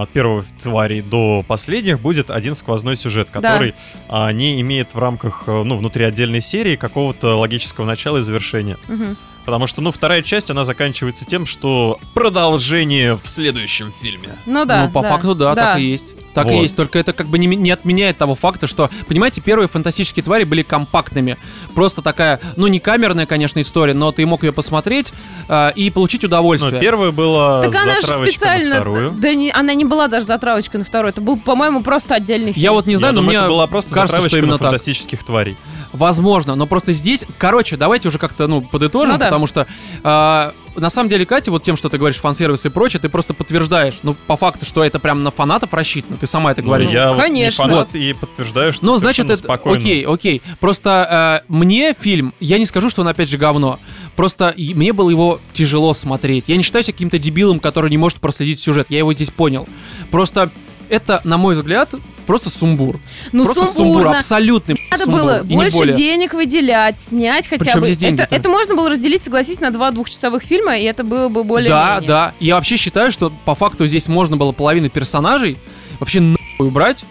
Speaker 2: от первого твари до последних будет один сквозной сюжет, который а, не имеет в рамках, э, ну, внутри отдельной серии какого-то логического начала и завершения.
Speaker 3: Мгм.
Speaker 2: Потому что, ну, вторая часть, она заканчивается тем, что продолжение в следующем фильме.
Speaker 3: Ну да.
Speaker 1: Ну, по
Speaker 3: да.
Speaker 1: факту, да, так и есть. Так и
Speaker 2: Вот.
Speaker 1: есть, только это как бы не, ми- не отменяет того факта, что, понимаете, первые фантастические твари были компактными. Просто такая, ну, не камерная, конечно, история, но ты мог ее посмотреть а, и получить
Speaker 2: Ну,
Speaker 1: удовольствие.
Speaker 2: первая была
Speaker 3: Так она же
Speaker 2: затравочка на
Speaker 3: специально...
Speaker 2: вторую.
Speaker 3: Да не, она не была даже затравочкой на второй. Это был, по-моему, просто отдельный фильм.
Speaker 1: Я вот не
Speaker 2: Я
Speaker 1: знаю, но
Speaker 2: думаю,
Speaker 1: мне
Speaker 2: это была просто
Speaker 1: кажется, что
Speaker 2: затравочка
Speaker 1: именно
Speaker 2: на
Speaker 1: так.
Speaker 2: фантастических тварей.
Speaker 1: Возможно, но просто здесь, короче, давайте уже как-то, ну, подытожим,
Speaker 3: Ну да.
Speaker 1: потому что а, на самом деле, Катя, вот тем, что ты говоришь, фан-сервис и прочее, ты просто подтверждаешь, ну, по факту, что это прям на фанатов рассчитано, ты сама это
Speaker 2: Ну,
Speaker 1: говоришь.
Speaker 2: я вот не
Speaker 3: конечно.
Speaker 2: фанат и подтверждаю, что
Speaker 1: Ну, значит,
Speaker 2: совершенно
Speaker 1: это
Speaker 2: спокойно.
Speaker 1: окей, окей. Просто э, мне фильм, я не скажу, что он опять же говно. Просто и- мне было его тяжело смотреть. Я не считаю себя каким-то дебилом, который не может проследить сюжет. Я его здесь понял. Просто это, на мой взгляд, просто сумбур.
Speaker 3: Ну,
Speaker 1: просто сумбур,
Speaker 3: сумбурно.
Speaker 1: абсолютный
Speaker 3: Надо
Speaker 1: сумбур,
Speaker 3: было
Speaker 1: и не
Speaker 3: больше
Speaker 1: более.
Speaker 3: денег выделять, снять хотя
Speaker 1: Причём
Speaker 3: бы.
Speaker 1: здесь деньги-то?
Speaker 3: это, это можно было разделить, согласись, на два двухчасовых фильма, и это было бы более
Speaker 1: Да, да. Я вообще считаю, что по факту здесь можно было половину персонажей вообще нахуй убрать.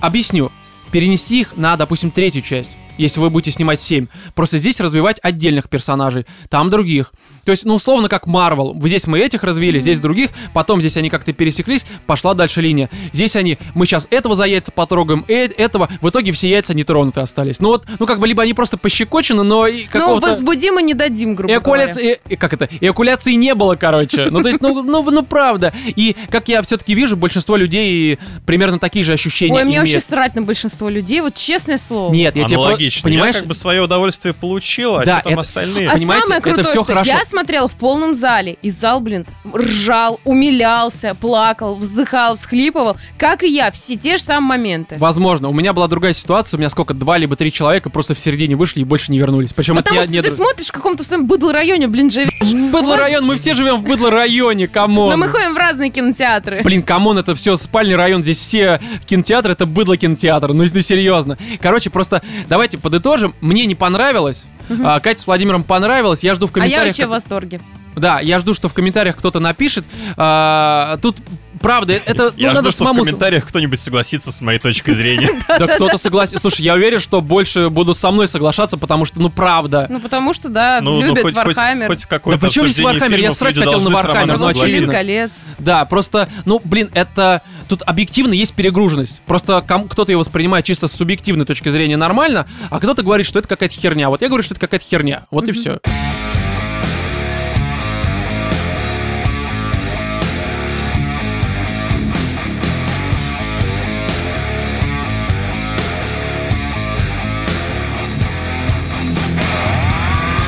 Speaker 1: Объясню. Перенести их на, допустим, третью часть. Если вы будете снимать 7. Просто здесь развивать отдельных персонажей, там других. То есть, ну, условно, как Марвел. Здесь мы этих развили, здесь других, потом здесь они как-то пересеклись, пошла дальше линия. Здесь они, мы сейчас этого за яйца потрогаем, э- этого. В итоге все яйца не тронуты остались. Ну вот, ну как бы, либо они просто пощекочены, но и
Speaker 3: Ну,
Speaker 1: какого-то...
Speaker 3: возбудим и не дадим, грубо говоря.
Speaker 1: Эякуляции, э, как это? Эякуляции не было, короче. Ну, то есть, ну, ну, ну, правда. И, как я все-таки вижу, большинство людей примерно такие же ощущения
Speaker 3: Ой, мне
Speaker 1: имеют.
Speaker 3: вообще срать на большинство людей, вот честное слово.
Speaker 1: Нет, я тебе про-
Speaker 2: Аналогично.
Speaker 1: понимаешь?
Speaker 2: Я как бы свое удовольствие получил, а
Speaker 1: Да,
Speaker 2: что там
Speaker 1: это-
Speaker 2: остальные?
Speaker 3: А
Speaker 1: Понимаете,
Speaker 3: самое
Speaker 1: это
Speaker 3: крутое,
Speaker 1: всё
Speaker 3: что
Speaker 1: хорошо.
Speaker 3: я смотрела в полном зале, и зал, блин, ржал, умилялся, плакал, вздыхал, всхлипывал, как и я, все те же самые моменты.
Speaker 1: Возможно. У меня была другая ситуация. У меня сколько, два либо три человека просто в середине вышли и больше не вернулись. Причем
Speaker 3: Потому
Speaker 1: это
Speaker 3: что
Speaker 1: не...
Speaker 3: ты смотришь в каком-то своем быдло-районе, блин, живешь.
Speaker 1: Быдло-район, мы все живем в быдло-районе, камон.
Speaker 3: Но ну, мы ходим в разные кинотеатры.
Speaker 1: Блин, камон, это все спальный район, здесь все кинотеатры, это быдло кинотеатр, ну, ну серьезно. Короче, просто давайте подытожим, мне не понравилось, а, Кате с Владимиром понравилось, я жду в
Speaker 3: А я
Speaker 1: комментариях...
Speaker 3: вообще в
Speaker 1: как-
Speaker 3: восторге.
Speaker 1: Да, я жду, что в комментариях кто-то напишет. А, тут правда, это ну,
Speaker 2: Я
Speaker 1: надо
Speaker 2: жду, что в
Speaker 1: самому...
Speaker 2: комментариях кто-нибудь согласится с моей точкой
Speaker 3: <laughs>
Speaker 2: зрения.
Speaker 1: Да
Speaker 2: <laughs>
Speaker 1: кто-то согласен. Слушай, я уверен, что больше будут со мной соглашаться, потому что, ну, правда.
Speaker 3: Ну, потому что, да,
Speaker 2: Ну, ну,
Speaker 3: любят
Speaker 2: хоть- хоть-
Speaker 3: Вархаммер.
Speaker 2: Хоть какой-то
Speaker 1: Да при чём здесь Вархаммер? Я срать хотел на Вархаммер,
Speaker 3: Властелин
Speaker 1: ну, очевидно.
Speaker 3: колец.
Speaker 1: Да, просто, ну, блин, это... Тут объективно есть перегруженность. Просто ком- кто-то ее воспринимает чисто с субъективной точки зрения нормально, а кто-то говорит, что это какая-то херня. Вот я говорю, что это какая-то херня. Вот и все.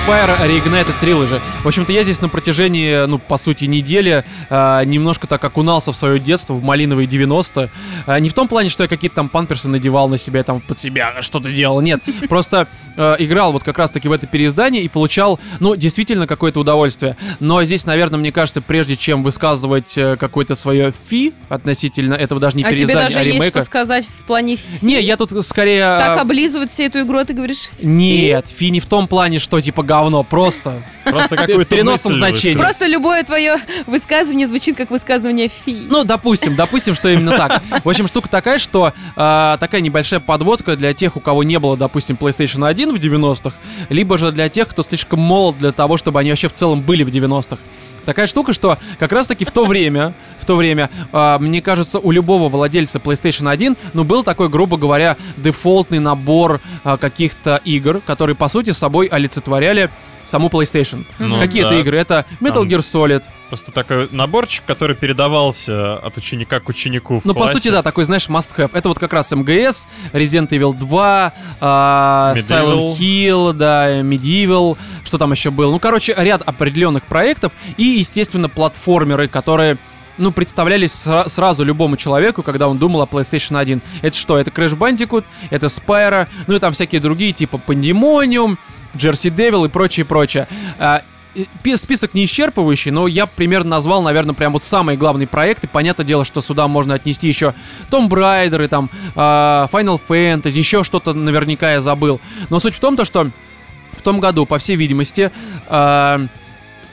Speaker 1: Fire Reignited Trilogy. В общем-то, я здесь на протяжении, ну, по сути, недели э, немножко так окунался в свое детство, в малиновые 90 Э, не в том плане, что я какие-то там памперсы надевал на себя, там, под себя что-то делал, нет. Просто э, играл вот как раз-таки в это переиздание и получал, ну, действительно какое-то удовольствие. Но здесь, наверное, мне кажется, прежде чем высказывать э, какое-то свое фи относительно этого даже не
Speaker 3: А тебе
Speaker 1: переиздания,
Speaker 3: даже
Speaker 1: а
Speaker 3: есть
Speaker 1: ремейка...
Speaker 3: что сказать в плане...
Speaker 1: Не, я тут скорее...
Speaker 3: Так
Speaker 1: э,
Speaker 3: облизывают всю эту игру, а ты говоришь...
Speaker 1: Нет, фи не в том плане, что типа говно, просто <laughs>
Speaker 2: Просто какую-то
Speaker 1: переносном
Speaker 2: мысль
Speaker 1: значении.
Speaker 2: высказать.
Speaker 3: Просто любое твое высказывание звучит как высказывание фи.
Speaker 1: Ну, допустим, допустим, что именно так. В общем, штука такая, что э, такая небольшая подводка для тех, у кого не было, допустим, PlayStation 1 в 90-х, либо же для тех, кто слишком молод для того, чтобы они вообще в целом были в 90-х. Такая штука, что как раз-таки в то время, в то время, э, мне кажется, у любого владельца PlayStation 1, ну, был такой, грубо говоря, дефолтный набор э, каких-то игр, которые, по сути, собой олицетворяли саму PlayStation.
Speaker 2: Ну
Speaker 1: Какие это
Speaker 2: да.
Speaker 1: игры? Это Metal
Speaker 2: Там
Speaker 1: Gear Solid,
Speaker 2: Просто такой наборчик, который передавался э, от ученика к ученику в
Speaker 1: Ну, по
Speaker 2: классе.
Speaker 1: сути, да, такой, знаешь, must-have. Это вот как раз МГС, Resident Evil 2, а,
Speaker 2: Medieval.
Speaker 1: Silent Hill, да, Medieval, что там еще было. Ну, короче, ряд определенных проектов и, естественно, платформеры, которые ну, представлялись сра- сразу любому человеку, когда он думал о PlayStation 1. Это что? Это Crash Bandicoot, это Spyro, ну и там всякие другие, типа Pandemonium, Jersey Devil и прочее, прочее. А, и пи- Список не исчерпывающий, но я примерно назвал, наверное, прям вот самые главные проекты. Понятное дело, что сюда можно отнести еще Tomb Raider и там а, Final Fantasy, еще что-то наверняка я забыл. Но суть в том, то, что в том году, по всей видимости, а,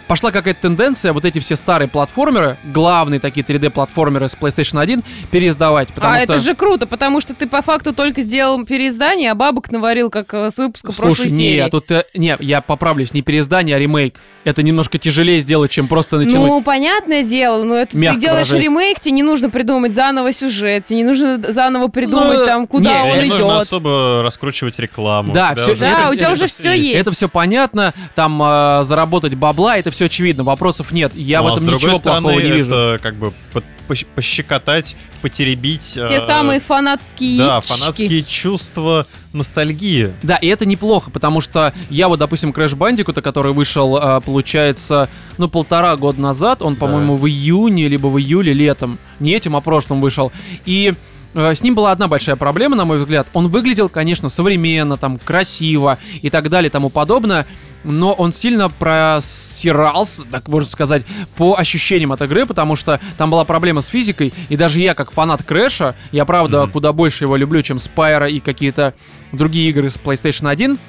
Speaker 1: пошла какая-то тенденция вот эти все старые платформеры, главные такие 3D-платформеры с PlayStation 1, переиздавать. Потому
Speaker 3: а
Speaker 1: что...
Speaker 3: это же круто, потому что ты по факту только сделал переиздание, а бабок наварил, как э, с выпуска
Speaker 1: Слушай,
Speaker 3: прошлой серии.
Speaker 1: не, а тут... э, Не, я поправлюсь, не переиздание, а ремейк. Это немножко тяжелее сделать, чем просто начинать.
Speaker 3: Ну, понятное дело, но это
Speaker 1: Мягко
Speaker 3: ты делаешь
Speaker 1: выражаясь.
Speaker 3: ремейк, тебе не нужно придумать заново сюжет, тебе не нужно заново придумать
Speaker 1: Ну,
Speaker 3: там, куда
Speaker 1: не,
Speaker 3: он
Speaker 2: И не
Speaker 3: идет.
Speaker 2: нужно особо раскручивать рекламу.
Speaker 1: Да,
Speaker 2: У тебя
Speaker 1: всё-
Speaker 2: уже
Speaker 1: да,
Speaker 2: это
Speaker 1: у
Speaker 3: тебя уже всё есть.
Speaker 1: Это все понятно, там э, заработать бабла, это все очевидно, вопросов нет. Я
Speaker 2: Ну,
Speaker 1: в
Speaker 2: а
Speaker 1: этом
Speaker 2: с другой
Speaker 1: ничего
Speaker 2: стороны,
Speaker 1: плохого не вижу.
Speaker 2: Это как бы по- пощ- пощекотать, потеребить.
Speaker 3: Те
Speaker 2: э,
Speaker 3: самые фанатские
Speaker 2: Да,
Speaker 3: яички.
Speaker 2: фанатские чувства ностальгии.
Speaker 1: Да, и это неплохо, потому что я вот, допустим, Crash Bandicoot, который вышел, э, получается, ну, полтора года назад, он,
Speaker 2: Да.
Speaker 1: по-моему, в июне, либо в июле летом, не этим, а прошлым вышел, и э, с ним была одна большая проблема, на мой взгляд. Он выглядел, конечно, современно, там, красиво и так далее и тому подобное, но он сильно просирался, так можно сказать, по ощущениям от игры, потому что там была проблема с физикой, и даже я, как фанат Крэша, я, правда,
Speaker 2: Мгм.
Speaker 1: куда больше его люблю, чем Спайра и какие-то другие игры с PlayStation 1.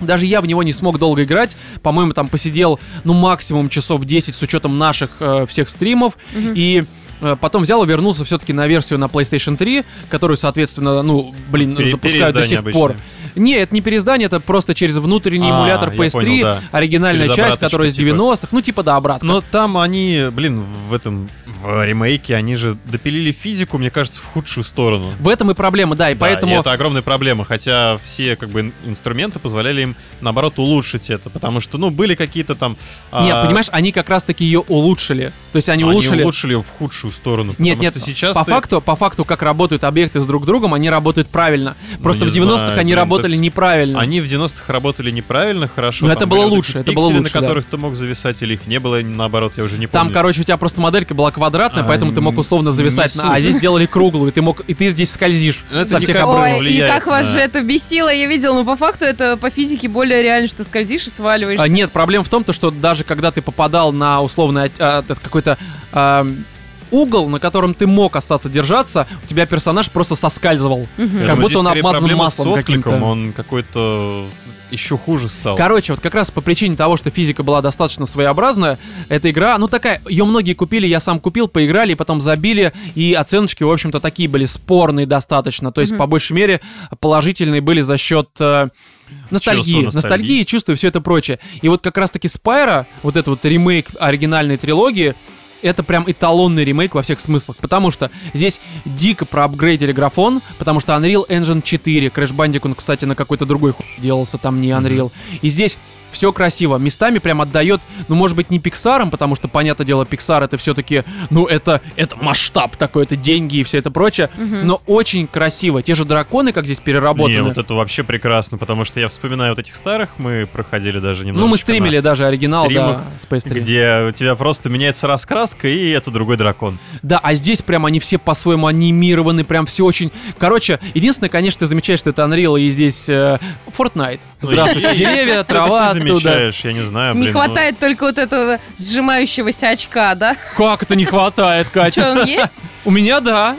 Speaker 1: Даже я в него не смог долго играть. По-моему, там посидел, ну, максимум часов 10 с учетом наших э, всех стримов. И э, потом взял и вернулся все-таки на версию на PlayStation 3, которую, соответственно, ну, блин,
Speaker 2: Пере-
Speaker 1: запускают до
Speaker 2: переиздание
Speaker 1: сих пор.
Speaker 2: обычное.
Speaker 1: Не, это не переиздание, это просто через внутренний
Speaker 2: А,
Speaker 1: эмулятор
Speaker 2: я
Speaker 1: PS3,
Speaker 2: понял, да.
Speaker 1: оригинальная
Speaker 2: Через
Speaker 1: часть,
Speaker 2: обраточку,
Speaker 1: которая из
Speaker 2: типа.
Speaker 1: 90-х, ну, типа, да, обратно.
Speaker 2: Но там они, блин, в этом в ремейке они же допилили физику, мне кажется, в худшую сторону.
Speaker 1: В этом и проблема, да, и
Speaker 2: Да,
Speaker 1: поэтому...
Speaker 2: и это огромная проблема, хотя все как бы ин- инструменты позволяли им наоборот улучшить это, потому что ну были какие-то там.
Speaker 1: Не,
Speaker 2: а,
Speaker 1: понимаешь, они как раз-таки ее улучшили. То есть они,
Speaker 2: они улучшили.
Speaker 1: улучшили...
Speaker 2: ее в худшую сторону.
Speaker 1: Нет,
Speaker 2: потому
Speaker 1: нет,
Speaker 2: что сейчас
Speaker 1: по,
Speaker 2: ты-
Speaker 1: факту, по факту, как работают объекты с друг другом, они работают правильно. Просто
Speaker 2: Ну, не
Speaker 1: в 90-х
Speaker 2: знаю,
Speaker 1: они
Speaker 2: блин,
Speaker 1: работали
Speaker 2: это ж-
Speaker 1: неправильно.
Speaker 2: Они в 90-х работали неправильно, хорошо.
Speaker 1: Ну,
Speaker 2: там
Speaker 1: это было
Speaker 2: были вот
Speaker 1: лучше,
Speaker 2: эти
Speaker 1: это было
Speaker 2: пиксели,
Speaker 1: лучше, да.
Speaker 2: на которых ты мог зависать, или их не было, наоборот, я уже не
Speaker 1: Там,
Speaker 2: помню.
Speaker 1: короче, у тебя просто моделька была квадратная,
Speaker 2: А,
Speaker 1: поэтому ты мог
Speaker 2: м,
Speaker 1: условно
Speaker 2: не
Speaker 1: зависать, на- а
Speaker 2: суть.
Speaker 1: здесь сделали круглую, и ты мог, и ты здесь скользишь
Speaker 2: Ну, это
Speaker 1: со
Speaker 2: не
Speaker 1: всех
Speaker 2: как-
Speaker 1: обрывов.
Speaker 3: Ой, и
Speaker 2: влияет
Speaker 3: как вас
Speaker 2: на-
Speaker 3: же это бесило, я видел, но по факту это по физике более реально, что ты скользишь и сваливаешься.
Speaker 1: А, Нет, проблема в том, то, что даже когда ты попадал на условный от- а, этот какой-то ам, угол, на котором ты мог остаться держаться, у тебя персонаж просто соскальзывал.
Speaker 3: Мгм.
Speaker 2: Я
Speaker 1: Как будто
Speaker 2: здесь
Speaker 1: он
Speaker 2: скорее
Speaker 1: обмазан
Speaker 2: проблема с
Speaker 1: маслом
Speaker 2: откликом,
Speaker 1: каким-то.
Speaker 2: Он какой-то еще хуже стал.
Speaker 1: Короче, вот как раз по причине того, что физика была достаточно своеобразная, эта игра, ну такая, ее многие купили, я сам купил, поиграли, и потом забили, и оценочки, в общем-то, такие были спорные достаточно, то есть,
Speaker 3: Мгм.
Speaker 1: по большей мере, положительные были за счет э,
Speaker 2: Чувства
Speaker 1: ностальгии,
Speaker 2: ностальгии.
Speaker 1: ностальгии, чувства и все это прочее. И вот как раз-таки Спайра, вот этот вот ремейк оригинальной трилогии, это прям эталонный ремейк во всех смыслах, потому что здесь дико проапгрейдили графон, потому что Unreal Engine 4, Crash Bandicoot, кстати, на какой-то другой хуй делался, там не Unreal. И здесь все красиво. Местами прям отдает, ну, может быть, не Пиксаром, потому что, понятное дело, Пиксар это все-таки, ну, это, это масштаб такой, это деньги и все это прочее. Но очень красиво. Те же драконы, как здесь переработаны.
Speaker 2: Не, вот это вообще прекрасно, потому что я вспоминаю вот этих старых, мы проходили даже немножко.
Speaker 1: Ну, мы стримили даже оригинал,
Speaker 2: стримах,
Speaker 1: да, Space 3.
Speaker 2: Где у тебя просто меняется раскраска, и это другой дракон.
Speaker 1: Да, а здесь прям они все по-своему анимированы, прям все очень... Короче, единственное, конечно, ты замечаешь, что это Unreal, и здесь э, Fortnite.
Speaker 2: Ну,
Speaker 1: Здравствуйте,
Speaker 2: я- я-
Speaker 1: деревья, трава
Speaker 2: ты
Speaker 1: оттуда.
Speaker 2: замечаешь, я не знаю.
Speaker 3: Не
Speaker 2: блин, ну,
Speaker 3: хватает только вот этого сжимающегося очка, да?
Speaker 1: Как это не хватает, Катя?
Speaker 3: Что, он есть?
Speaker 1: У меня да.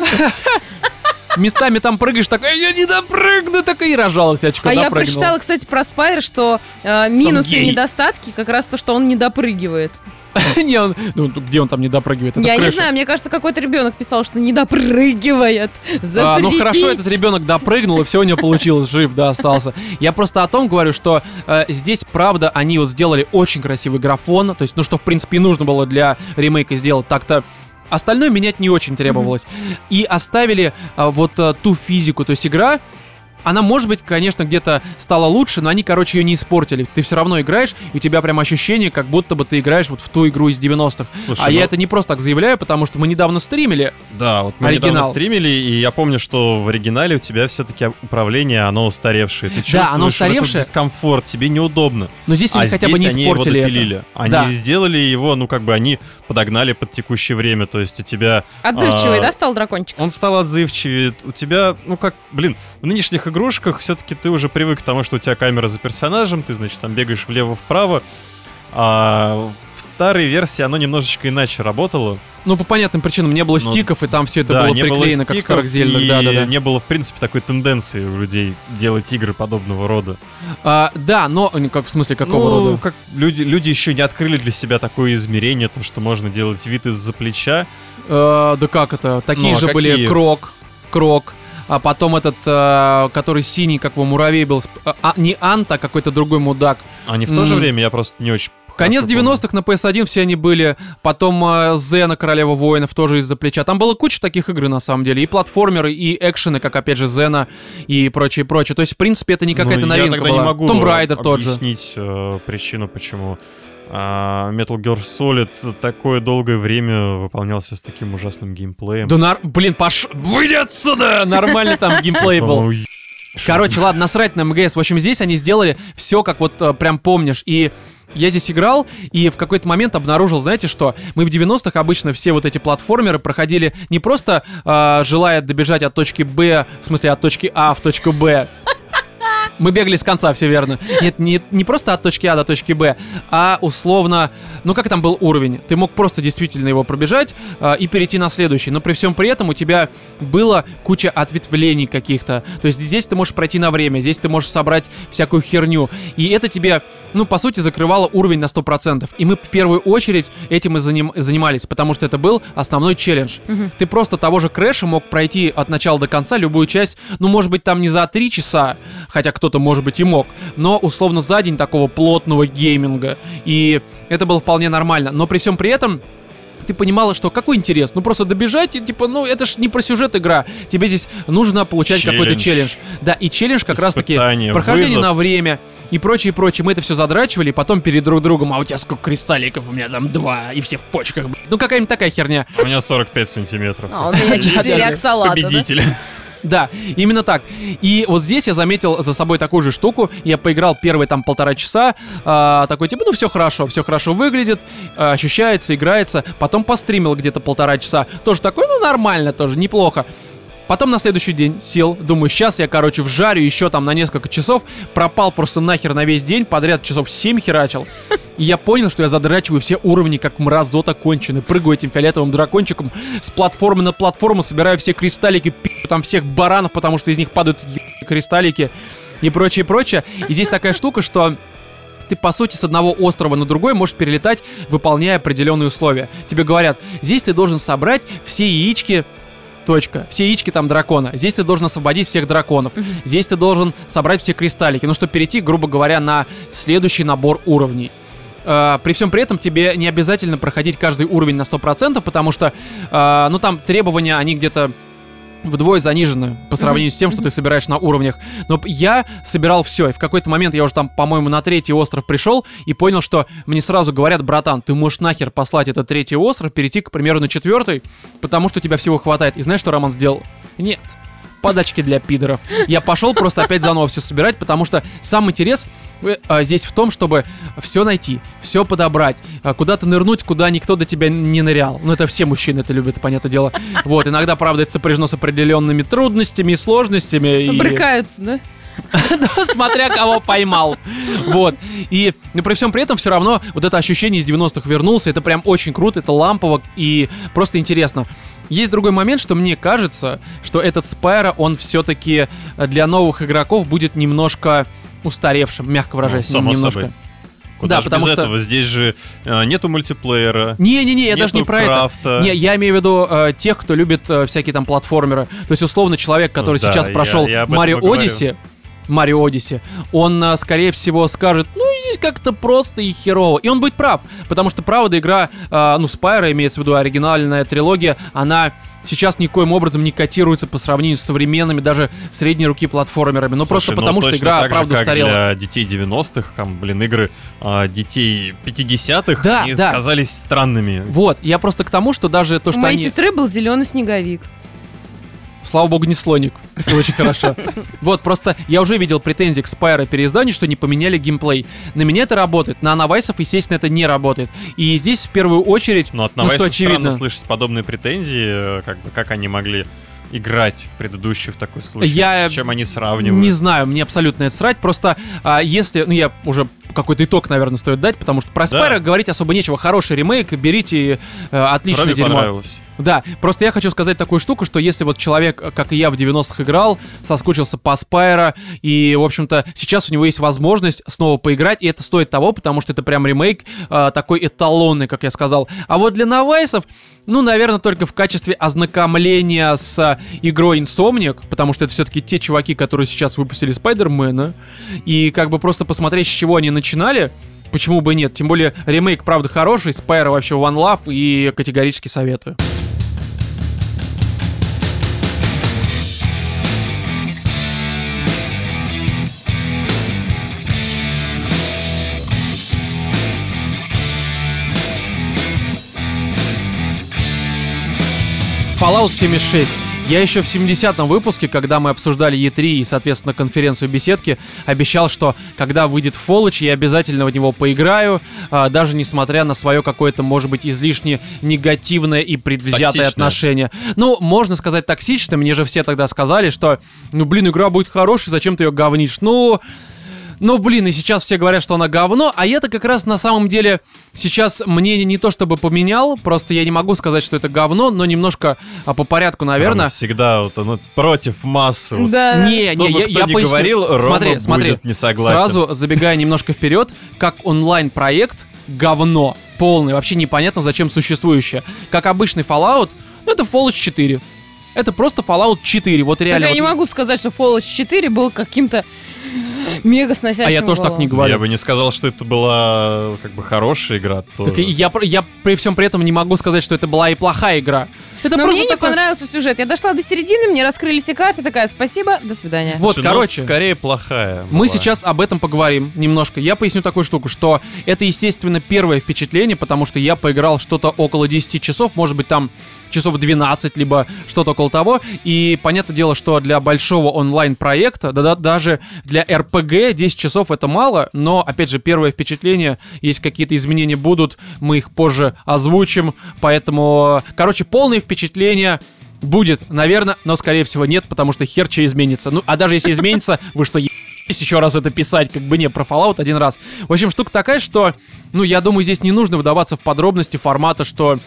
Speaker 1: Местами там прыгаешь, так, «Ай, я не допрыгну, так и рожалась очко,
Speaker 3: А я
Speaker 1: допрыгнула».
Speaker 3: прочитала, кстати, про Спайр, что э, минусы
Speaker 2: гей.
Speaker 3: и недостатки как раз то, что он не допрыгивает.
Speaker 1: <laughs> не, он, ну, где он там не допрыгивает? Это
Speaker 3: я не
Speaker 1: крыша.
Speaker 3: знаю, мне кажется, какой-то ребенок писал, что не допрыгивает.
Speaker 1: А, ну хорошо,
Speaker 3: Запретить.
Speaker 1: этот ребенок допрыгнул, и все у него получилось, жив, да, остался. Я просто о том говорю, что э, здесь, правда, они вот сделали очень красивый графон, то есть, ну что, в принципе, и нужно было для ремейка сделать так-то. Остальное менять не очень требовалось. И оставили э, вот э, ту физику, то есть игра... Она, может быть, конечно, где-то стала лучше, но они, короче, ее не испортили. Ты все равно играешь, и у тебя прям ощущение, как будто бы ты играешь вот в ту игру из 90-х.
Speaker 2: Слушай,
Speaker 1: а
Speaker 2: ну-
Speaker 1: я это не просто так заявляю, потому что мы недавно стримили,
Speaker 2: Да, вот мы
Speaker 1: Оригинал.
Speaker 2: недавно стримили, и я помню, что в оригинале у тебя все-таки управление, оно устаревшее. Ты чувствуешь
Speaker 1: оно
Speaker 2: вот этот
Speaker 1: устаревшее.
Speaker 2: дискомфорт, тебе неудобно.
Speaker 1: но здесь они
Speaker 2: а
Speaker 1: хотя бы не
Speaker 2: здесь они его
Speaker 1: испортили это.
Speaker 2: допилили. Они
Speaker 1: Да.
Speaker 2: сделали его, ну как бы они подогнали под текущее время. То есть у тебя
Speaker 3: Отзывчивый,
Speaker 2: А,
Speaker 3: да, стал дракончик?
Speaker 2: он стал отзывчивее. У тебя, ну как, блин, в нынешних игрушках все-таки ты уже привык к тому, что у тебя камера за персонажем, ты, значит, там бегаешь влево-вправо. А в старой версии оно немножечко иначе работало.
Speaker 1: Ну, по понятным причинам, не было
Speaker 2: Ну,
Speaker 1: стиков, и там все это
Speaker 2: да,
Speaker 1: было
Speaker 2: не
Speaker 1: приклеено,
Speaker 2: было
Speaker 1: как в
Speaker 2: стиков,
Speaker 1: старых зельдах,
Speaker 2: и
Speaker 1: да, да, да.
Speaker 2: не было, в принципе, такой тенденции у людей делать игры подобного рода.
Speaker 1: А, да, но э, как в смысле какого
Speaker 2: ну,
Speaker 1: рода?
Speaker 2: как люди, люди еще не открыли для себя такое измерение, то, что можно делать вид из-за плеча.
Speaker 1: Э, да как это? Такие
Speaker 2: Ну, а
Speaker 1: же были
Speaker 2: какие?
Speaker 1: Крок, Крок, а потом этот, э, который синий, как его муравей был, сп- а, не Анта, а какой-то другой мудак.
Speaker 2: А не в то же
Speaker 1: М.
Speaker 2: время, я просто не очень
Speaker 1: Конец
Speaker 2: хорошо помню.
Speaker 1: 90-х на PS1 все они были, потом э, Зена, Королева воинов тоже из-за плеча. Там было куча таких игр, на самом деле, и платформеры, и экшены, как, опять же, Зена, и прочее, прочее. То есть, в принципе, это не
Speaker 2: Ну,
Speaker 1: какая-то
Speaker 2: я
Speaker 1: новинка
Speaker 2: тогда
Speaker 1: была.
Speaker 2: не могу
Speaker 1: Tomb Raider тот же.
Speaker 2: объяснить э, причину, почему а, Metal Gear Solid такое долгое время выполнялся с таким ужасным геймплеем.
Speaker 1: Да нар... Блин, пош... Выйди отсюда! Нормально там геймплей был.
Speaker 2: По-моему, е-
Speaker 1: Короче, ладно, насрать на МГС. В общем, здесь они сделали все, как вот э, прям помнишь. И я здесь играл, и в какой-то момент обнаружил, знаете что, мы в 90-х обычно все вот эти платформеры проходили не просто э, желая добежать от точки Б, в смысле от точки А в точку Б, мы бегали с конца, все верно. Нет, не, не просто от точки А до точки Б, а условно, ну как там был уровень? Ты мог просто действительно его пробежать э, и перейти на следующий. Но при всем при этом у тебя было куча ответвлений каких-то. То есть здесь ты можешь пройти на время, здесь ты можешь собрать всякую херню. И это тебе, ну по сути, закрывало уровень на 100%. И мы в первую очередь этим и заним- занимались, потому что это был основной челлендж. Ты просто того же Крэша мог пройти от начала до конца любую часть, ну может быть там не за 3 часа, хотя кто-то, может быть, и мог, но условно за день такого плотного гейминга. И это было вполне нормально. Но при всем при этом ты понимала, что какой интерес? Ну просто добежать и типа, ну это ж не про сюжет игра. Тебе здесь нужно получать какой-то челлендж.
Speaker 2: Челлендж.
Speaker 1: Да, и челлендж как раз-таки
Speaker 2: Испытание,
Speaker 1: прохождение
Speaker 2: вызов.
Speaker 1: на время и прочее, прочее. Мы это все задрачивали, и потом перед друг другом, а у тебя сколько кристалликов, у меня там два, и все в почках. блядь». Ну какая-нибудь такая херня.
Speaker 2: у меня 45 сантиметров.
Speaker 3: А, у меня
Speaker 2: Победитель.
Speaker 3: 4 аксолата,
Speaker 1: <laughs>
Speaker 3: да?
Speaker 2: Победитель.
Speaker 1: Да, именно так. И вот здесь я заметил за собой такую же штуку. Я поиграл первые там полтора часа, а, такой типа, ну все хорошо, все хорошо выглядит, а, ощущается, играется. Потом постримил где-то полтора часа, тоже такой, ну нормально, тоже неплохо. Потом на следующий день сел, думаю, сейчас я, короче, вжарю еще там на несколько часов, пропал просто нахер на весь день, подряд часов 7 херачил. И я понял, что я задрачиваю все уровни, как мразота конченый, прыгаю этим фиолетовым дракончиком с платформы на платформу, собираю все кристаллики, пи***ю там всех баранов, потому что из них падают ебаные кристаллики и прочее, прочее. И здесь такая штука, что ты, по сути, с одного острова на другой можешь перелетать, выполняя определенные условия. Тебе говорят, здесь ты должен собрать все яички точка. Все яички там дракона. Здесь ты должен освободить всех драконов. Здесь ты должен собрать все кристаллики. Ну, чтобы перейти, грубо говоря, на следующий набор уровней. Э, При всем при этом тебе не обязательно проходить каждый уровень на 100%, потому что, э, ну, там требования, они где-то вдвое занижены по сравнению с тем, что ты собираешь на уровнях. Но п- я собирал все, и в какой-то момент я уже там, по-моему, на третий остров пришел и понял, что мне сразу говорят, братан, ты можешь нахер послать этот третий остров, перейти, к примеру, на четвертый, потому что у тебя всего хватает. И знаешь, что Роман сделал? Нет. Подачки для пидоров. Я пошел просто опять заново все собирать, потому что сам интерес э, а, здесь в том, чтобы все найти, все подобрать, а, куда-то нырнуть, куда никто до тебя не нырял. Ну, это все мужчины это любят, понятное дело. Вот, иногда, правда, это сопряжено с определенными трудностями и сложностями. и-
Speaker 3: Брыкаются, да?
Speaker 1: ну, <laughs> смотря кого поймал. Вот. И но при всем при этом все равно вот это ощущение из 90-х вернулся. Это прям очень круто, это лампово и просто интересно. Есть другой момент, что мне кажется, что этот Спайра, он все-таки для новых игроков будет немножко устаревшим, мягко выражаясь,
Speaker 2: Ну, само
Speaker 1: немножко.
Speaker 2: собой. Куда
Speaker 1: Да,
Speaker 2: же
Speaker 1: потому
Speaker 2: без
Speaker 1: что-
Speaker 2: этого? Здесь же э, нету мультиплеера.
Speaker 1: Не-не-не, я
Speaker 2: Нету
Speaker 1: даже не про это.
Speaker 2: крафта.
Speaker 1: Не, я имею в виду э, тех, кто любит э, всякие там платформеры. То есть, условно, человек, который
Speaker 2: Ну да,
Speaker 1: сейчас
Speaker 2: я-
Speaker 1: прошел
Speaker 2: я об этом
Speaker 1: Марио
Speaker 2: и говорю.
Speaker 1: Одиссе, Марио Одиссе, он, э, скорее всего, скажет, ну, здесь как-то просто и херово. И он будет прав, потому что, правда, игра, э, ну, Спайра, имеется в виду оригинальная трилогия, она сейчас никоим образом не котируется по сравнению с современными, даже средней руки платформерами. Ну, просто
Speaker 2: Слушай, ну,
Speaker 1: потому, что
Speaker 2: точно
Speaker 1: игра,
Speaker 2: так же,
Speaker 1: правда,
Speaker 2: как
Speaker 1: устарела.
Speaker 2: для детей 90-х, там, блин, игры а, детей 50-х
Speaker 1: Да,
Speaker 2: они
Speaker 1: да.
Speaker 2: казались странными.
Speaker 1: Вот, я просто к тому, что даже то,
Speaker 3: У
Speaker 1: что
Speaker 3: моей
Speaker 1: они...
Speaker 3: сестры был зеленый снеговик.
Speaker 1: Слава богу, не слоник. Это очень хорошо. Вот, просто я уже видел претензии к Спайро переизданию, что не поменяли геймплей. На меня это работает, на Анавайсов, естественно, это не работает. И здесь в первую очередь...
Speaker 2: Но от
Speaker 1: Ну что,
Speaker 2: Навайса
Speaker 1: очевидно.
Speaker 2: странно слышать подобные претензии, э, как бы как они могли играть в предыдущих такой случае,
Speaker 1: Я
Speaker 2: с чем они сравнивают.
Speaker 1: Не знаю, мне абсолютно это срать. Просто а, если... Ну, я уже какой-то итог, наверное, стоит дать, потому что про
Speaker 2: Да.
Speaker 1: Спайро говорить особо нечего. Хороший ремейк, берите э, отличное
Speaker 2: Роме
Speaker 1: дерьмо.
Speaker 2: понравилось.
Speaker 1: Да, просто я хочу сказать такую штуку, что если вот человек, э, как и я, в 90-х играл, соскучился по Спайро, и, в общем-то, сейчас у него есть возможность снова поиграть, и это стоит того, потому что это прям ремейк э, такой эталонный, как я сказал. А вот для Навайсов, ну, наверное, только в качестве ознакомления с э, игрой Insomniac, потому что это все-таки те чуваки, которые сейчас выпустили Спайдермена, и как бы просто посмотреть, с чего они начинали, Почему бы и нет? Тем более ремейк, правда, хороший, Спайро вообще One Love и категорически советую. Fallout 76. Я еще в 70-м выпуске, когда мы обсуждали E3 и, соответственно, конференцию беседки, обещал, что когда выйдет Fallout, я обязательно в него поиграю, а, даже несмотря на свое какое-то, может быть, излишне негативное и предвзятое
Speaker 2: Токсичное.
Speaker 1: отношение. Ну, можно сказать токсично, мне же все тогда сказали, что, ну, блин, игра будет хорошей, зачем ты ее говнишь? Ну, но, блин, и сейчас все говорят, что она говно, а я-то как раз на самом деле сейчас мнение не то чтобы поменял, просто я не могу сказать, что это говно, но немножко а, по порядку, наверное.
Speaker 2: Рома всегда вот, он, вот против массы. вот.
Speaker 3: Да.
Speaker 1: Не,
Speaker 2: Э, Что
Speaker 1: не,
Speaker 2: бы
Speaker 1: я,
Speaker 2: кто
Speaker 1: я
Speaker 2: ни
Speaker 1: поясню.
Speaker 2: говорил, Рома
Speaker 1: смотри, смотри.
Speaker 2: будет не согласен.
Speaker 1: Сразу забегая немножко вперед, как онлайн-проект говно полный, вообще непонятно зачем существующее. Как обычный Fallout, ну это Fallout 4. Это просто Fallout 4, вот
Speaker 3: Так
Speaker 1: реально.
Speaker 3: я
Speaker 1: вот-
Speaker 3: не могу сказать, что Fallout 4 был каким-то мега сносящим
Speaker 1: а я тоже так не
Speaker 3: голову.
Speaker 1: говорю.
Speaker 2: Я бы не сказал, что это была как бы хорошая игра. тоже.
Speaker 1: Так и я, пр- я при всем при этом не могу сказать, что это была и плохая игра. Это
Speaker 3: Но
Speaker 1: просто
Speaker 3: мне не
Speaker 1: такое-
Speaker 3: понравился сюжет. Я дошла до середины, мне раскрыли все карты, такая, спасибо, до свидания.
Speaker 1: Вот,
Speaker 2: Слушай, ну,
Speaker 1: короче.
Speaker 2: скорее плохая.
Speaker 1: Мы
Speaker 2: была.
Speaker 1: сейчас об этом поговорим немножко. Я поясню такую штуку, что это, естественно, первое впечатление, потому что я поиграл что-то около 10 часов, может быть, там часов 12, либо что-то около того. И понятное дело, что для большого онлайн-проекта, да, да даже для РПГ 10 часов это мало, но, опять же, первое впечатление, если какие-то изменения будут, мы их позже озвучим. Поэтому, короче, полное впечатление Будет, наверное, но, скорее всего, нет, потому что херча изменится. Ну, а даже если изменится, вы что, ебались еще раз это писать? Как бы не, про Fallout один раз. В общем, штука такая, что, ну, я думаю, здесь не нужно вдаваться в подробности формата, что...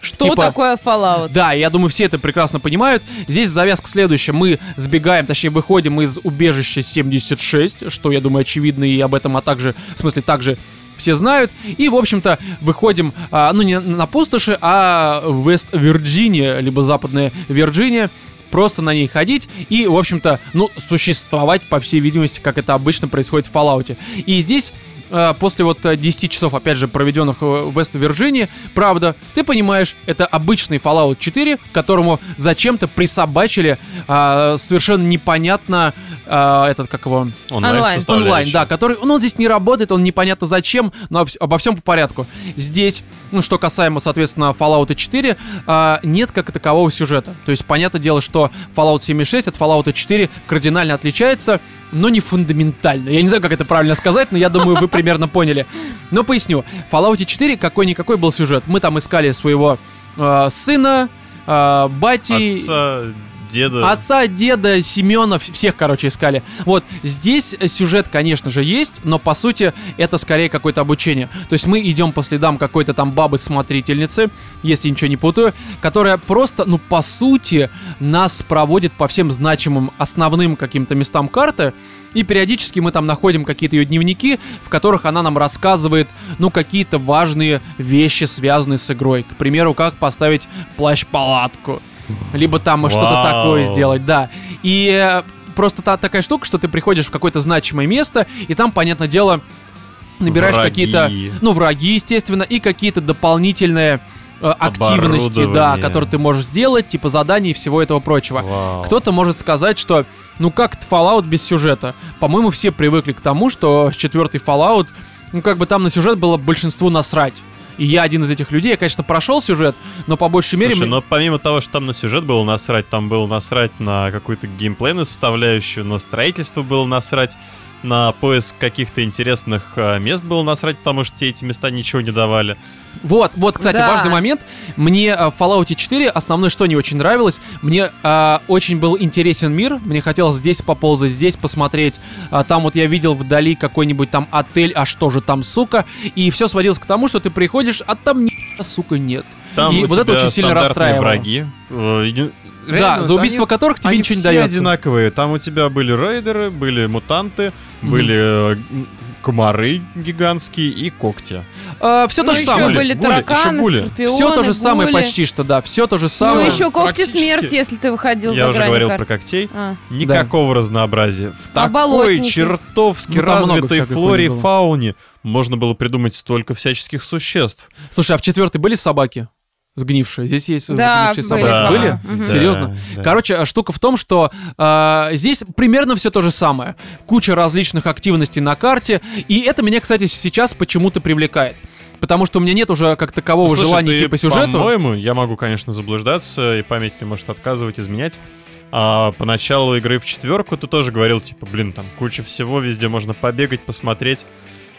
Speaker 3: Что
Speaker 1: типа-
Speaker 3: такое Fallout?
Speaker 1: Да, я думаю, все это прекрасно понимают. Здесь завязка следующая. Мы сбегаем, точнее, выходим из убежища 76, что, я думаю, очевидно, и об этом, а также, в смысле, также все знают. И, в общем-то, выходим, а, ну, не на пустоши, а в Вест-Вирджиния, либо Западная Вирджиния. Просто на ней ходить и, в общем-то, ну, существовать, по всей видимости, как это обычно происходит в Fallout. И здесь э, после вот э, 10 часов, опять же, проведенных э, в Вест-Вирджинии, правда, ты понимаешь, это обычный Fallout 4, к которому зачем-то присобачили э, совершенно непонятно э, этот, как его,
Speaker 2: Онлайн,
Speaker 1: онлайн, да, который, ну, он здесь не работает, он непонятно зачем, но обс- обо всем по порядку. Здесь, ну, что касаемо, соответственно, Fallout 4, а, нет как такового сюжета. То есть, понятное дело, что Fallout 76 от Fallout 4 кардинально отличается, но не фундаментально. Я не знаю, как это правильно сказать, но я думаю, вы примерно поняли. Но поясню. В Fallout 4 какой-никакой был сюжет. Мы там искали своего э, сына, э, бати...
Speaker 2: Отца, деда.
Speaker 1: Отца, деда, Семена, вс- всех, короче, искали. Вот, здесь э, сюжет, конечно же, есть, но, по сути, это скорее какое-то обучение. То есть мы идем по следам какой-то там бабы-смотрительницы, если ничего не путаю, которая просто, ну, по сути, нас проводит по всем значимым основным каким-то местам карты, и периодически мы там находим какие-то ее дневники, в которых она нам рассказывает, ну, какие-то важные вещи, связанные с игрой. К примеру, как поставить плащ-палатку. Либо там что-то
Speaker 2: Вау.
Speaker 1: такое сделать, да. И э, просто та- такая штука, что ты приходишь в какое-то значимое место, и там, понятное дело, набираешь
Speaker 2: Враги.
Speaker 1: какие-то, ну, враги, естественно, и какие-то дополнительные э, активности, да,
Speaker 2: Оборудование.
Speaker 1: которые ты можешь сделать, типа заданий и всего этого прочего.
Speaker 2: Вау.
Speaker 1: Кто-то может сказать, что ну как это Fallout без сюжета? По-моему, все привыкли к тому, что с четвертый Fallout, ну как бы там на сюжет было большинству насрать. И я один из этих людей, я, конечно, прошел сюжет, но по большей мере...
Speaker 2: Слушай, ну
Speaker 1: мне-
Speaker 2: но помимо того, что там на сюжет было насрать, там было насрать на какую-то геймплейную составляющую, на строительство было насрать, на поиск каких-то интересных э, мест было насрать, потому что тебе эти места ничего не давали.
Speaker 1: Вот, вот, кстати,
Speaker 3: Да.
Speaker 1: важный момент. Мне э, в Fallout 4 основное, что не очень нравилось, мне э, очень был интересен мир, мне хотелось здесь поползать, здесь посмотреть. А там вот я видел вдали какой-нибудь там отель, а что же там, сука? И все сводилось к тому, что ты приходишь, а там ни сука нет.
Speaker 2: Там
Speaker 1: И
Speaker 2: у
Speaker 1: вот это
Speaker 2: тебя
Speaker 1: очень сильно
Speaker 2: стандартные
Speaker 1: расстраивало.
Speaker 2: враги. Э, еди-
Speaker 1: да,
Speaker 2: реально,
Speaker 1: за убийство
Speaker 2: они-
Speaker 1: которых тебе
Speaker 2: они
Speaker 1: ничего не
Speaker 2: все
Speaker 1: дается.
Speaker 2: одинаковые. Там у тебя были рейдеры, были мутанты,
Speaker 1: Мгм.
Speaker 2: были э, м, комары гигантские и когти.
Speaker 1: все
Speaker 3: Ну,
Speaker 1: Э, то же
Speaker 3: еще
Speaker 1: самое.
Speaker 3: были
Speaker 2: Гули,
Speaker 3: тараканы,
Speaker 2: еще гули.
Speaker 3: скорпионы,
Speaker 1: Все то же самое
Speaker 3: гули.
Speaker 1: почти что, да. Все то же
Speaker 3: Ну,
Speaker 1: самое.
Speaker 3: еще когти
Speaker 2: Практически.
Speaker 3: смерти, если ты выходил
Speaker 2: Я
Speaker 3: за
Speaker 2: уже
Speaker 3: грани
Speaker 2: говорил
Speaker 3: карты.
Speaker 2: про когтей.
Speaker 3: А.
Speaker 2: Никакого разнообразия. В
Speaker 3: А
Speaker 2: такой
Speaker 3: болотники?
Speaker 2: чертовски
Speaker 1: Ну, там много
Speaker 2: развитой
Speaker 1: всякой
Speaker 2: флоре и
Speaker 1: хуйни было.
Speaker 2: фауне можно было придумать столько всяческих существ.
Speaker 1: Слушай, а в четвертой были собаки? Сгнившие. Здесь есть
Speaker 3: Да,
Speaker 1: сгнившие
Speaker 3: были,
Speaker 1: собаки.
Speaker 3: да.
Speaker 1: Были?
Speaker 3: Мгм.
Speaker 1: Серьезно?
Speaker 2: Да, да.
Speaker 1: Короче, штука в том, что э, здесь примерно все то же самое. Куча различных активностей на карте. И это меня, кстати, сейчас почему-то привлекает. Потому что у меня нет уже как такового
Speaker 2: Слушай,
Speaker 1: желания
Speaker 2: ты,
Speaker 1: идти по типа сюжету.
Speaker 2: По-моему, я могу, конечно, заблуждаться, и память мне может отказывать, изменять. А поначалу игры в четверку ты тоже говорил, типа, блин, там куча всего, везде можно побегать, посмотреть.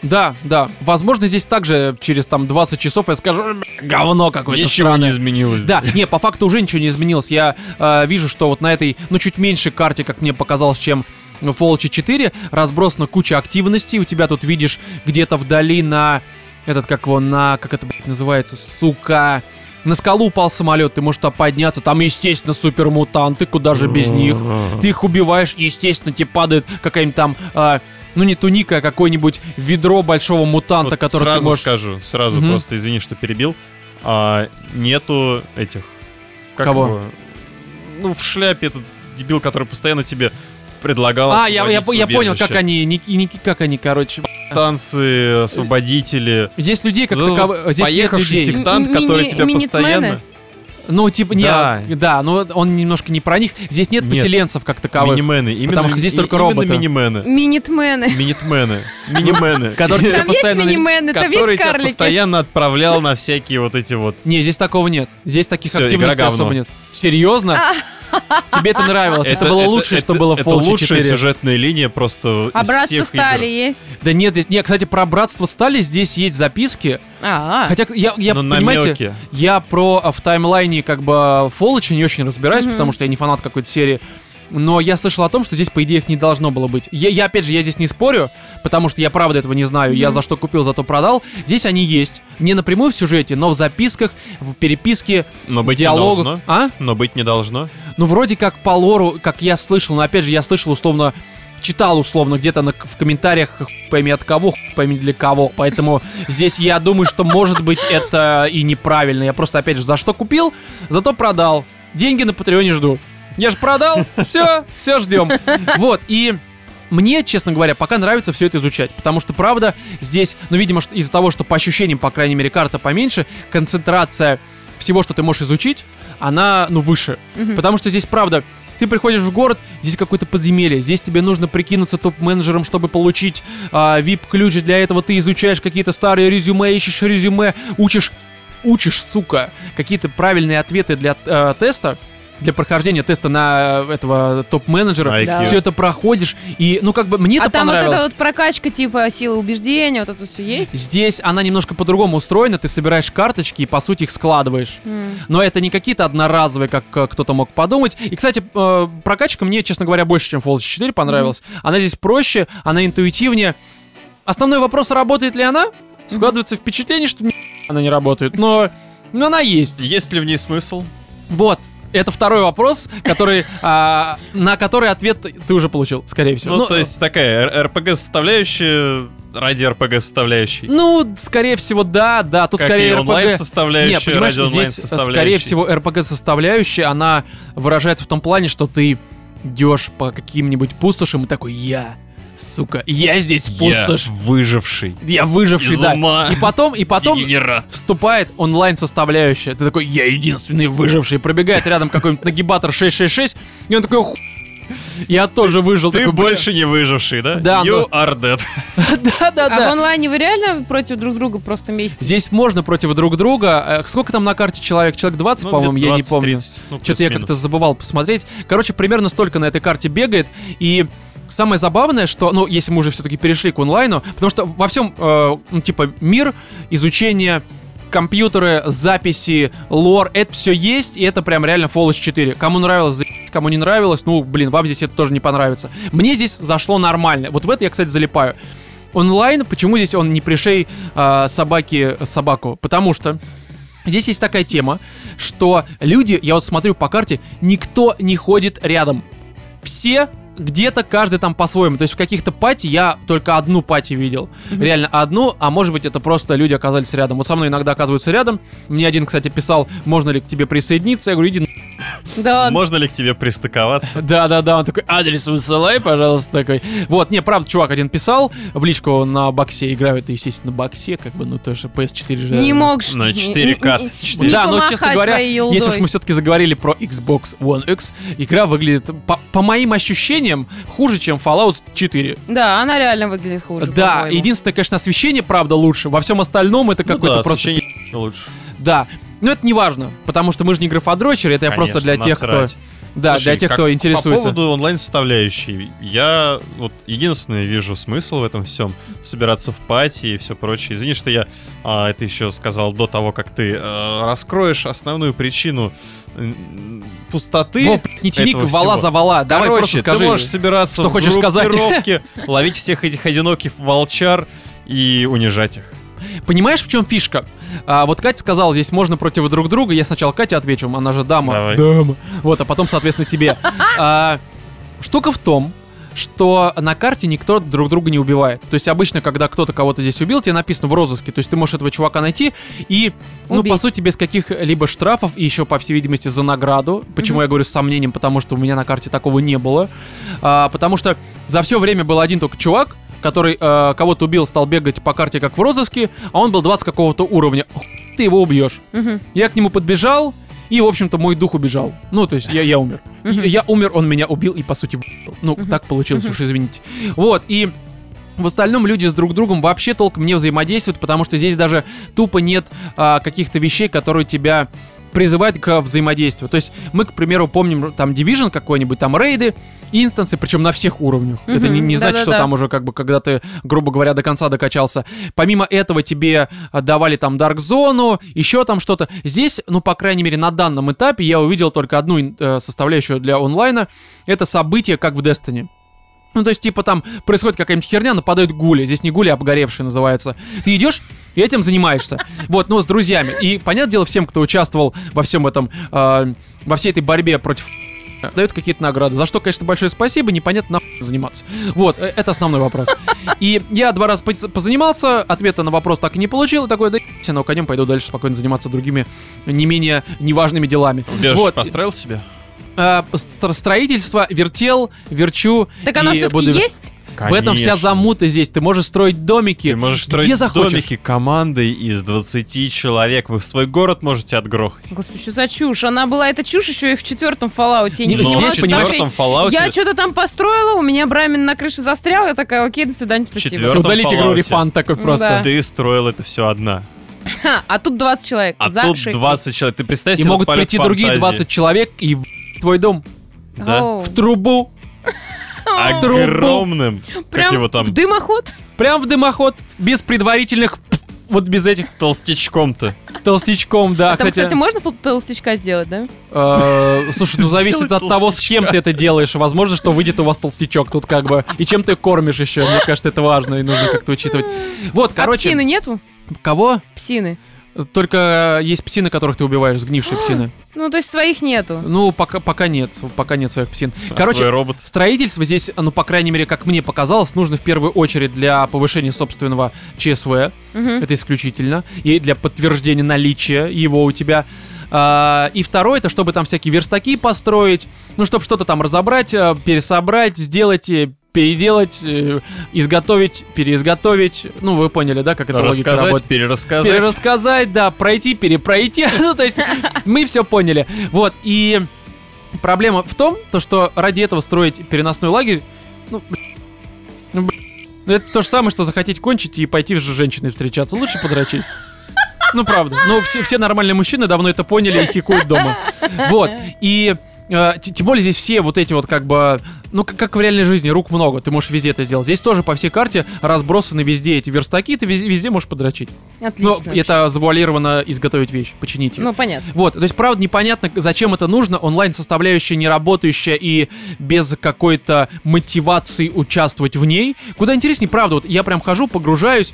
Speaker 1: Да, да. Возможно, здесь также через там 20 часов я скажу, «Бля, говно какое-то
Speaker 2: Ничего
Speaker 1: сраное».
Speaker 2: не изменилось.
Speaker 1: Да, не, по факту уже ничего не изменилось. Я э, вижу, что вот на этой, ну, чуть меньше карте, как мне показалось, чем в Fallout 4, разбросана куча активностей. У тебя тут видишь где-то вдали на этот, как его, на, как это, блядь, называется, сука... На скалу упал самолет, ты можешь там подняться, там, естественно, супермутанты, куда же без них. Ты их убиваешь, естественно, тебе падает какая-нибудь там, э, ну не туника, а какое-нибудь ведро большого мутанта,
Speaker 2: Вот
Speaker 1: который
Speaker 2: сразу
Speaker 1: ты можешь...
Speaker 2: скажу, сразу
Speaker 1: Мгм.
Speaker 2: просто извини, что перебил. А, нету этих. как
Speaker 1: Кого?
Speaker 2: его? Ну, в шляпе этот дебил, который постоянно тебе предлагал.
Speaker 1: А, я, я,
Speaker 2: освободить
Speaker 1: я понял, как
Speaker 2: убежище.
Speaker 1: они, ники- ники- как они, короче,
Speaker 2: Танцы, освободители.
Speaker 1: Здесь людей как
Speaker 2: Ну,
Speaker 1: таковых... Э, Здесь нет
Speaker 2: поехавший
Speaker 1: людей.
Speaker 3: сек-
Speaker 2: сектант,
Speaker 3: М-
Speaker 2: который
Speaker 3: мини-
Speaker 2: тебя
Speaker 3: минитмены?
Speaker 2: постоянно...
Speaker 1: Ну, типа, не,
Speaker 2: Да.
Speaker 1: да. но он немножко не про них. Здесь нет,
Speaker 2: Нет.
Speaker 1: поселенцев как таковых.
Speaker 2: Минимены. Именно,
Speaker 1: Потому что здесь
Speaker 2: и-
Speaker 1: только Ну,
Speaker 2: именно
Speaker 1: роботы.
Speaker 3: <laughs>
Speaker 2: минимены.
Speaker 1: <laughs>
Speaker 3: Минитмены.
Speaker 2: Минитмены. Минимены.
Speaker 3: <laughs>
Speaker 1: Которые тебя
Speaker 3: Там есть
Speaker 1: постоянно... на-
Speaker 3: минимены, там
Speaker 2: Который
Speaker 3: есть
Speaker 2: тебя
Speaker 3: карлики.
Speaker 2: постоянно отправлял на всякие вот эти вот...
Speaker 1: Не, здесь такого нет. Здесь таких
Speaker 2: Всё, игра
Speaker 1: активностей
Speaker 2: говно.
Speaker 1: особо нет. Серьезно?
Speaker 3: А.
Speaker 1: Тебе это нравилось. Это, было лучшее, что было в
Speaker 2: Это
Speaker 1: Fallout 4.
Speaker 2: лучшая сюжетная линия просто
Speaker 3: А
Speaker 2: из
Speaker 3: братство
Speaker 2: всех
Speaker 3: стали
Speaker 2: игр.
Speaker 3: есть.
Speaker 1: Да нет, здесь... Нет, кстати, про братство стали, здесь есть записки.
Speaker 3: А,
Speaker 1: Хотя я, я
Speaker 2: Но
Speaker 1: понимаете,
Speaker 2: Ну, намеки.
Speaker 1: я про а, в таймлайне как бы Фолоча не очень разбираюсь,
Speaker 3: Мгм.
Speaker 1: потому что я не фанат какой-то серии. Но я слышал о том, что здесь, по идее, их не должно было быть. Я, я, опять же, я здесь не спорю, потому что я правда этого не знаю. Я за что купил, зато продал. Здесь они есть. Не напрямую в сюжете, но в записках, в переписке,
Speaker 2: Но
Speaker 1: в
Speaker 2: быть не
Speaker 1: диалогах.
Speaker 2: должно.
Speaker 1: А?
Speaker 2: Но быть не должно.
Speaker 1: Ну, вроде как по лору, как я слышал, но опять же, я слышал условно, читал условно где-то на- в комментариях, хуй пойми от кого, хуй пойми для кого. Поэтому здесь я думаю, что может быть это и неправильно. Я просто, опять же, за что купил, зато продал. Деньги на Патреоне жду. Я же продал, все, все ждем. Вот, и мне, честно говоря, пока нравится все это изучать, потому что, правда, здесь, ну, видимо, что- из-за того, что по ощущениям, по крайней мере, карта поменьше, концентрация всего, что ты можешь изучить, она, ну, выше.
Speaker 3: Мгм.
Speaker 1: Потому что здесь, правда, ты приходишь в город, здесь какое-то подземелье, здесь тебе нужно прикинуться топ-менеджером, чтобы получить VIP-ключи. Для этого ты изучаешь какие-то старые резюме, ищешь резюме, учишь, учишь, сука, какие-то правильные ответы для э, теста, для прохождения теста на э, этого топ-менеджера.
Speaker 2: IQ.
Speaker 3: Да.
Speaker 1: Все это проходишь, и, ну, как бы, мне
Speaker 3: а
Speaker 1: это
Speaker 3: там вот
Speaker 1: понравилось.
Speaker 3: эта вот прокачка типа силы убеждения, вот это все есть?
Speaker 1: Здесь она немножко по-другому устроена, ты собираешь карточки и, по сути, их складываешь.
Speaker 3: М.
Speaker 1: Но это не какие-то одноразовые, как э, кто-то мог подумать. И, кстати, э, прокачка мне, честно говоря, больше, чем Fallout 4 понравилась. Она здесь проще, она интуитивнее. Основной вопрос, работает ли она? Складывается впечатление, что ни- она не работает, но, но она есть.
Speaker 2: Есть ли в ней смысл?
Speaker 1: Вот. Это второй вопрос, который, а, на который ответ ты- ты уже получил, скорее всего.
Speaker 2: Ну, то есть такая РПГ-составляющая ради РПГ-составляющей.
Speaker 1: ну, скорее всего, да, да. Тут
Speaker 2: как и
Speaker 1: скорее РПГ.
Speaker 2: онлайн-составляющая
Speaker 1: Нет, понимаешь,
Speaker 2: ради
Speaker 1: здесь, э,
Speaker 2: онлайн-составляющей.
Speaker 1: скорее всего, РПГ-составляющая, она выражается в том плане, что ты идешь по каким-нибудь пустошам и такой «Я, сука, я здесь
Speaker 2: Я
Speaker 1: пустошь,
Speaker 2: выживший.
Speaker 1: я, выживший,
Speaker 2: Из
Speaker 1: да».
Speaker 2: ума.
Speaker 1: И потом, и потом
Speaker 2: Дегенерат.
Speaker 1: вступает онлайн-составляющая. Ты такой «Я единственный выживший». Пробегает рядом какой-нибудь нагибатор 666, и он такой «Ху- Я тоже выжил.
Speaker 2: Ты
Speaker 1: такой, «Бля».
Speaker 2: больше не выживший, да?
Speaker 1: Да, ну,
Speaker 2: You are dead.
Speaker 3: А в
Speaker 1: <laughs> Да-да-да.
Speaker 3: онлайне вы реально против друг друга просто месяц?
Speaker 1: Здесь можно против друг друга. Э, Сколько там на карте человек? Человек 20,
Speaker 2: Ну,
Speaker 1: по-моему,
Speaker 2: где-то
Speaker 1: я не
Speaker 2: 20-30,
Speaker 1: помню.
Speaker 2: ну,
Speaker 1: Что-то я
Speaker 2: плюс-минус.
Speaker 1: как-то забывал посмотреть. Короче, примерно столько на этой карте бегает. И самое забавное, что, ну, если мы уже все-таки перешли к онлайну, потому что во всем, э, ну, типа, мир, изучение компьютеры, записи, лор, это все есть, и это прям реально Fallout 4. Кому нравилось, заебись, кому не нравилось, ну, блин, вам здесь это тоже не понравится. Мне здесь зашло нормально. Вот в это я, кстати, залипаю. Онлайн, почему здесь он не пришей э, собаки собаку? Потому что Здесь есть такая тема, что люди, я вот смотрю по карте, никто не ходит рядом. Все где-то каждый там по-своему. То есть в каких-то пати я только одну пати видел. Реально одну, а может быть это просто люди оказались рядом. Вот со мной иногда оказываются рядом. Мне один, кстати, писал, можно ли к тебе присоединиться. Я говорю, иди на-». <laughs>
Speaker 3: Да ладно.
Speaker 2: Можно ли к тебе пристыковаться?
Speaker 1: Да-да-да, он такой, адрес высылай, пожалуйста, такой. Вот, не, правда, чувак один писал, в личку на боксе играют, и, естественно, на боксе, как бы, ну, то же PS4 же...
Speaker 3: Не мог ж-
Speaker 2: На
Speaker 3: не-
Speaker 2: 4К,
Speaker 3: не- не-
Speaker 2: четыре.
Speaker 3: не
Speaker 1: да, но,
Speaker 3: помахать
Speaker 1: честно говоря,
Speaker 3: своей елдой.
Speaker 1: если уж мы все-таки заговорили про Xbox One X, игра выглядит, по, по моим ощущениям, хуже, чем Fallout 4.
Speaker 3: Да, она реально выглядит хуже.
Speaker 1: да,
Speaker 3: по-моему.
Speaker 1: единственное, конечно, освещение, правда, лучше. Во всем остальном это
Speaker 2: Ну
Speaker 1: какой-то
Speaker 2: да,
Speaker 1: просто...
Speaker 2: освещение лучше.
Speaker 1: пи- Да. Но это не важно, потому что мы же не графодрочеры, это я просто для
Speaker 2: Конечно,
Speaker 1: тех, кто...
Speaker 2: насрать.
Speaker 1: Да,
Speaker 2: Слушай,
Speaker 1: для тех,
Speaker 2: как-
Speaker 1: кто интересуется.
Speaker 2: По поводу онлайн-составляющей, я вот единственное вижу смысл в этом всем, собираться в пати и все прочее. Извини, что я а, это еще сказал до того, как ты э, раскроешь основную причину м, пустоты.
Speaker 1: Во, блядь, не тяни
Speaker 2: этого
Speaker 1: вала
Speaker 2: всего.
Speaker 1: за вала, давай
Speaker 2: Короче,
Speaker 1: просто скажи.
Speaker 2: ты можешь собираться
Speaker 1: что
Speaker 2: в
Speaker 1: хочешь сказать.
Speaker 2: группировки,
Speaker 1: <laughs>
Speaker 2: ловить всех этих одиноких волчар и унижать их.
Speaker 1: Понимаешь, в чем фишка? А, вот Катя сказала, здесь можно против друг друга. Я сначала Кате отвечу, она же дама.
Speaker 2: Давай.
Speaker 1: Дама. Вот, а потом, соответственно, тебе. А, штука в том, что на карте никто друг друга не убивает. То есть обычно, когда кто-то кого-то здесь убил, тебе написано в розыске. То есть ты можешь этого чувака найти и, ну,
Speaker 3: Убить.
Speaker 1: по сути, без каких-либо штрафов и еще, по всей видимости, за награду. Почему я говорю с сомнением? Потому что у меня на карте такого не было. А, потому что за все время был один только чувак, который э, кого-то убил, стал бегать по карте как в розыске, а он был 20 какого-то уровня. Хуй ты его убьешь.
Speaker 3: Мгм.
Speaker 1: Я к нему подбежал, и, в общем-то, мой дух убежал. Ну, то есть я, я умер.
Speaker 3: Мгм.
Speaker 1: Я, я умер, он меня убил и, по сути, в***л. Ну, так получилось, уж извините. Вот, и... В остальном люди с друг другом вообще толком не взаимодействуют, потому что здесь даже тупо нет а, каких-то вещей, которые тебя призывает к взаимодействию. То есть мы, к примеру, помним там Division какой-нибудь, там рейды, инстансы, причем на всех уровнях.
Speaker 3: Мгм,
Speaker 1: Это не, не значит, что
Speaker 3: да-да-да.
Speaker 1: там уже как бы, когда ты, грубо говоря, до конца докачался. Помимо этого тебе а, давали там Dark Zone, еще там что-то. Здесь, ну, по крайней мере, на данном этапе я увидел только одну э, составляющую для онлайна. Это событие, как в Destiny. Ну, то есть, типа, там происходит какая-нибудь херня, нападают гули. Здесь не гули, а обгоревшие называются. Ты идешь и этим занимаешься. Вот, ну, с друзьями. И, понятное дело, всем, кто участвовал во всем этом, э, во всей этой борьбе против <laughs> дают какие-то награды. За что, конечно, большое спасибо, непонятно на хуй заниматься. Вот, э, это основной вопрос. И я два раза поз- позанимался, ответа на вопрос так и не получил, и такой, да ебать, но конем пойду дальше спокойно заниматься другими не менее неважными делами.
Speaker 2: Убежище
Speaker 1: вот,
Speaker 2: построил себе?
Speaker 1: э, ст- строительство, вертел, верчу.
Speaker 3: Так она
Speaker 1: и
Speaker 3: все-таки
Speaker 1: буду-
Speaker 3: есть?
Speaker 1: В этом вся
Speaker 2: Конечно.
Speaker 1: замута здесь. Ты можешь строить домики.
Speaker 2: Ты можешь строить
Speaker 1: где захочешь.
Speaker 2: домики командой из 20 человек. Вы свой город можете отгрохать.
Speaker 3: Господи, что за чушь? Она была эта чушь еще и в четвертом фоллауте. Я не
Speaker 1: Ну,
Speaker 2: Но
Speaker 3: понимала,
Speaker 1: здесь,
Speaker 2: в
Speaker 3: что
Speaker 1: понимаешь,
Speaker 3: там-
Speaker 2: четвертом Fallout
Speaker 3: Я что-то там построила, у меня Брамин на крыше застрял, я такая, окей, до свидания, спасибо.
Speaker 2: Четвер-
Speaker 1: Всё, Удалить игру
Speaker 2: Fallout.
Speaker 1: рефан такой
Speaker 3: Ну
Speaker 1: просто.
Speaker 3: да.
Speaker 2: ты строил это все одна.
Speaker 3: Ха, а тут 20 человек.
Speaker 2: А
Speaker 3: За
Speaker 2: тут
Speaker 3: шесть.
Speaker 2: 20 человек. Ты представь
Speaker 1: И
Speaker 2: себе
Speaker 1: могут
Speaker 2: полет
Speaker 1: прийти другие
Speaker 2: фантазии.
Speaker 1: 20 человек и в твой дом
Speaker 2: Да.
Speaker 3: Оу.
Speaker 1: в трубу, трубу.
Speaker 2: Огромным. Как
Speaker 3: Прям
Speaker 2: его там
Speaker 3: в дымоход?
Speaker 1: прям в дымоход, без предварительных, вот без этих
Speaker 2: толстячком-то. А
Speaker 1: толстячком, да.
Speaker 3: А там,
Speaker 1: хотя-
Speaker 3: кстати, можно фол- толстячка сделать, да?
Speaker 1: Э, Слушай, ну зависит
Speaker 2: <laughs> Сделай
Speaker 1: от того, с кем ты это делаешь. Возможно, что выйдет у вас толстячок тут как бы. И чем ты кормишь еще. Мне кажется, это важно и нужно как-то учитывать. Вот,
Speaker 3: А
Speaker 1: короче.
Speaker 3: псины нету?
Speaker 1: Кого?
Speaker 3: Псины.
Speaker 1: Только есть псины, которых ты убиваешь, сгнившие псины.
Speaker 3: Ну, то есть своих нету.
Speaker 1: Ну, пока, пока нет. Пока нет своих псин.
Speaker 2: Короче, свой
Speaker 1: Короче,
Speaker 2: робот.
Speaker 1: Строительство здесь, ну, по крайней мере, как мне показалось, нужно в первую очередь для повышения собственного ЧСВ.
Speaker 3: Мгм.
Speaker 1: Это исключительно. И для подтверждения наличия его у тебя. А, И второе, это чтобы там всякие верстаки построить, ну, чтобы что-то там разобрать, э, пересобрать, сделать, э, переделать, э, изготовить, переизготовить. Ну, вы поняли, да, как это логика
Speaker 2: Рассказать,
Speaker 1: работает?
Speaker 2: перерассказать.
Speaker 1: Перерассказать, да, пройти, перепройти. <laughs> Ну, то есть, мы все поняли. Вот, и проблема в том, то, что ради этого строить переносной лагерь, ну, блин, ну, блин, ну, это то же самое, что захотеть кончить и пойти с женщиной встречаться. Лучше подрочить. Ну, правда. Ну, все, все нормальные мужчины давно это поняли и хикуют дома. Вот. И э, т- тем более здесь все вот эти вот как бы... Ну, как, как в реальной жизни, рук много, ты можешь везде это сделать. Здесь тоже по всей карте разбросаны везде эти верстаки, ты вез- везде можешь подрочить. Но
Speaker 3: Отлично.
Speaker 1: Ну, это а, завуалированно изготовить вещь, починить ее.
Speaker 3: Ну, понятно.
Speaker 1: Вот, то есть, правда, непонятно, зачем это нужно, онлайн-составляющая не работающая и без какой-то мотивации участвовать в ней. Куда интереснее, правда, вот я прям хожу, погружаюсь,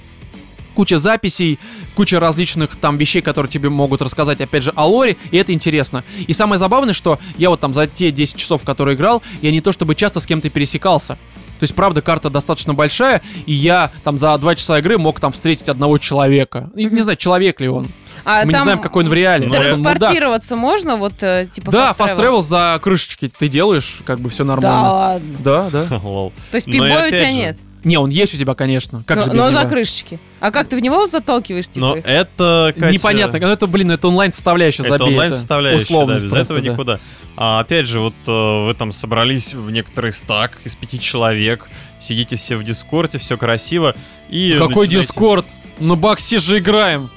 Speaker 1: куча записей, куча различных там вещей, которые тебе могут рассказать, опять же, о лоре, и это интересно. И самое забавное, что я вот там за те 10 часов, которые играл, я не то чтобы часто с кем-то пересекался. То есть, правда, карта достаточно большая, и я там за 2 часа игры мог там встретить одного человека. И не знаю, человек ли он.
Speaker 3: А
Speaker 1: Мы не
Speaker 3: там
Speaker 1: знаем, какой он в реале.
Speaker 2: Ну,
Speaker 1: Может, он мудак.
Speaker 3: Транспортироваться можно, вот, э, типа,
Speaker 1: Да,
Speaker 3: fast travel?
Speaker 1: fast travel за крышечки ты делаешь, как бы все
Speaker 3: Да
Speaker 1: нормально.
Speaker 3: ладно.
Speaker 1: Да, да.
Speaker 2: <laughs> Лол.
Speaker 3: То есть
Speaker 2: Но Ну и
Speaker 3: пинбоя у
Speaker 2: опять
Speaker 3: тебя
Speaker 2: же,
Speaker 3: нет.
Speaker 1: Не, он есть у тебя, конечно. Как
Speaker 3: но,
Speaker 1: же без
Speaker 3: но
Speaker 1: него?
Speaker 3: за крышечки. А как ты в него заталкиваешь, типа?
Speaker 2: Но
Speaker 3: их?
Speaker 2: это, Катя,
Speaker 1: Непонятно. Ну это, блин, это онлайн составляющая
Speaker 2: Это
Speaker 1: забей.
Speaker 2: онлайн составляющая,
Speaker 1: условность
Speaker 2: да, без
Speaker 1: просто,
Speaker 2: этого
Speaker 1: да.
Speaker 2: никуда. А опять же, вот э, вы там собрались в некоторый стак из пяти человек, сидите все в дискорде, все красиво и
Speaker 1: Какой
Speaker 2: начинаете-
Speaker 1: дискорд? На баксе же играем.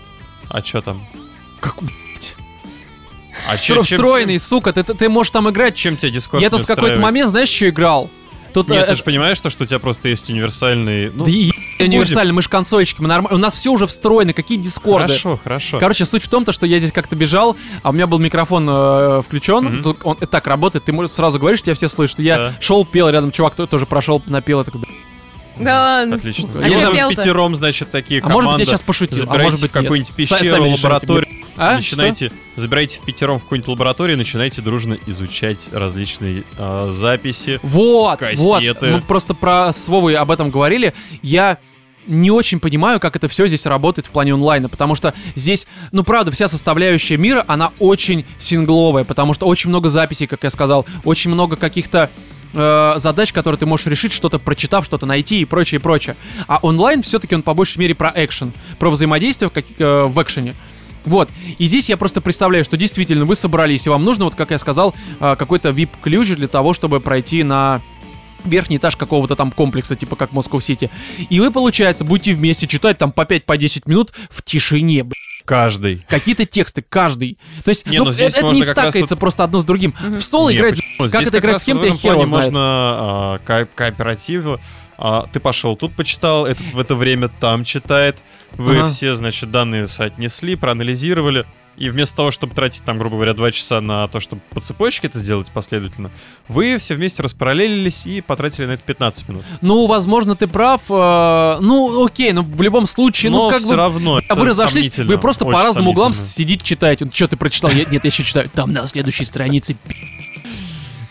Speaker 2: А что там?
Speaker 1: Как
Speaker 2: А чё-
Speaker 1: Встро-
Speaker 2: чем-
Speaker 1: встроенный, сука, ты, ты- ты можешь там играть.
Speaker 2: Чем, чем тебя дискорд
Speaker 1: Я тут
Speaker 2: не
Speaker 1: в какой-то
Speaker 2: устраивает?
Speaker 1: момент, знаешь, что играл? Тут
Speaker 2: Нет,
Speaker 1: э,
Speaker 2: ты же понимаешь, то, что у тебя просто есть универсальный... Ну,
Speaker 1: да и- универсально, мы же консольщики, мы нормально. У нас все уже встроено, какие дискорды.
Speaker 2: хорошо, хорошо.
Speaker 1: Короче, суть в том, то, что я здесь как-то бежал, а у меня был микрофон э, включен.
Speaker 2: Мгм.
Speaker 1: Тут он так работает, ты можешь сразу говоришь, тебя все слышат. И Я
Speaker 2: Да.
Speaker 1: шел, пел, рядом чувак то- тоже прошел, напел. Я такой, «А «Бля».
Speaker 3: Да ладно. А
Speaker 2: Отлично.
Speaker 1: сука,
Speaker 2: Ну,
Speaker 1: я не
Speaker 2: там
Speaker 1: знаю,
Speaker 3: пел-то?
Speaker 2: пятером, значит, такие
Speaker 1: а
Speaker 2: команды.
Speaker 1: может быть, я сейчас пошутил, а
Speaker 2: Забирайтесь
Speaker 1: может быть,
Speaker 2: в какую-нибудь
Speaker 1: нет. Са-
Speaker 2: пещеру,
Speaker 1: сами решайте,
Speaker 2: лабораторию.
Speaker 1: блин. А?
Speaker 2: начинайте, забирайте в пятером в какую-нибудь лабораторию и начинайте дружно изучать различные э, записи.
Speaker 1: Что? Вот, вот.
Speaker 2: Кассеты.
Speaker 1: Мы просто про с Вовой об этом говорили. Я не очень понимаю, как это все здесь работает в плане онлайна, потому что здесь, ну правда, вся составляющая мира, она очень сингловая, потому что очень много записей, как я сказал, очень много каких-то э, задач, которые ты можешь решить, что-то прочитав, что-то найти и прочее, и прочее. А онлайн все-таки он по большей мере про экшен, про взаимодействие в, как- э, в экшене. Вот. И здесь я просто представляю, что действительно вы собрались, и вам нужно, вот как я сказал, э, какой-то VIP-ключ для того, чтобы пройти на верхний этаж какого-то там комплекса, типа как Москва-Сити. И вы, получается, будете вместе читать там по 5-10 минут в тишине, блядь,
Speaker 2: Каждый.
Speaker 1: Какие-то тексты, каждый. То есть,
Speaker 2: Не,
Speaker 1: ну,
Speaker 2: но
Speaker 1: э-
Speaker 2: здесь
Speaker 1: это не
Speaker 2: можно как раз
Speaker 1: стакается просто одно с другим.
Speaker 3: Мгм.
Speaker 1: В соло
Speaker 2: Не,
Speaker 1: играть,
Speaker 2: почему?
Speaker 1: как
Speaker 2: Здесь
Speaker 1: это играть
Speaker 2: раз
Speaker 1: с кем-то,
Speaker 2: в
Speaker 1: я
Speaker 2: этом
Speaker 1: хер его
Speaker 2: плане
Speaker 1: знает.
Speaker 2: можно а, ко- кооператив. а, ты пошел тут почитал, этот в это время там читает. Вы
Speaker 1: Ага.
Speaker 2: все, значит, данные соотнесли, проанализировали. И вместо того, чтобы тратить, там, грубо говоря, два часа на то, чтобы по цепочке это сделать последовательно, вы все вместе распараллелились и потратили на это 15 минут.
Speaker 1: Ну, возможно, ты прав. э, ну, окей, но в любом случае,
Speaker 2: Но
Speaker 1: ну, как
Speaker 2: все
Speaker 1: бы...
Speaker 2: равно.
Speaker 1: А
Speaker 2: это
Speaker 1: вы разошлись,
Speaker 2: сомнительно,
Speaker 1: вы просто по
Speaker 2: очень
Speaker 1: разным углам
Speaker 2: сомнительно.
Speaker 1: сидите, читаете. Ну, что ты прочитал? Я- нет, я еще читаю. Там на следующей странице. пи***.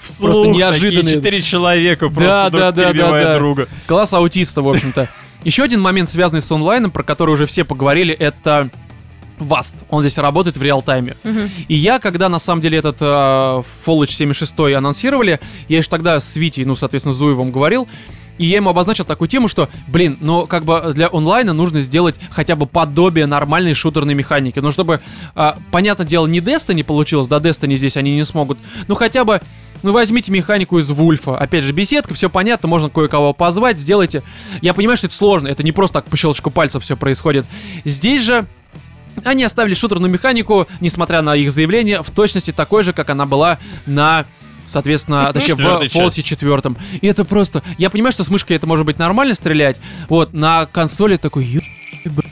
Speaker 2: Вслух
Speaker 1: просто
Speaker 2: такие
Speaker 1: неожиданные.
Speaker 2: четыре человека просто
Speaker 1: Да,
Speaker 2: друг
Speaker 1: да, да, да,
Speaker 2: перебивая
Speaker 1: да.
Speaker 2: друга.
Speaker 1: Класс аутиста, в общем-то. Еще один момент, связанный с онлайном, про который уже все поговорили, это Васт. Он здесь работает в реал-тайме.
Speaker 3: Мгм.
Speaker 1: И я, когда на самом деле этот э, Fallout 76 анонсировали, я еще тогда с Витей, ну, соответственно, Зуевым говорил, и я ему обозначил такую тему, что, блин, ну, как бы для онлайна нужно сделать хотя бы подобие нормальной шутерной механики. Ну, чтобы, а, понятное дело, не Destiny получилось, да, Destiny здесь они не смогут, ну, хотя бы, ну, возьмите механику из Вульфа. Опять же, беседка, все понятно, можно кое-кого позвать, сделайте. Я понимаю, что это сложно, это не просто так по щелчку пальцев все происходит. Здесь же они оставили шутерную механику, несмотря на их заявление, в точности такой же, как она была на соответственно, точнее, в
Speaker 2: Четвертой
Speaker 1: Fallout
Speaker 2: части.
Speaker 1: 4. И это просто... Я понимаю, что с мышкой это может быть нормально стрелять. Вот, на консоли такой... «Ё- б***ь».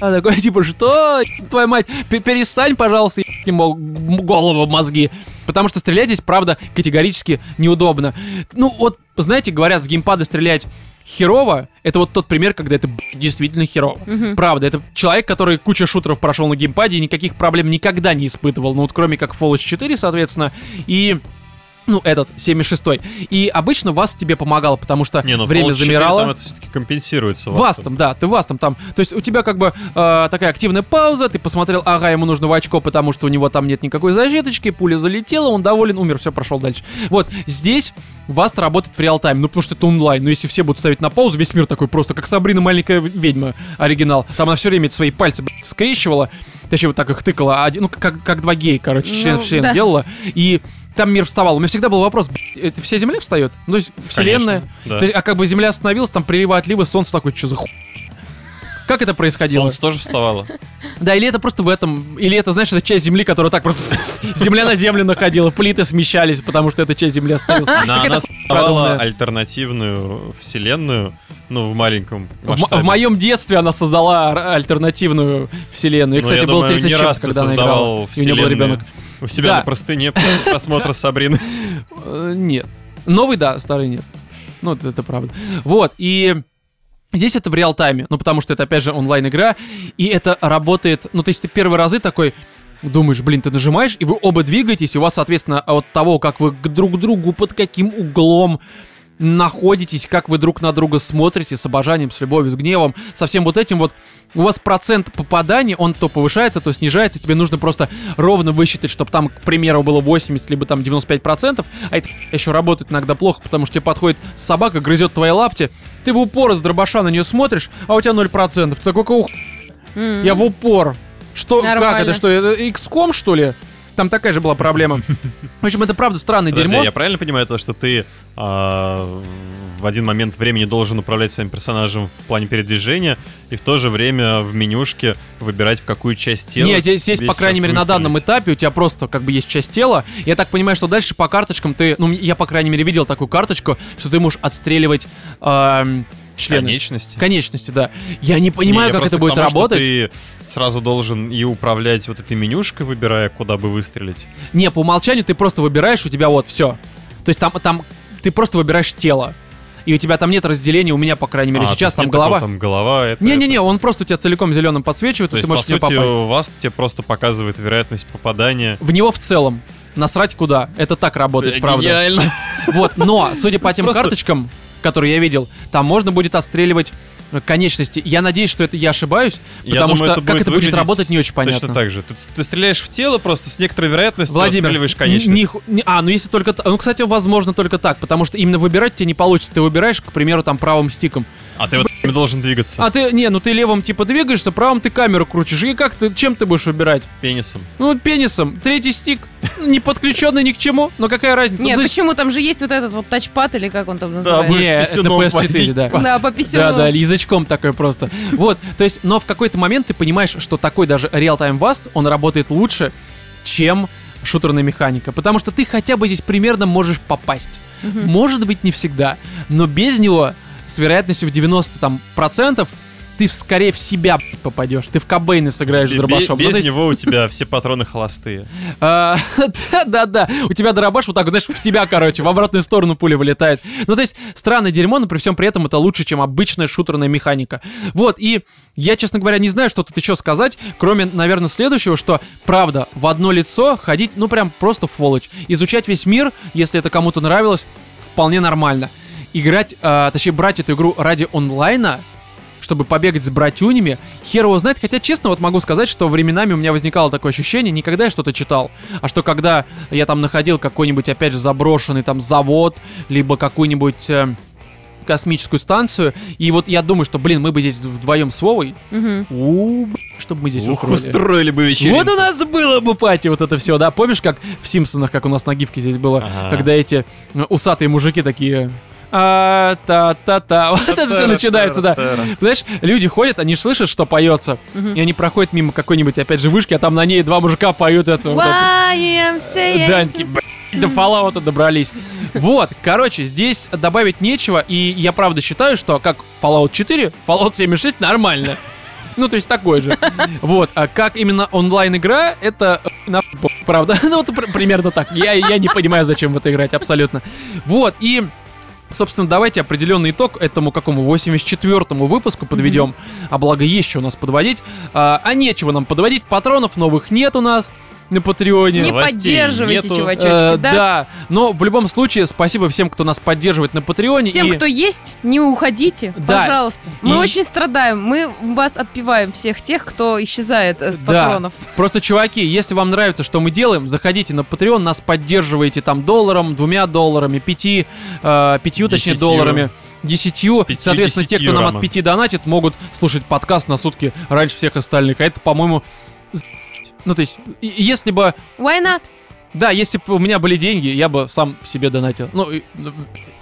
Speaker 1: А такой, типа, что? ё- Твою мать, пе- перестань, пожалуйста, ё- ему м- голову, мозги. Потому что стрелять здесь, правда, категорически неудобно. Ну, вот, знаете, говорят, с геймпада стрелять херово, это вот тот пример, когда это б***ь, действительно херово.
Speaker 3: Мгм.
Speaker 1: Правда, это человек, который куча шутеров прошел на геймпаде и никаких проблем никогда не испытывал. Ну вот кроме как Fallout 4, соответственно, и... Ну, этот, 76-й. И обычно вас тебе помогал, потому что
Speaker 2: Не, ну,
Speaker 1: время
Speaker 2: Fallout 4 Там
Speaker 1: замирало.
Speaker 2: это все-таки компенсируется.
Speaker 1: Вастом, да, ты вастом там. То есть у тебя как бы э, такая активная пауза, ты посмотрел, ага, ему нужно в очко, потому что у него там нет никакой защиточки, пуля залетела, он доволен, умер, все, прошел дальше. Вот, здесь Васт работает в реал-тайм, ну потому что это онлайн, но если все будут ставить на паузу, весь мир такой просто, как Сабрина маленькая ведьма, оригинал. Там она все время эти свои пальцы блядь, скрещивала, точнее вот так их тыкала, один, ну как, как два гея, короче,
Speaker 3: Ну,
Speaker 1: член в член
Speaker 3: да.
Speaker 1: делала, и там мир вставал. У меня всегда был вопрос, блядь, это вся Земля встает? Ну, то есть Вселенная,
Speaker 2: Да.
Speaker 1: то есть, а как бы Земля остановилась, там приливы, отливы, солнце такое, что за ху... Как это происходило?
Speaker 2: Солнце тоже
Speaker 1: <laughs>
Speaker 2: вставало.
Speaker 1: Да, или это просто в этом, или это, знаешь, это часть Земли, которая так просто... <laughs> Земля на Землю находила, плиты смещались, потому что эта часть Земли остановилась.
Speaker 2: Она, она
Speaker 3: как это
Speaker 2: создавала
Speaker 1: продуманная.
Speaker 2: альтернативную вселенную, ну, в маленьком
Speaker 1: В, м-
Speaker 2: масштабе.
Speaker 1: в моем детстве она создала р- альтернативную вселенную. И,
Speaker 2: Но
Speaker 1: кстати,
Speaker 2: Ну, я
Speaker 1: было
Speaker 2: думаю,
Speaker 1: 30
Speaker 2: не
Speaker 1: чем,
Speaker 2: раз ты
Speaker 1: когда она
Speaker 2: создавал
Speaker 1: играла. И у нее был ребенок.
Speaker 2: вселенную. У себя
Speaker 1: Да.
Speaker 2: на простыне после
Speaker 1: <laughs>
Speaker 2: просмотра Сабрины.
Speaker 1: Э, Нет. Новый, да, старый нет. Ну, это, это правда. Вот, и здесь это в реал-тайме, ну, потому что это, опять же, онлайн-игра, и это работает, ну, то есть ты первые разы такой думаешь, блин, ты нажимаешь, и вы оба двигаетесь, и у вас, соответственно, от того, как вы к друг другу, под каким углом находитесь, как вы друг на друга смотрите, с обожанием, с любовью, с гневом, со всем вот этим вот, у вас процент попаданий, он то повышается, то снижается, тебе нужно просто ровно высчитать, чтобы там, к примеру, было 80, либо там 95%, а это еще работает иногда плохо, потому что тебе подходит собака, грызет твои лапти, ты в упор с дробаша на нее смотришь, а у тебя 0%, ты такой, «Какого ху-
Speaker 3: М.
Speaker 1: я в упор. Что, как
Speaker 3: Нормально.
Speaker 1: это, что, это XCOM, что ли? Там такая же была проблема. В общем, это правда странное
Speaker 2: Подожди,
Speaker 1: дерьмо.
Speaker 2: я правильно понимаю то, что ты а, в один момент времени должен управлять своим персонажем в плане передвижения и в то же время в менюшке выбирать, в какую часть тела
Speaker 1: Нет, здесь, здесь,
Speaker 2: тебе
Speaker 1: по
Speaker 2: сейчас
Speaker 1: крайней мере, на данном
Speaker 2: выстрелить.
Speaker 1: этапе у тебя просто как бы есть часть тела. Я так понимаю, что дальше по карточкам ты... Ну, я, по крайней мере, видел такую карточку, что ты можешь отстреливать эм, члены.
Speaker 2: конечности.
Speaker 1: Конечности, да. Я не понимаю,
Speaker 2: Не, я
Speaker 1: как
Speaker 2: просто
Speaker 1: это
Speaker 2: к
Speaker 1: будет
Speaker 2: тому, что
Speaker 1: работать.
Speaker 2: ты сразу должен и управлять вот этой менюшкой, выбирая, куда бы выстрелить.
Speaker 1: Не, по умолчанию ты просто выбираешь, у тебя вот все. То есть там, там ты просто выбираешь тело. И у тебя там нет разделения, у меня, по крайней мере,
Speaker 2: А, то
Speaker 1: сейчас
Speaker 2: есть
Speaker 1: там
Speaker 2: нет такого
Speaker 1: голова.
Speaker 2: там голова. это-
Speaker 1: Не-не-не, он просто у тебя целиком зеленым подсвечивается,
Speaker 2: То есть,
Speaker 1: ты
Speaker 2: по
Speaker 1: можешь в него
Speaker 2: сути,
Speaker 1: попасть.
Speaker 2: у вас тебе просто показывает вероятность попадания.
Speaker 1: В него в целом. Насрать куда. Это так работает,
Speaker 2: Э,
Speaker 1: правда. <laughs>
Speaker 2: Гениально.
Speaker 1: Вот, но, судя по
Speaker 2: есть
Speaker 1: тем
Speaker 2: просто-
Speaker 1: карточкам, которые я видел, там можно будет отстреливать э, конечности. Я надеюсь, что это я ошибаюсь,
Speaker 2: Я
Speaker 1: потому
Speaker 2: думаю,
Speaker 1: что как это будет
Speaker 2: выглядеть
Speaker 1: работать, не очень понятно.
Speaker 2: Точно так же. Ты, ты стреляешь в тело просто с некоторой вероятностью, отстреливаешь
Speaker 1: н-
Speaker 2: конечность.
Speaker 1: ниху- не- а, ну если только... т- Ну, кстати, возможно, только так, потому что именно выбирать тебе не получится. Ты выбираешь, к примеру, там правым стиком.
Speaker 2: А ты вот не должен двигаться
Speaker 1: А ты, не, ну ты левым типа двигаешься, правым ты камеру крутишь. И как ты, чем ты будешь выбирать?
Speaker 2: пенисом.
Speaker 1: Ну, пенисом. Третий стик. Не подключенный ни к чему, но какая разница?
Speaker 3: Нет,
Speaker 1: Ну,
Speaker 3: почему там же есть вот этот вот тачпад или как он там
Speaker 1: будешь
Speaker 3: называется?
Speaker 1: Не, это
Speaker 2: писюном
Speaker 1: PS4,
Speaker 2: водить
Speaker 1: да.
Speaker 2: по-
Speaker 3: Да, по писюну.
Speaker 1: Да, да, язычком такой просто. Вот, то есть, но в какой-то момент ты понимаешь, что такой даже real-time vast, он работает лучше, чем шутерная механика. Потому что ты хотя бы здесь примерно можешь попасть. Может быть, не всегда, но без него с вероятностью в 90 там, процентов ты в- скорее в себя б***ь, попадешь. Ты в Кобейна сыграешь с
Speaker 2: Бе-
Speaker 1: дробашом. Ну,
Speaker 2: Без
Speaker 1: то есть,
Speaker 2: него у тебя все патроны холостые.
Speaker 1: а, <laughs> Да-да-да, у тебя дробаш вот так, знаешь, в себя, короче, в обратную сторону пули вылетает. Ну, то есть, странное дерьмо, но при всем при этом это лучше, чем обычная шутерная механика. Вот, и я, честно говоря, не знаю, что тут еще сказать, кроме, наверное, следующего, что, правда, в одно лицо ходить, ну, прям просто в сволочь. Изучать весь мир, если это кому-то нравилось, вполне нормально. Играть, а, точнее, брать эту игру ради онлайна, чтобы побегать с братюнями, хер его знает. Хотя, честно, вот могу сказать, что временами у меня возникало такое ощущение, никогда я что-то читал, а что когда я там находил какой-нибудь, опять же, заброшенный там завод, либо какую-нибудь... э, космическую станцию, и вот я думаю, что, блин, мы бы здесь вдвоем с Вовой,
Speaker 3: Мгм.
Speaker 1: у, б***ь, чтобы мы здесь
Speaker 2: Ух,
Speaker 1: устроили.
Speaker 2: устроили бы
Speaker 1: Вот
Speaker 2: вечеринку.
Speaker 1: у нас было бы пати, вот это все, да? Помнишь, как в Симпсонах, как у нас на гифке здесь было,
Speaker 2: Ага.
Speaker 1: когда эти э, усатые мужики такие... А, та-та-та. <laughs> Вот это все начинается, да. Знаешь, люди ходят, они ж слышат, что поется,
Speaker 3: Мгм.
Speaker 1: и они проходят мимо какой-нибудь, опять же, вышки, а там на ней два мужика поют это. вот это.
Speaker 3: YMCA.
Speaker 1: Да, они такие, «Б***ь, до Fallout'а добрались. Вот, короче, здесь добавить нечего, и я правда считаю, что как Fallout 4, Fallout 76 нормально. Ну, то есть такой же. Вот, а как именно онлайн-игра, это э, на бог, правда. <laughs> Ну, вот пр- примерно так. Я, я не понимаю, зачем в это играть, абсолютно. Вот, и... Собственно, давайте определенный итог этому какому 84-му выпуску подведем. А благо есть что у нас подводить. А, а нечего нам подводить. Патронов новых нет у нас на Патреоне.
Speaker 3: Не
Speaker 2: Новостей
Speaker 3: поддерживайте,
Speaker 2: нету.
Speaker 1: Э,
Speaker 3: чувачочки, да?
Speaker 1: но в любом случае спасибо всем, кто нас поддерживает на Патреоне.
Speaker 3: Всем,
Speaker 1: и-
Speaker 3: кто есть, не уходите,
Speaker 1: Да.
Speaker 3: пожалуйста. Мы
Speaker 1: И-
Speaker 3: очень страдаем, мы вас отпиваем всех тех, кто исчезает э, с
Speaker 1: Да.
Speaker 3: патронов.
Speaker 1: Просто, чуваки, если вам нравится, что мы делаем, заходите на Patreon, нас поддерживаете там долларом, двумя долларами, пяти, э, пятью, точнее,
Speaker 2: Десятью.
Speaker 1: долларами. Десятью.
Speaker 2: Пятью,
Speaker 1: Соответственно, те,
Speaker 2: десятью,
Speaker 1: кто нам
Speaker 2: Роман.
Speaker 1: от пяти донатит, могут слушать подкаст на сутки раньше всех остальных. А это, по-моему, за- ну, то есть, и- если бы,
Speaker 3: Why not?
Speaker 1: да, если бы у меня были деньги, я бы сам себе донатил. Ну, и- ну,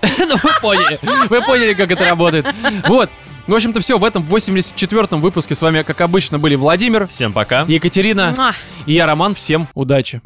Speaker 1: <laughs> ну, вы поняли, вы поняли, как это работает. Вот, в общем-то, все, в этом 84-м выпуске с вами, как обычно, были Владимир,
Speaker 2: Всем пока.
Speaker 1: Екатерина
Speaker 3: Муа.
Speaker 1: и я, Роман. Всем удачи.